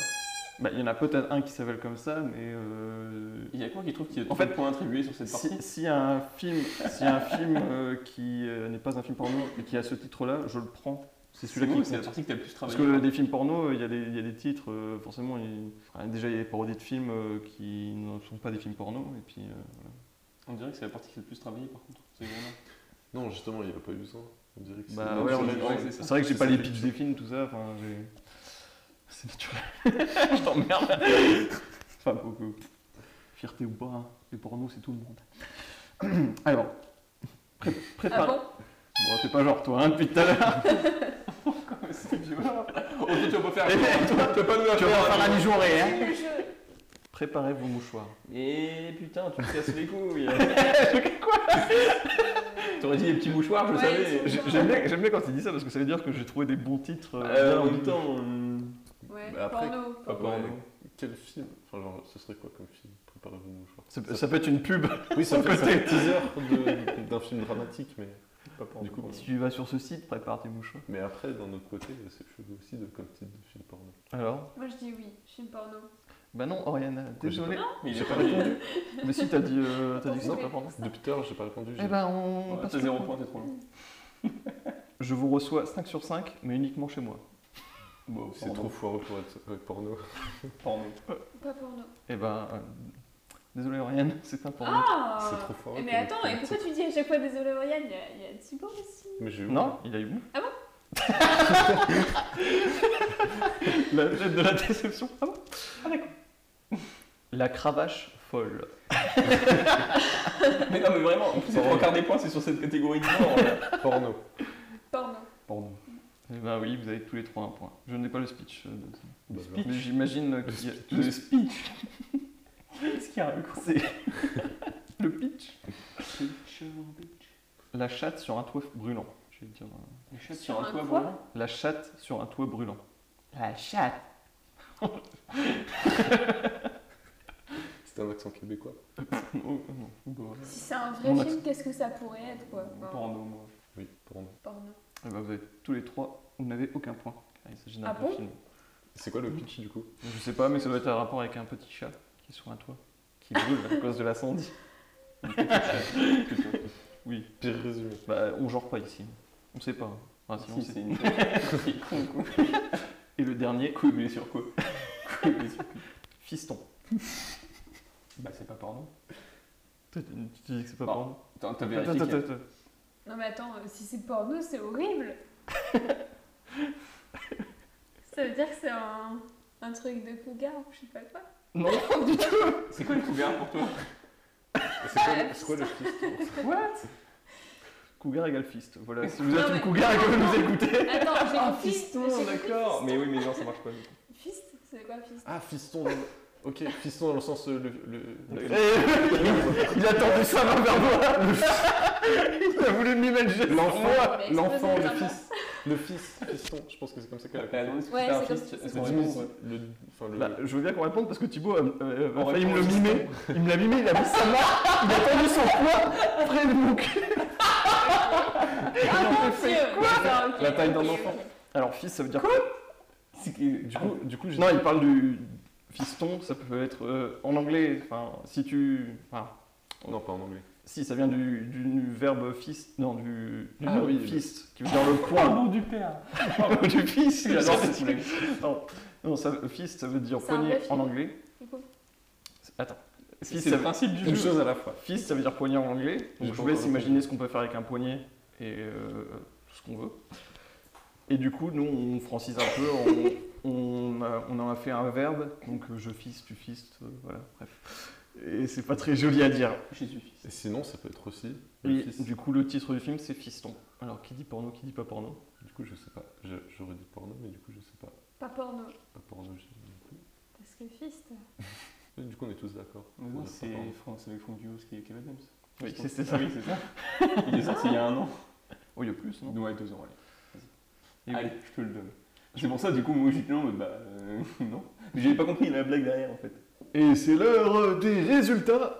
Speaker 1: Bah, il y en a peut-être un qui s'appelle comme ça, mais euh,
Speaker 2: Il y a quoi qui trouve qu'il y a
Speaker 1: En
Speaker 2: trop de
Speaker 1: fait,
Speaker 2: points attribués sur cette partie
Speaker 1: si, si un film, si un film euh, qui euh, n'est pas un film porno et qui a ce titre-là, je le prends. C'est celui-là
Speaker 2: beau,
Speaker 1: qui
Speaker 2: C'est la
Speaker 1: compte.
Speaker 2: partie que t'as le plus
Speaker 1: Parce
Speaker 2: travaillé.
Speaker 1: que euh, des films porno, il y, a des- il y a des titres, euh, forcément, il- enfin, déjà il y a des parodies de films euh, qui ne sont pas des films porno, et puis euh,
Speaker 2: On dirait que c'est la partie qui est le plus travaillée, par contre. C'est vraiment.
Speaker 4: Non, justement, il n'y a pas eu besoin. On dirait que c'est.
Speaker 1: Bah
Speaker 4: Non,
Speaker 1: ouais,
Speaker 4: c'est
Speaker 1: on est-
Speaker 4: évident.
Speaker 2: ouais,
Speaker 1: c'est
Speaker 2: c'est ça.
Speaker 1: vrai que j'ai
Speaker 4: C'est
Speaker 1: pas
Speaker 4: ça,
Speaker 1: les
Speaker 4: c'est
Speaker 1: pitchs
Speaker 4: ça.
Speaker 1: des films, tout ça, enfin j'ai. C'est naturel. je t'emmerde. enfin beaucoup. Fierté ou pas, hein, les pornos c'est tout le monde. Alors, pré-
Speaker 3: Ah
Speaker 1: prépare.
Speaker 3: bon
Speaker 1: Bon, t'es pas genre toi hein, depuis tout à l'heure.
Speaker 2: C'est violent. Oh, toi, tu vas pas faire.
Speaker 1: Eh,
Speaker 2: Toi, tu vas pas nous la
Speaker 1: Tu vas pas
Speaker 2: faire.
Speaker 1: faire la mi-journée hein.
Speaker 3: Le jeu.
Speaker 1: Préparez vos mouchoirs.
Speaker 2: Et putain, tu me casses les couilles. quoi T'aurais dit les petits mouchoirs, je
Speaker 3: Ouais,
Speaker 2: savais.
Speaker 3: ils sont-
Speaker 1: J'ai- J'aime bien, j'aime bien quand il dit ça parce que ça veut dire que j'ai trouvé des bons titres. euh,
Speaker 2: Euh,
Speaker 1: bien
Speaker 2: en
Speaker 1: au
Speaker 2: même
Speaker 1: début.
Speaker 2: temps, euh,
Speaker 3: Ouais,
Speaker 4: Bah après-
Speaker 3: porno.
Speaker 2: pas
Speaker 4: Ouais.
Speaker 2: porno.
Speaker 4: Quel film Enfin, genre, ce serait quoi comme film Préparez-vous mouchoir.
Speaker 1: Ça, peut- ça peut être une pub.
Speaker 4: Oui, ça
Speaker 1: Au
Speaker 4: fait ça
Speaker 1: côté.
Speaker 4: fait teaser de- d'un film dramatique, mais.
Speaker 2: Pas porno.
Speaker 4: Du coup,
Speaker 1: Si tu vas sur ce site, prépare tes mouchoirs.
Speaker 4: mais après, d'un autre côté, c'est chelou aussi de, comme titre de film porno.
Speaker 1: Alors
Speaker 3: Moi je dis oui, film porno.
Speaker 1: Bah non, Oriana,
Speaker 4: j'ai
Speaker 1: désolé.
Speaker 2: Mais il
Speaker 4: J'ai
Speaker 2: est
Speaker 4: pas
Speaker 2: pas
Speaker 4: répondu.
Speaker 1: Mais si t'as dit, euh, t'as dit que
Speaker 3: Non,
Speaker 1: c'était pas porno.
Speaker 4: Depuis tout à l'heure, j'ai pas répondu.
Speaker 1: Eh
Speaker 4: j'ai-
Speaker 1: ben on
Speaker 2: Ouais,
Speaker 1: passe
Speaker 2: T'as
Speaker 1: le
Speaker 2: zéro
Speaker 1: point.
Speaker 2: point, t'es trop loin.
Speaker 1: Je vous reçois 5 sur 5, mais uniquement chez moi.
Speaker 2: Bon,
Speaker 4: oh, C'est trop foireux pour être euh, porno.
Speaker 2: porno.
Speaker 3: Pas porno.
Speaker 1: Eh ben, euh, désolé Oriane, c'est un porno.
Speaker 3: Ah
Speaker 4: C'est trop foireux.
Speaker 3: Mais
Speaker 4: pour être
Speaker 3: attends,
Speaker 4: porno.
Speaker 3: et pourquoi tu dis à chaque fois désolé Oriane Il y a- il y a du bon aussi.
Speaker 4: Mais j'ai eu.
Speaker 1: non, il a eu bon.
Speaker 3: Ah
Speaker 1: bon La tête de la déception. Ah bon Ah d'accord. La cravache folle.
Speaker 2: Mais non, mais vraiment, en plus, les trois quarts des points, c'est sur cette catégorie de genre. là.
Speaker 4: Porno.
Speaker 3: Porno.
Speaker 2: Porno.
Speaker 1: Eh ben oui, vous avez tous les trois un point. Je n'ai pas le speech. euh, de-
Speaker 4: Bah,
Speaker 1: Mais j'imagine qu'il y a...
Speaker 2: Le speech. Qu'est-ce qu'il y a un coup
Speaker 1: C'est... le pitch. La chatte sur un toit brûlant. Je vais dire... euh,
Speaker 2: Les chats
Speaker 3: Sur
Speaker 2: sur un
Speaker 3: un
Speaker 2: toit
Speaker 3: quoi
Speaker 2: volant.
Speaker 1: La chatte sur un toit brûlant.
Speaker 2: La chatte.
Speaker 4: C'était un accent québécois.
Speaker 2: Oh, non. Bon,
Speaker 3: Si c'est un vrai
Speaker 2: Mon accent.
Speaker 3: film, qu'est-ce que ça pourrait être quoi Enfin,
Speaker 2: porno, moi.
Speaker 4: Oui, pardon.
Speaker 3: porno.
Speaker 1: Eh ben, vous êtes tous les trois, vous n'avez aucun point. car Il s'agit d'un
Speaker 3: Ah
Speaker 1: vrai
Speaker 3: bon
Speaker 1: film.
Speaker 4: C'est quoi le pitch du coup
Speaker 1: Je sais pas, mais ça doit être un rapport avec un petit chat qui est sur un toit, qui brûle à cause de l'incendie. oui,
Speaker 4: Pire résumé.
Speaker 1: bah on genre pas ici. On sait pas. Enfin, sinon,
Speaker 2: Ah, Si,
Speaker 1: c'est-
Speaker 2: c'est une.
Speaker 1: Et le dernier,
Speaker 2: Couille mais sur quoi Couille mais sur quoi
Speaker 1: fiston.
Speaker 2: Bah, c'est pas porno.
Speaker 1: Tu tu dis que c'est pas
Speaker 2: Bah,
Speaker 1: porno
Speaker 2: Attends, t'as
Speaker 1: Attends,
Speaker 2: vérifié
Speaker 1: attends,
Speaker 2: qu'il y a-
Speaker 1: attends.
Speaker 3: Non mais attends, euh, si c'est porno, c'est horrible. ça veut dire que c'est un, un truc de cougar ou je sais pas quoi.
Speaker 1: Non,
Speaker 2: C'est quoi le cougar pour toi
Speaker 4: C'est quoi, le- c'est quoi le pitch
Speaker 2: What
Speaker 1: cougar égale fist. Voilà, si vous êtes
Speaker 3: Non,
Speaker 1: une
Speaker 3: mais-
Speaker 1: cougar et que vous nous écoutez.
Speaker 3: Attends, j'ai
Speaker 2: Ah,
Speaker 3: compris.
Speaker 2: fiston,
Speaker 3: j'ai
Speaker 2: d'accord
Speaker 3: compris
Speaker 2: Mais oui, mais non, ça marche pas.
Speaker 3: fist. Fist, c'est quoi fist
Speaker 4: Ah, fiston. dans- Ok, fiston dans le sens euh, le. le-
Speaker 1: Eh,
Speaker 4: le-
Speaker 1: Il attendait ça vers moi. Il a voulu m'imaginer.
Speaker 4: L'enfant,
Speaker 3: Mais
Speaker 4: l'enfant,
Speaker 3: exploser
Speaker 4: le
Speaker 3: par
Speaker 4: fils, le fils, fiston. Je pense que c'est comme ça qu'elle
Speaker 2: T'as
Speaker 4: a
Speaker 2: annoncé que
Speaker 3: Ouais,
Speaker 2: c'était un
Speaker 3: c'est comme
Speaker 2: fist,
Speaker 3: ça, c'est
Speaker 2: c'est
Speaker 3: comme
Speaker 4: Le
Speaker 2: vraiment,
Speaker 3: ça.
Speaker 4: diminue-
Speaker 2: ouais.
Speaker 4: le, enfin, le,
Speaker 1: Bah, je veux bien qu'on réponde parce que Thibaut euh, euh, a
Speaker 2: On
Speaker 1: failli me le
Speaker 2: répond au
Speaker 1: mimer. Il me l'a mimé, il a mis sa main, il a tendu son poing près de mon cul.
Speaker 3: Ah mon dieu D'accord, ok,
Speaker 1: La taille d'un
Speaker 3: ok,
Speaker 1: enfant.
Speaker 3: ok.
Speaker 1: Alors fils, ça veut dire quoi
Speaker 2: C'est que-
Speaker 4: Du coup, du coup, j'ai
Speaker 1: Non, il parle du fiston, ça peut être euh, en anglais. Enfin, si tu. Enfin,
Speaker 4: non, pas en anglais.
Speaker 1: si, ça vient du, du verbe fist. Non, du, du
Speaker 4: Ah
Speaker 1: verbe
Speaker 4: oui.
Speaker 1: fist, qui veut dire le
Speaker 2: Oh,
Speaker 1: poing.
Speaker 2: nom du père
Speaker 1: du fist,
Speaker 2: J'adore
Speaker 1: j'adore
Speaker 2: ce
Speaker 1: ce
Speaker 2: truc.
Speaker 1: truc. Non, non ça, fist, ça veut dire
Speaker 3: C'est un
Speaker 1: poignet
Speaker 3: vrai
Speaker 1: en
Speaker 3: film.
Speaker 1: anglais.
Speaker 3: Du coup,
Speaker 1: Attends.
Speaker 2: C'est
Speaker 1: Fist,
Speaker 2: c'est
Speaker 1: ça
Speaker 2: le
Speaker 1: veut-
Speaker 2: principe du
Speaker 4: Une
Speaker 2: jeu.
Speaker 4: chose à la fois.
Speaker 1: Fist, ça veut dire poignet en anglais.
Speaker 4: J'ai
Speaker 1: Donc je
Speaker 4: pas
Speaker 1: vous laisse
Speaker 4: encore
Speaker 1: imaginer ce qu'on peut faire avec un poignet et euh, tout ce qu'on veut. Et du coup, nous, on francise un peu, on, on, a, on en a fait un verbe. Donc euh, je fist, tu fist, euh, voilà, bref. Et c'est pas très joli à dire.
Speaker 2: Jésus fils.
Speaker 4: Et sinon, ça peut être aussi le
Speaker 1: Et
Speaker 4: fils.
Speaker 1: du coup, le titre du film, c'est Fiston. Alors, qui dit porno, qui dit pas porno
Speaker 4: Du coup, je sais pas. Je- J'aurais dit porno, mais du coup, je sais pas.
Speaker 3: pas porno.
Speaker 4: Pas porno, j'ai non plus.
Speaker 3: Parce que fist.
Speaker 4: Mais Du coup, on est tous d'accord. hein.
Speaker 2: Mais
Speaker 4: On
Speaker 2: non,
Speaker 4: est
Speaker 2: c'est
Speaker 4: pas porno.
Speaker 2: France avec Franck Duos qui est Kevin Adams.
Speaker 1: Oui,
Speaker 2: Fiston.
Speaker 1: c'est c'est ça.
Speaker 2: Ah Oui, c'est ça. Il est sorti il y a un an.
Speaker 1: Oh, il y a plus, non
Speaker 2: Ouais, deux ans, allez.
Speaker 1: Et oui.
Speaker 2: Allez, je te le donne. C'est pour ça, du coup, moi j'étais là en mode bah euh, non. Mais J'avais pas compris la blague derrière en fait.
Speaker 1: Et c'est l'heure des résultats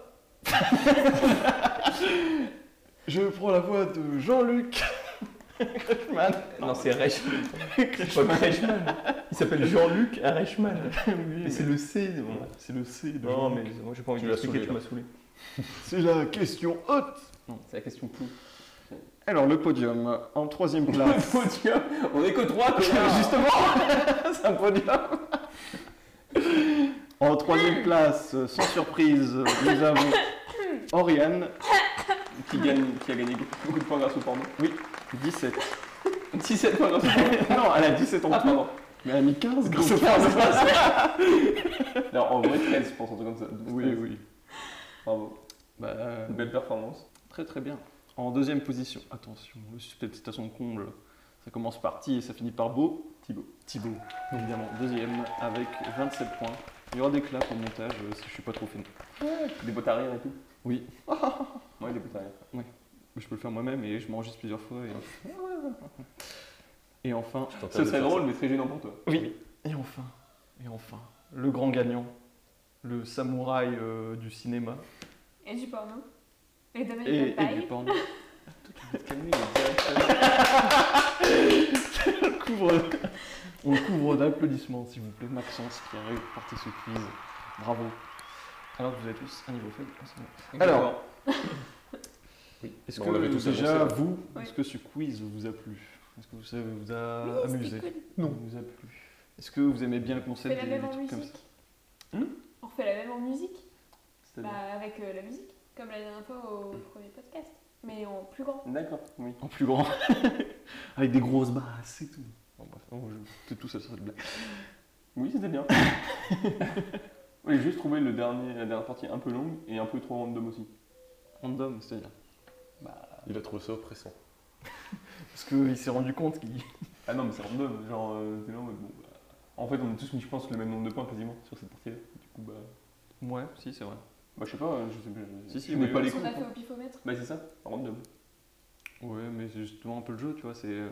Speaker 1: Je prends la voix de Jean-Luc Reichmann.
Speaker 2: Non, c'est Reich. C'est pas Reichman. Il s'appelle Jean-Luc Reichman. Et c'est le C. bon, C'est le C. de
Speaker 1: Non,
Speaker 2: Jean-Luc.
Speaker 1: mais moi, j'ai pas envie
Speaker 2: Tu
Speaker 1: de
Speaker 2: l'as
Speaker 1: l'expliquer,
Speaker 2: saoulé,
Speaker 1: tu
Speaker 2: là.
Speaker 1: m'as saoulé. C'est la question haute
Speaker 2: C'est la question clou.
Speaker 1: Alors, le podium, en troisième place.
Speaker 2: Le podium, Ah, on est que trois, connard.
Speaker 1: Justement C'est un podium En troisième place, sans surprise, nous avons Oriane,
Speaker 2: qui, gagne, qui a gagné beaucoup de points grâce au porno.
Speaker 1: 17.
Speaker 2: 17 points grâce au porno.
Speaker 1: Non, elle a 17 en
Speaker 2: Ah,
Speaker 1: plus.
Speaker 2: pardon.
Speaker 1: Mais elle a mis 15
Speaker 2: Grâce au porno. non, en vrai, 13, je pense, un truc comme ça. 12,
Speaker 1: Oui,
Speaker 2: 13.
Speaker 1: oui.
Speaker 2: Bravo.
Speaker 1: Bah, euh,
Speaker 2: Une belle performance.
Speaker 1: Très très bien. En deuxième position, attention, le suspense est à son comble. Ça commence par Ti et ça finit par Beau. Thibaut. Thibaut, évidemment. Deuxième avec 27 points. Il y aura des claps au montage euh, si je suis pas trop fini.
Speaker 2: Des bottes arrière et tout.
Speaker 1: Oui.
Speaker 2: Ouais, des bottes arrière.
Speaker 1: Je peux le faire moi-même et je m'enregistre plusieurs fois. Et, et enfin.
Speaker 4: Je tentais
Speaker 2: Ça
Speaker 4: de
Speaker 2: serait
Speaker 4: faire
Speaker 2: drôle, mais très gênant pour toi.
Speaker 1: Oui. Et enfin. Et enfin. Le grand gagnant. Le samouraï euh, du cinéma.
Speaker 3: Et du porno. Et de
Speaker 1: Et,
Speaker 3: American
Speaker 1: et du
Speaker 3: Pie.
Speaker 1: porno.
Speaker 2: Camille, il est direct.
Speaker 1: Couvre- On le couvre d'applaudissements, s'il vous plaît, Maxence qui a remporté ce quiz. Bravo. Alors que vous avez tous un niveau faible. en ce moment. Alors, est-ce
Speaker 4: Bon,
Speaker 1: que
Speaker 4: on l'avait tous
Speaker 1: déjà
Speaker 4: annoncé,
Speaker 1: vous,
Speaker 3: Ouais.
Speaker 1: est-ce que ce quiz vous a plu Est-ce que ça vous a amusé
Speaker 3: C'était cool.
Speaker 1: Non. Vous a plu. Est-ce que vous aimez bien le
Speaker 3: On fait
Speaker 1: concept
Speaker 3: la
Speaker 1: des,
Speaker 3: même
Speaker 1: des
Speaker 3: en
Speaker 1: trucs comme ça
Speaker 3: musique.
Speaker 1: Hum
Speaker 3: On refait la même en musique.
Speaker 2: C'est-à-dire
Speaker 3: Bah avec euh, la musique. Comme la dernière fois au premier podcast. Mais en plus grand.
Speaker 2: D'accord, oui.
Speaker 1: En plus grand, avec des grosses basses et tout. Bon, bref, on joue c'est tout ça sur cette blague.
Speaker 2: Oui, c'était bien. Oui, juste trouvé le dernier, la dernière partie un peu longue et un peu trop random aussi.
Speaker 1: Random, c'est-à-dire.
Speaker 4: ça. Il a trouvé ça oppressant.
Speaker 1: Parce qu'il s'est rendu compte qu'il.
Speaker 2: Ah non, mais c'est random, genre, euh, t'es là en mode, bon, bah, En fait, on a tous mis, je pense, le même nombre de points quasiment sur cette partie-là. Du coup, bah.
Speaker 1: Ouais, si, c'est vrai.
Speaker 2: Bah, je sais pas, euh, je sais plus. je-
Speaker 1: Si, si,
Speaker 2: je n'ai
Speaker 1: oui,
Speaker 2: pas
Speaker 1: oui.
Speaker 2: les
Speaker 3: Parce qu'on
Speaker 2: coups.
Speaker 3: a fait au pifomètre.
Speaker 2: Bah, c'est ça, random.
Speaker 1: Ouais, mais c'est justement un peu le jeu, tu vois, c'est. euh,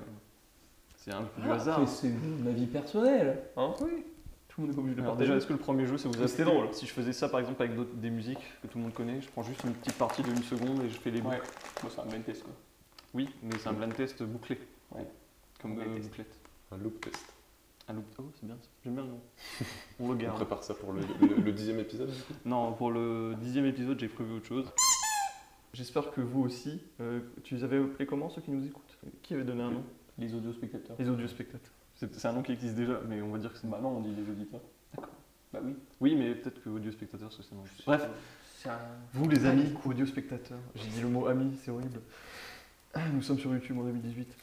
Speaker 1: C'est un peu du hasard.
Speaker 2: c'est ma vie personnelle. Hein Oui. Tout le monde est obligé de le
Speaker 1: Alors
Speaker 2: partager.
Speaker 1: déjà, est-ce que le premier jeu, ça vous a
Speaker 2: Mais c'était
Speaker 1: plu
Speaker 2: drôle.
Speaker 1: Si je faisais ça par exemple avec d'autres- des musiques que tout le monde connaît, je prends juste une petite partie de une seconde et je fais les boucles.
Speaker 2: Ouais. Bon, c'est un blind test quoi.
Speaker 1: Oui, mais c'est un blind test bouclé.
Speaker 2: Ouais.
Speaker 1: Comme
Speaker 2: Blind
Speaker 1: euh,
Speaker 2: test.
Speaker 1: bouclette.
Speaker 4: Un loop test.
Speaker 1: Un loop- Oh, c'est bien ça. J'aime bien le nom. On le
Speaker 4: On
Speaker 1: garde.
Speaker 4: prépare ça pour le, le- le dixième épisode. du coup
Speaker 1: Non, pour le dixième épisode, j'ai prévu autre chose.
Speaker 2: J'espère que vous aussi.
Speaker 1: Euh, tu les avais appelés comment ceux qui nous écoutent Qui avait donné un nom
Speaker 2: Les audiospectateurs.
Speaker 1: Les audiospectateurs. C'est c'est un nom qui existe déjà, mais on va dire que c'est.
Speaker 2: Bah non, on dit les auditeurs. Bah oui.
Speaker 1: Oui, mais peut-être que audiospectateurs, ça c'est non. Bref, vous les amis, audiospectateurs. J'ai dit le mot ami, c'est horrible. Ah, Nous sommes sur YouTube en 2018.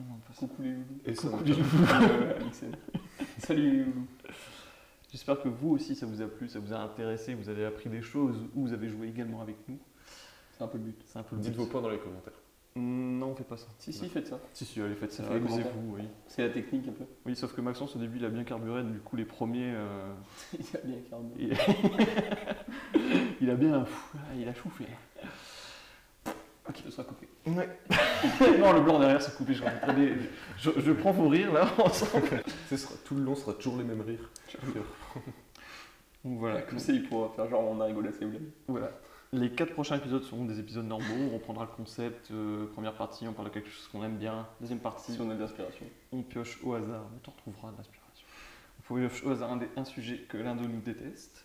Speaker 1: On va passer-
Speaker 2: Coucou les loulous.
Speaker 4: Et ça,
Speaker 1: Coucou
Speaker 4: on-
Speaker 1: les loulous.
Speaker 2: Euh, Alixen. Salut les loulous.
Speaker 1: J'espère que vous aussi ça vous a plu, ça vous a intéressé, vous avez appris des choses ou vous avez joué également avec nous.
Speaker 2: C'est un peu le but.
Speaker 1: C'est un peu le
Speaker 4: Dites
Speaker 1: but.
Speaker 4: vos points dans les commentaires.
Speaker 1: Mm, Non, on fait pas ça.
Speaker 2: Si, si, faites ça.
Speaker 1: Si, si, allez, faites ça.
Speaker 2: Ça fait les
Speaker 1: Amusez-vous, oui.
Speaker 2: C'est la technique un peu.
Speaker 1: Oui, sauf que Maxence au début il a bien carburé, du coup les premiers. euh,
Speaker 2: Il a bien carburé.
Speaker 1: il... il a bien. Pfff, ah, Il a chouffé.
Speaker 2: Ok, ce sera coupé.
Speaker 1: Ouais. non, le blanc derrière s'est coupé. Je, raconterai des- je, je prends vos rires là ensemble.
Speaker 4: Ce sera- tout le long sera toujours les mêmes rires.
Speaker 1: Donc voilà.
Speaker 2: Comme ça, il pourra faire genre on a rigolé à ses blagues.
Speaker 1: Voilà. Les quatre prochains épisodes seront des épisodes normaux. On reprendra le concept. euh, première partie, on parle de quelque chose qu'on aime bien. Deuxième partie,
Speaker 2: Si on a de l'inspiration.
Speaker 1: on pioche au hasard. Mais t'en retrouveras de l'inspiration. On pioche au hasard un, des- un sujet que l'un de nous déteste.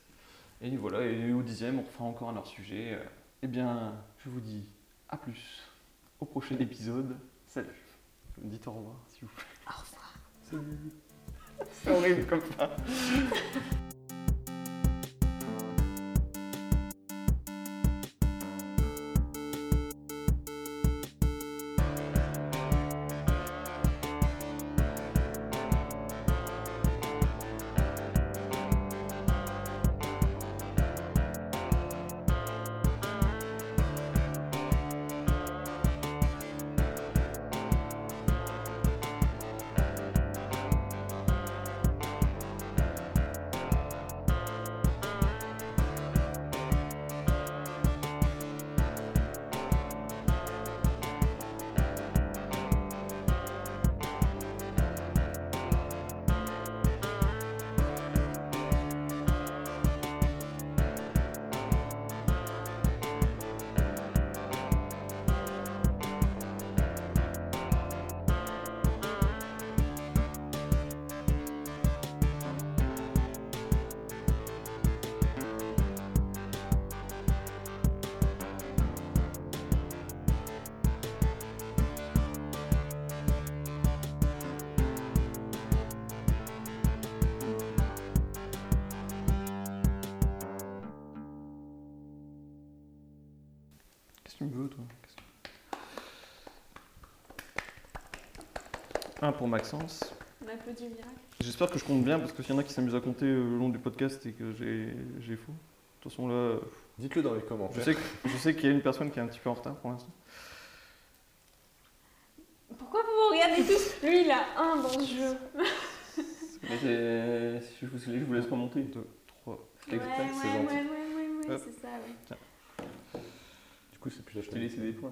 Speaker 1: Et voilà. Et au dixième, on fera encore un autre sujet. Euh, Eh bien, je vous dis à plus. Au prochain épisode. Salut. Dites au revoir, s'il vous plaît. Au revoir. Salut. C'est horrible comme ça. Qu'est-ce que tu me veux, toi Qu'est-ce que- Un pour Maxence.
Speaker 3: On applaudit le miracle.
Speaker 1: J'espère que je compte bien parce que s'il y en a qui s'amusent à compter euh, le long du podcast et que j'ai j'ai faux. De toute façon, là, euh,
Speaker 4: Dites-le dans les
Speaker 1: je
Speaker 4: commentaires.
Speaker 1: sais que- je sais qu'il y a une personne qui est un petit peu en retard pour l'instant.
Speaker 3: Pourquoi vous vous regardez tous Lui, il a un dans ce jeu.
Speaker 2: Mais c'est- si je vous je vous laisse remonter.
Speaker 1: 2, 3.
Speaker 3: Ouais, ouais,
Speaker 2: Exact, c'est
Speaker 3: ouais,
Speaker 2: gentil.
Speaker 3: ouais, ouais, ouais,
Speaker 1: Hop.
Speaker 3: c'est ça, ouais.
Speaker 4: Du coup, c'est plus la
Speaker 2: Je te laisse des points.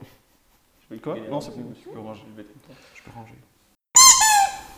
Speaker 2: Je vais
Speaker 1: Quoi
Speaker 2: gagner
Speaker 1: Non,
Speaker 2: un
Speaker 1: c'est
Speaker 2: peu.
Speaker 1: bon, tu peux ranger.
Speaker 2: Je vais être content.
Speaker 1: Je peux ranger.